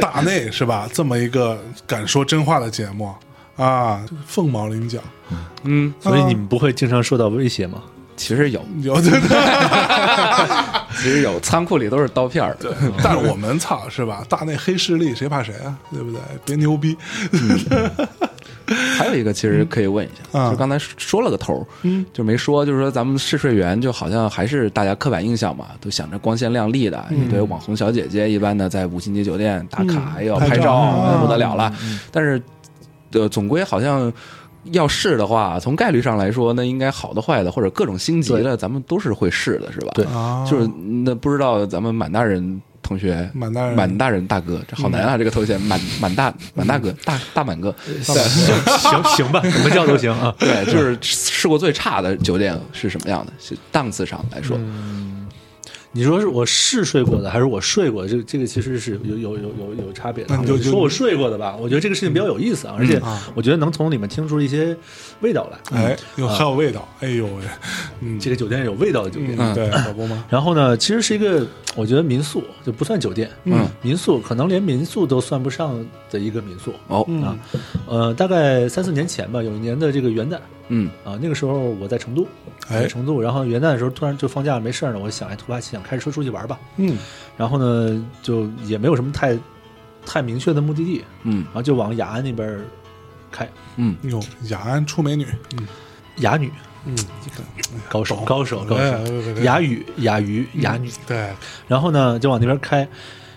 大内是吧？这么一个敢说真话的节目啊，凤毛麟角，
嗯，
所以你们不会经常受到威胁吗？
其实有，
有对 对。
其实有，仓库里都是刀片儿。对，
但是我们操是吧？大内黑势力谁怕谁啊？对不对？别牛逼，
还有一个其实可以问一下，
嗯
就刚才说了个头，嗯，就没说，就是说咱们试睡员就好像还是大家刻板印象嘛，都想着光鲜亮丽的，
嗯
一堆网红小姐姐一般的在五星级酒店打卡，要
拍
拍
照
照，
啊
那不得了了。但是，呃，总归好像。要试的话，从概率上来说，那应该好的、坏的，或者各种星级的，咱们都是会试的，是吧？
对
啊
就是那不知道咱们满大人同学，
满大人
满大人大哥，这好难啊！这个头衔，满满大满大哥，大大满哥，
行行 吧，怎么叫都行啊。
对，就是试过最差的酒店是什么样的？是档次上来说，
嗯
你说是我是睡过的，还是我睡过的？这个这个其实是有有有有有差别的。
嗯那你就嗯
我
就
说我睡过的吧，我觉得这个事情比较有意思啊，而且我觉得能从里面听出一些味道来。
哎，有
啊
还有味道，哎呦喂，嗯，
这个酒店是有味道的酒店。
嗯，对，可不吗？
然后呢，其实是一个我觉得民宿就不算酒店，
嗯，
民宿可能连民宿都算不上的一个民宿。
哦，
啊，
嗯
呃，大概三四年前吧，有一年的这个元旦，
嗯
啊，那个时候我在成都，
哎
在成都，然后元旦的时候突然就放假了，没事儿呢，我想哎，突发奇想，开着车出去玩吧。
嗯，
然后呢，就也没有什么太太明确的目的地，
嗯
然后就往雅安那边儿开。
嗯，
哟，雅安出美女，
雅女，
嗯，
高手，高手，高
哎哎哎
手
哎，
嗯雅语，雅鱼，雅女。
对，
然后呢，就往那边开。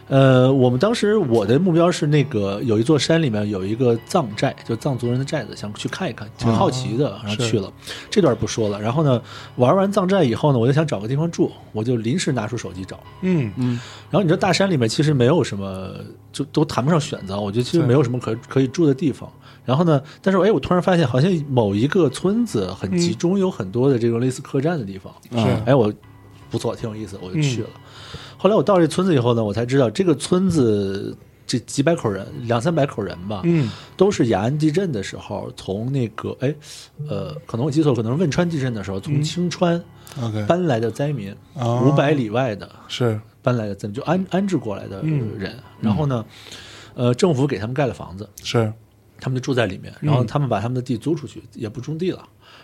呃，我们当时我的目标是那个有一座山里面有一个藏寨，就藏族人的寨子，想去看一看，挺好奇的，然后去了。这段不说了。然后呢，玩完藏寨以后呢，我就想找个地方住，我就临时拿出手机找。
嗯
然后你知道大山里面其实没有什么，就都谈不上选择，我觉得其实没有什么可可以住的地方。然后呢，但是哎，我突然发现好像某一个村子很
嗯
集中，有很多的这种类似客栈的地方。
啊
哎，我不错，挺有意思，我就去
嗯
了。后来我到这村子以后呢，我才知道这个村子这几百口人，两三百口人吧，
嗯
都是雅安地震的时候从那个哎，呃，可能我记错，可能是汶川地震的时候从青川
，OK，
搬来的灾民，
嗯哦
五百、里外的
是
搬来的灾民，就安安置过来的人。然后呢，呃，政府给他们盖了房子，
是，
他们就住在里面，然后他们把他们的地租出去，也不种地了，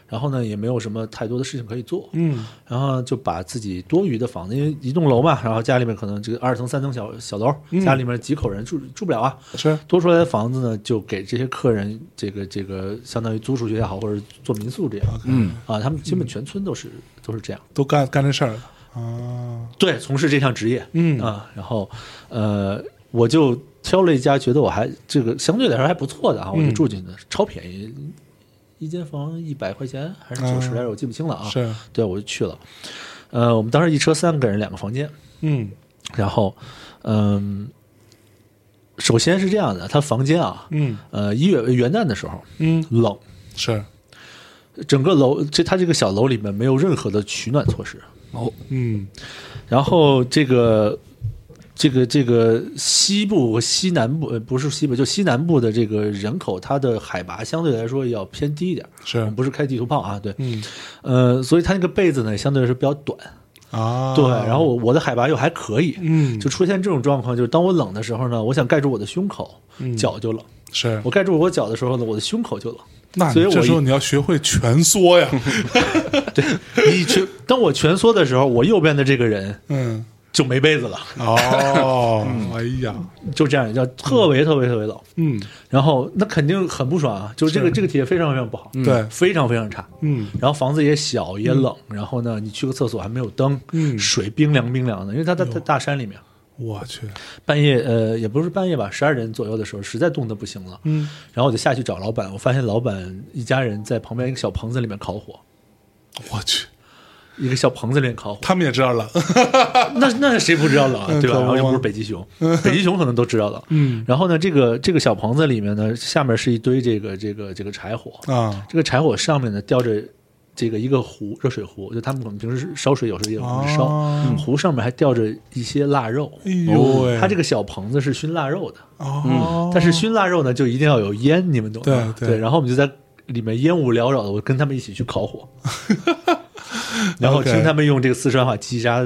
然后呢，也没有什么太多的事情可以做，
嗯
然后就把自己多余的房子，因为一栋楼嘛，然后家里面可能这个二层、三层小小楼，家里面几口人住住不了啊，
是，
多出来的房子呢，就给这些客人这个这个相当于租出去也好，或者做民宿这样，
嗯
啊，他们基本全村都是、都是这样，
都干干这事儿了啊，
对，从事这项职业，
嗯
啊，然后呃，我就挑了一家觉得我还这个相对来说还不错的啊，
嗯
我就住进去，超便宜，一间房一百块钱还是九十来着，我记不清了啊。
是，
对，我就去了。呃，我们当时一车三个人，两个房间，
嗯
然后嗯、首先是这样的，他房间啊，
嗯
呃，一月元旦的时候
嗯，
冷。
是，
整个楼，这他这个小楼里面没有任何的取暖措施，
哦
嗯
然后这个这个这个西部和西南部，呃，不是西部，就西南部的这个人口，它的海拔相对来说要偏低一点。
是
我们不是开地图炮啊，对，
嗯
呃，所以它那个被子呢，相对来说比较短，
啊，
对。然后我我的海拔又还可以，
嗯
就出现这种状况，就是当我冷的时候呢，我想盖住我的胸口，
嗯
脚就冷；
是，
我盖住我脚的时候呢，我的胸口就冷。
那
所以
你这
我
时候
一
你要学会蜷缩 呀，
你蜷，当我蜷缩的时候，我右边的这个人
嗯，
就没被子了，
哦，
嗯
哎呀，
就这样，叫特别特别特别冷。
嗯，
然后那肯定很不爽啊，就是这个这个体验非常非常不好，
对，
非常非常差。
嗯
然后房子也小也冷，然后呢，你去个厕所还没有灯，
嗯
水冰凉冰凉的，因为它在在大山里面，啊
我去，
半夜呃也不是半夜吧，十二点左右的时候，实在冻得不行了，
嗯，
然后我就下去找老板，我发现老板一家人在旁边一个小棚子里面烤火，
我去，
一个小棚子里 面烤火，
他们也知道了，
那那谁不知道冷啊，对吧？
可不
然后又
嘛
不是北 极熊，北极熊可能都知道了。
嗯
然后呢，这个这个小棚子里面呢，下面是一堆这个这个这个柴火，
啊，
这个柴火上面呢吊着这个一个壶，热水壶，就他们可能平时烧水，有时候也会烧。
哦
嗯壶上面还吊着一些腊肉，哦
哎呦喂，
它这个小棚子是熏腊肉的，
哦，
嗯但是熏腊肉呢就一定要有烟，你们懂吗？
对对
然后我们就在里面烟雾缭绕的，我跟他们一起去烤 火，然后
OK
听他们用这个四川话叽喳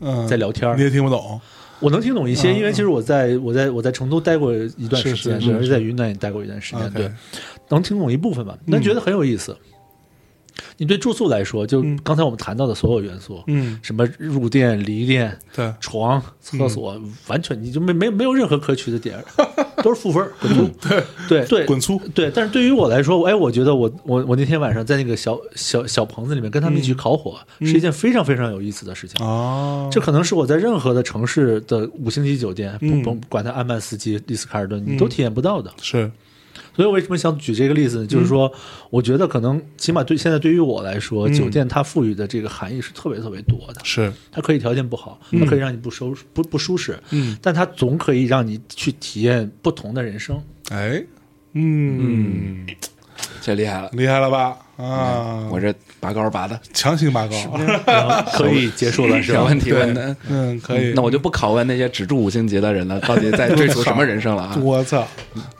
嗯
在聊天儿
你也听不懂，
我能听懂一些，因为其实我在我在我在成都待过一段时
嗯是
间，
是是
而且在云南也待过一段时间，
OK 嗯
对，能听懂一部分吧，但觉得很有意思。你对住宿来说，就刚才我们谈到的所有元素，
嗯，
什么入店、离店、
对，
床、厕所，
嗯
完全你就没没没有任何可取 的点儿，都是负分儿，滚粗，对对
滚粗
对。但是对于我来说，哎，我觉得我我我那天晚上在那个小小小棚子里面跟他们一起
嗯
烤火，是一件非常非常有意思的事情。
哦，
这可能是我在任何的城市的五星级酒店，不甭管它安曼斯基、丽思卡尔顿，你都体验不到的。
是，
所以我为什么想举这个例子呢？就是说，我觉得可能起码对现在对于我来说，酒店它赋予的这个含义是特别特别多的。
是，
它可以条件不好，它可以让你不舒不不舒适，嗯，但它总可以让你去体验不同的人生。
哎，嗯，
这厉害了，
厉害了吧？
嗯
啊，
我这拔高拔 的，
强行拔高，
然 后可以结束了，是
这
吧
问？题问的。
嗯，可以？
那。我就不拷问那些只住五星级的人了，到底在追求什么人生了啊
我操！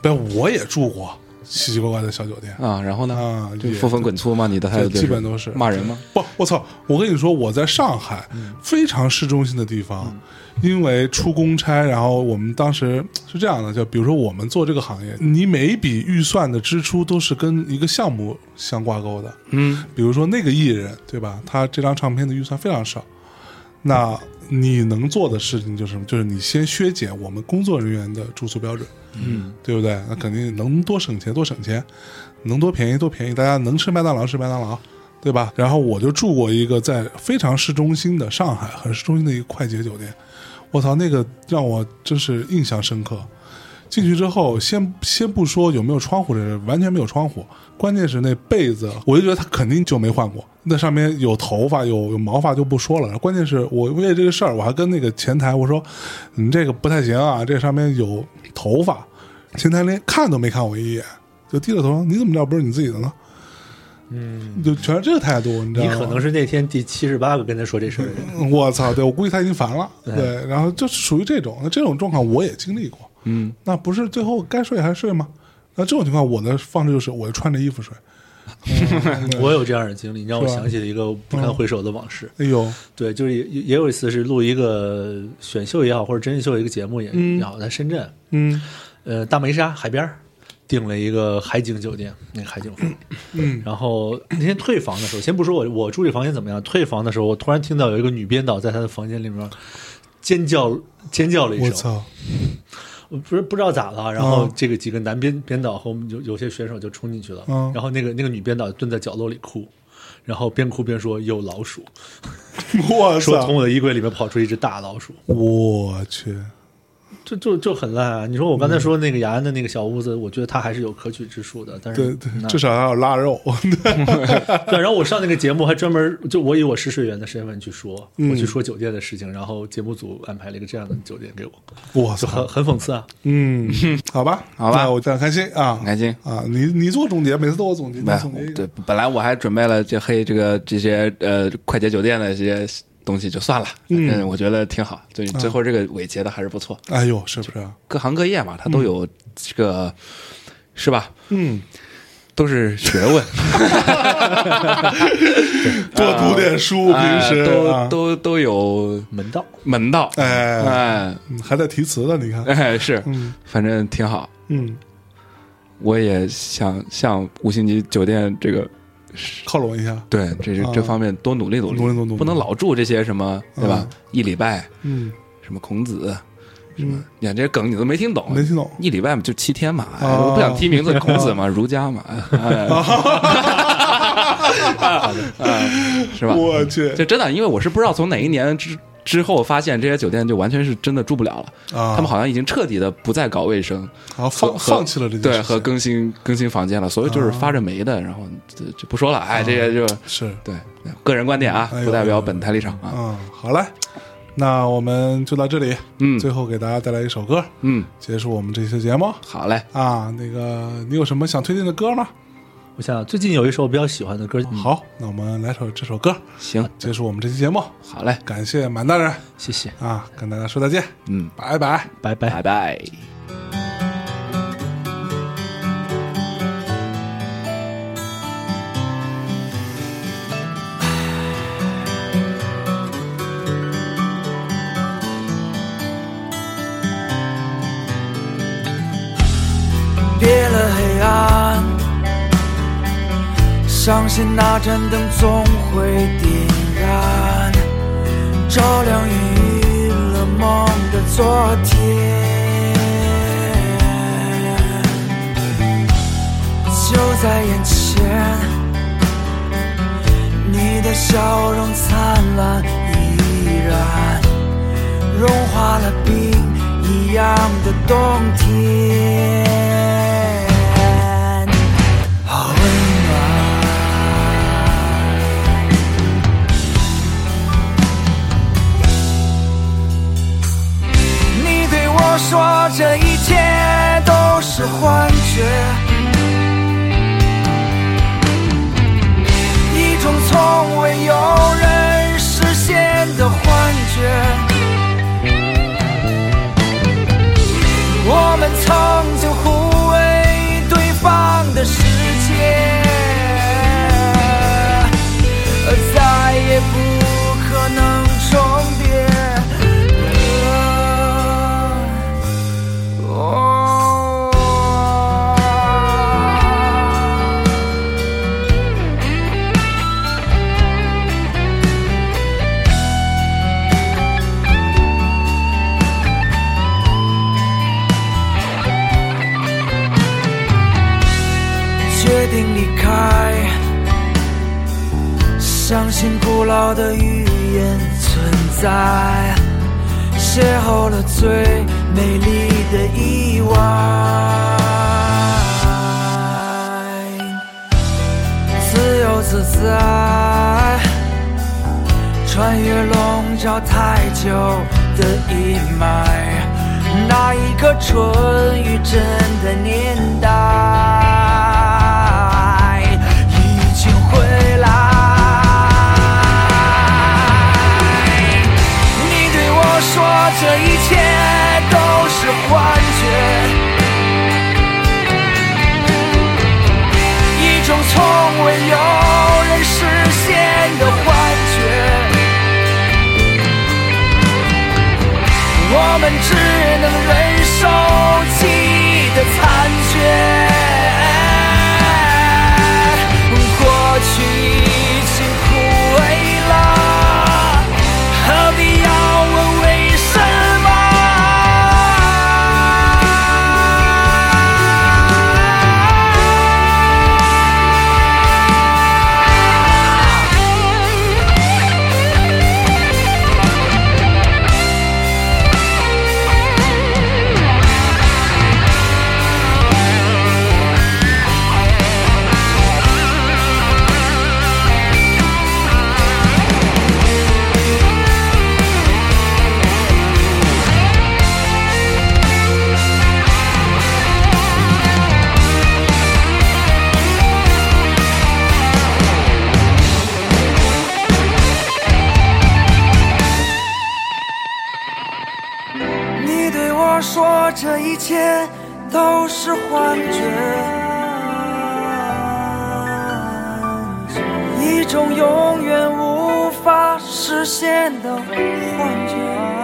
不，我也住过奇奇怪怪的小酒店，
啊，然后呢？
啊
就
也
负分滚粗吗？你的态度
对基本都是
骂人吗？
不，我操！我跟你说，我在上海非常市中心的地方，因为出公差，然后我们当时是这样的，就比如说我们做这个行业，你每一笔预算的支出都是跟一个项目相挂钩的。嗯，比如说那个艺人，对吧？他这张唱片的预算非常少，那你能做的事情就是什么？就是你先削减我们工作人员的住宿标准，嗯，对不对？那肯定能多省钱多省钱，能多便宜多便宜，大家能吃麦当劳吃麦当劳，对吧？然后我就住过一个在非常市中心的上海，很市中心的一个快捷酒店，我操，那个让我真是印象深刻。进去之后，先先不说有没有窗户这事，完全没有窗户，关键是那被子，我就觉得他肯定就没换过。那上面有头发，有有毛发就不说了。关键是我为这个事儿，我还跟那个前台我说：“你这个不太行啊，这上面有头发。”前台连看都没看我一眼，就低着头：“你怎么知道不是你自己的呢？”嗯，就全是这个态度，你知道
你
吗？
可能是那天第七十八个跟他说这事儿的 人。
我操，对我估计他已经烦了，对，然后就是属于这种，那这种状况我也经历过，
嗯，
那不是最后该睡还睡吗？那这种情况，我的方式就是我穿着衣服睡。
我有这样的经历，你让我
是吧
想起了一个不堪回首的往事。
哎呦，
对，就是也也也有一次是录一个选秀也好，或者真人秀一个节目也也好，在深圳，
嗯
呃，大梅沙海边儿订了一个海景酒店，那个海景房。
嗯，
然后那天退房的时候，先不说我我住这房间怎么样，退房的时候，我突然听到有一个女编导在她的房间里面尖叫尖叫了
哎
一
我
声，
操，
我不是不知道咋了，然后
嗯
这个几个男编编导和我们有有些选手就冲进去了，
嗯
然后那个那个女编导蹲在角落里哭。然后边哭边说有老鼠，
我
说从
操，
我的衣柜里面跑出一只大老鼠，
我去，
就就就很烂啊！你说我刚才说那个雅安的那个小屋子，我觉得它还是有可取之处的，但是
对对
那，
至少还有腊肉。
对，然后我上那个节目还专门就我以我食水员的身份去说，我去说酒店的事情，然后节目组安排了一个这样的酒店给我，
我
就
操，
很很讽刺啊！
嗯，好吧，
好吧
那我非常开心啊，
开心
啊！你你做总结，每次都我总结，你
没有
总结一个
嗯哎对，本来我还准备了这黑这个这些呃快捷酒店的这些东西就算了，
嗯啊
嗯，我觉得挺好，就最后这个尾结的还是不错，
哎呦，是不是？
各行各业嘛，它都有这个是吧？
嗯，
都是学 问，呃
多读点书，平时
哎
啊
都都都有
门道，
门道，
哎
哎
嗯还在提词呢，你看，
哎是，
嗯
反正挺好。
嗯，
我也想向五星级酒店这个
靠拢一下，
对这这
啊
这方面多努力努力，
努力努力努力
不能老住这些什么对吧？一礼拜
嗯
什么孔子，什么
嗯
你看这些梗你都没听懂，
没听懂
一礼拜嘛就七天嘛，哎
哦
我不想提名 字，孔子嘛，儒家嘛，哎哎 是吧？
我去
这真的，因为我是不知道从哪一年之之后发现这些酒店就完全是真的住不了了，
啊，
他们好像已经彻底的不再搞卫生，
好像放
和
放弃了这件事
对
情，啊
和更新更新房间了，所以就是发着霉的，然后这这不说了，哎，这些就是
是
对个人观点啊
哎，呦
不代表本台立场啊，
嗯，好嘞，那我们就到这里，
嗯
最后给大家带来一首歌，
嗯，
结束我们这期节目
好嘞，
啊。那个，你有什么想推荐的歌吗？
我想最近有一首我比较喜欢的歌，
嗯
好，
好，那我们来首这首歌，
行，
结束我们这期节目。
好嘞，
感谢满大人
嗯谢谢，
啊，跟大家说再见，
嗯，
拜拜。
拜拜。
拜拜。
别了黑暗，相信那盏灯总会点燃，照亮孕育了梦的昨天。就在眼前，你的笑容灿烂依然。融化了冰一样的冬天，好温暖。你对我说这一切都是幻觉，一种从未有人实现的幻觉。我们曾经护卫对方的世界，而再也不可能重叠。哦。决定离开，相信古老的语言存在，邂逅了最美丽的意外。自由自在，穿越笼罩太久的阴霾，那一个纯与真的年代已经回来。你对我说这一切都是幻觉。一种从未有人实现的幻觉。我们只能忍受记忆的残缺，过去已经枯萎了，何必要问为什么？你对我说这一切都是幻觉，一种永远无法实现的幻觉。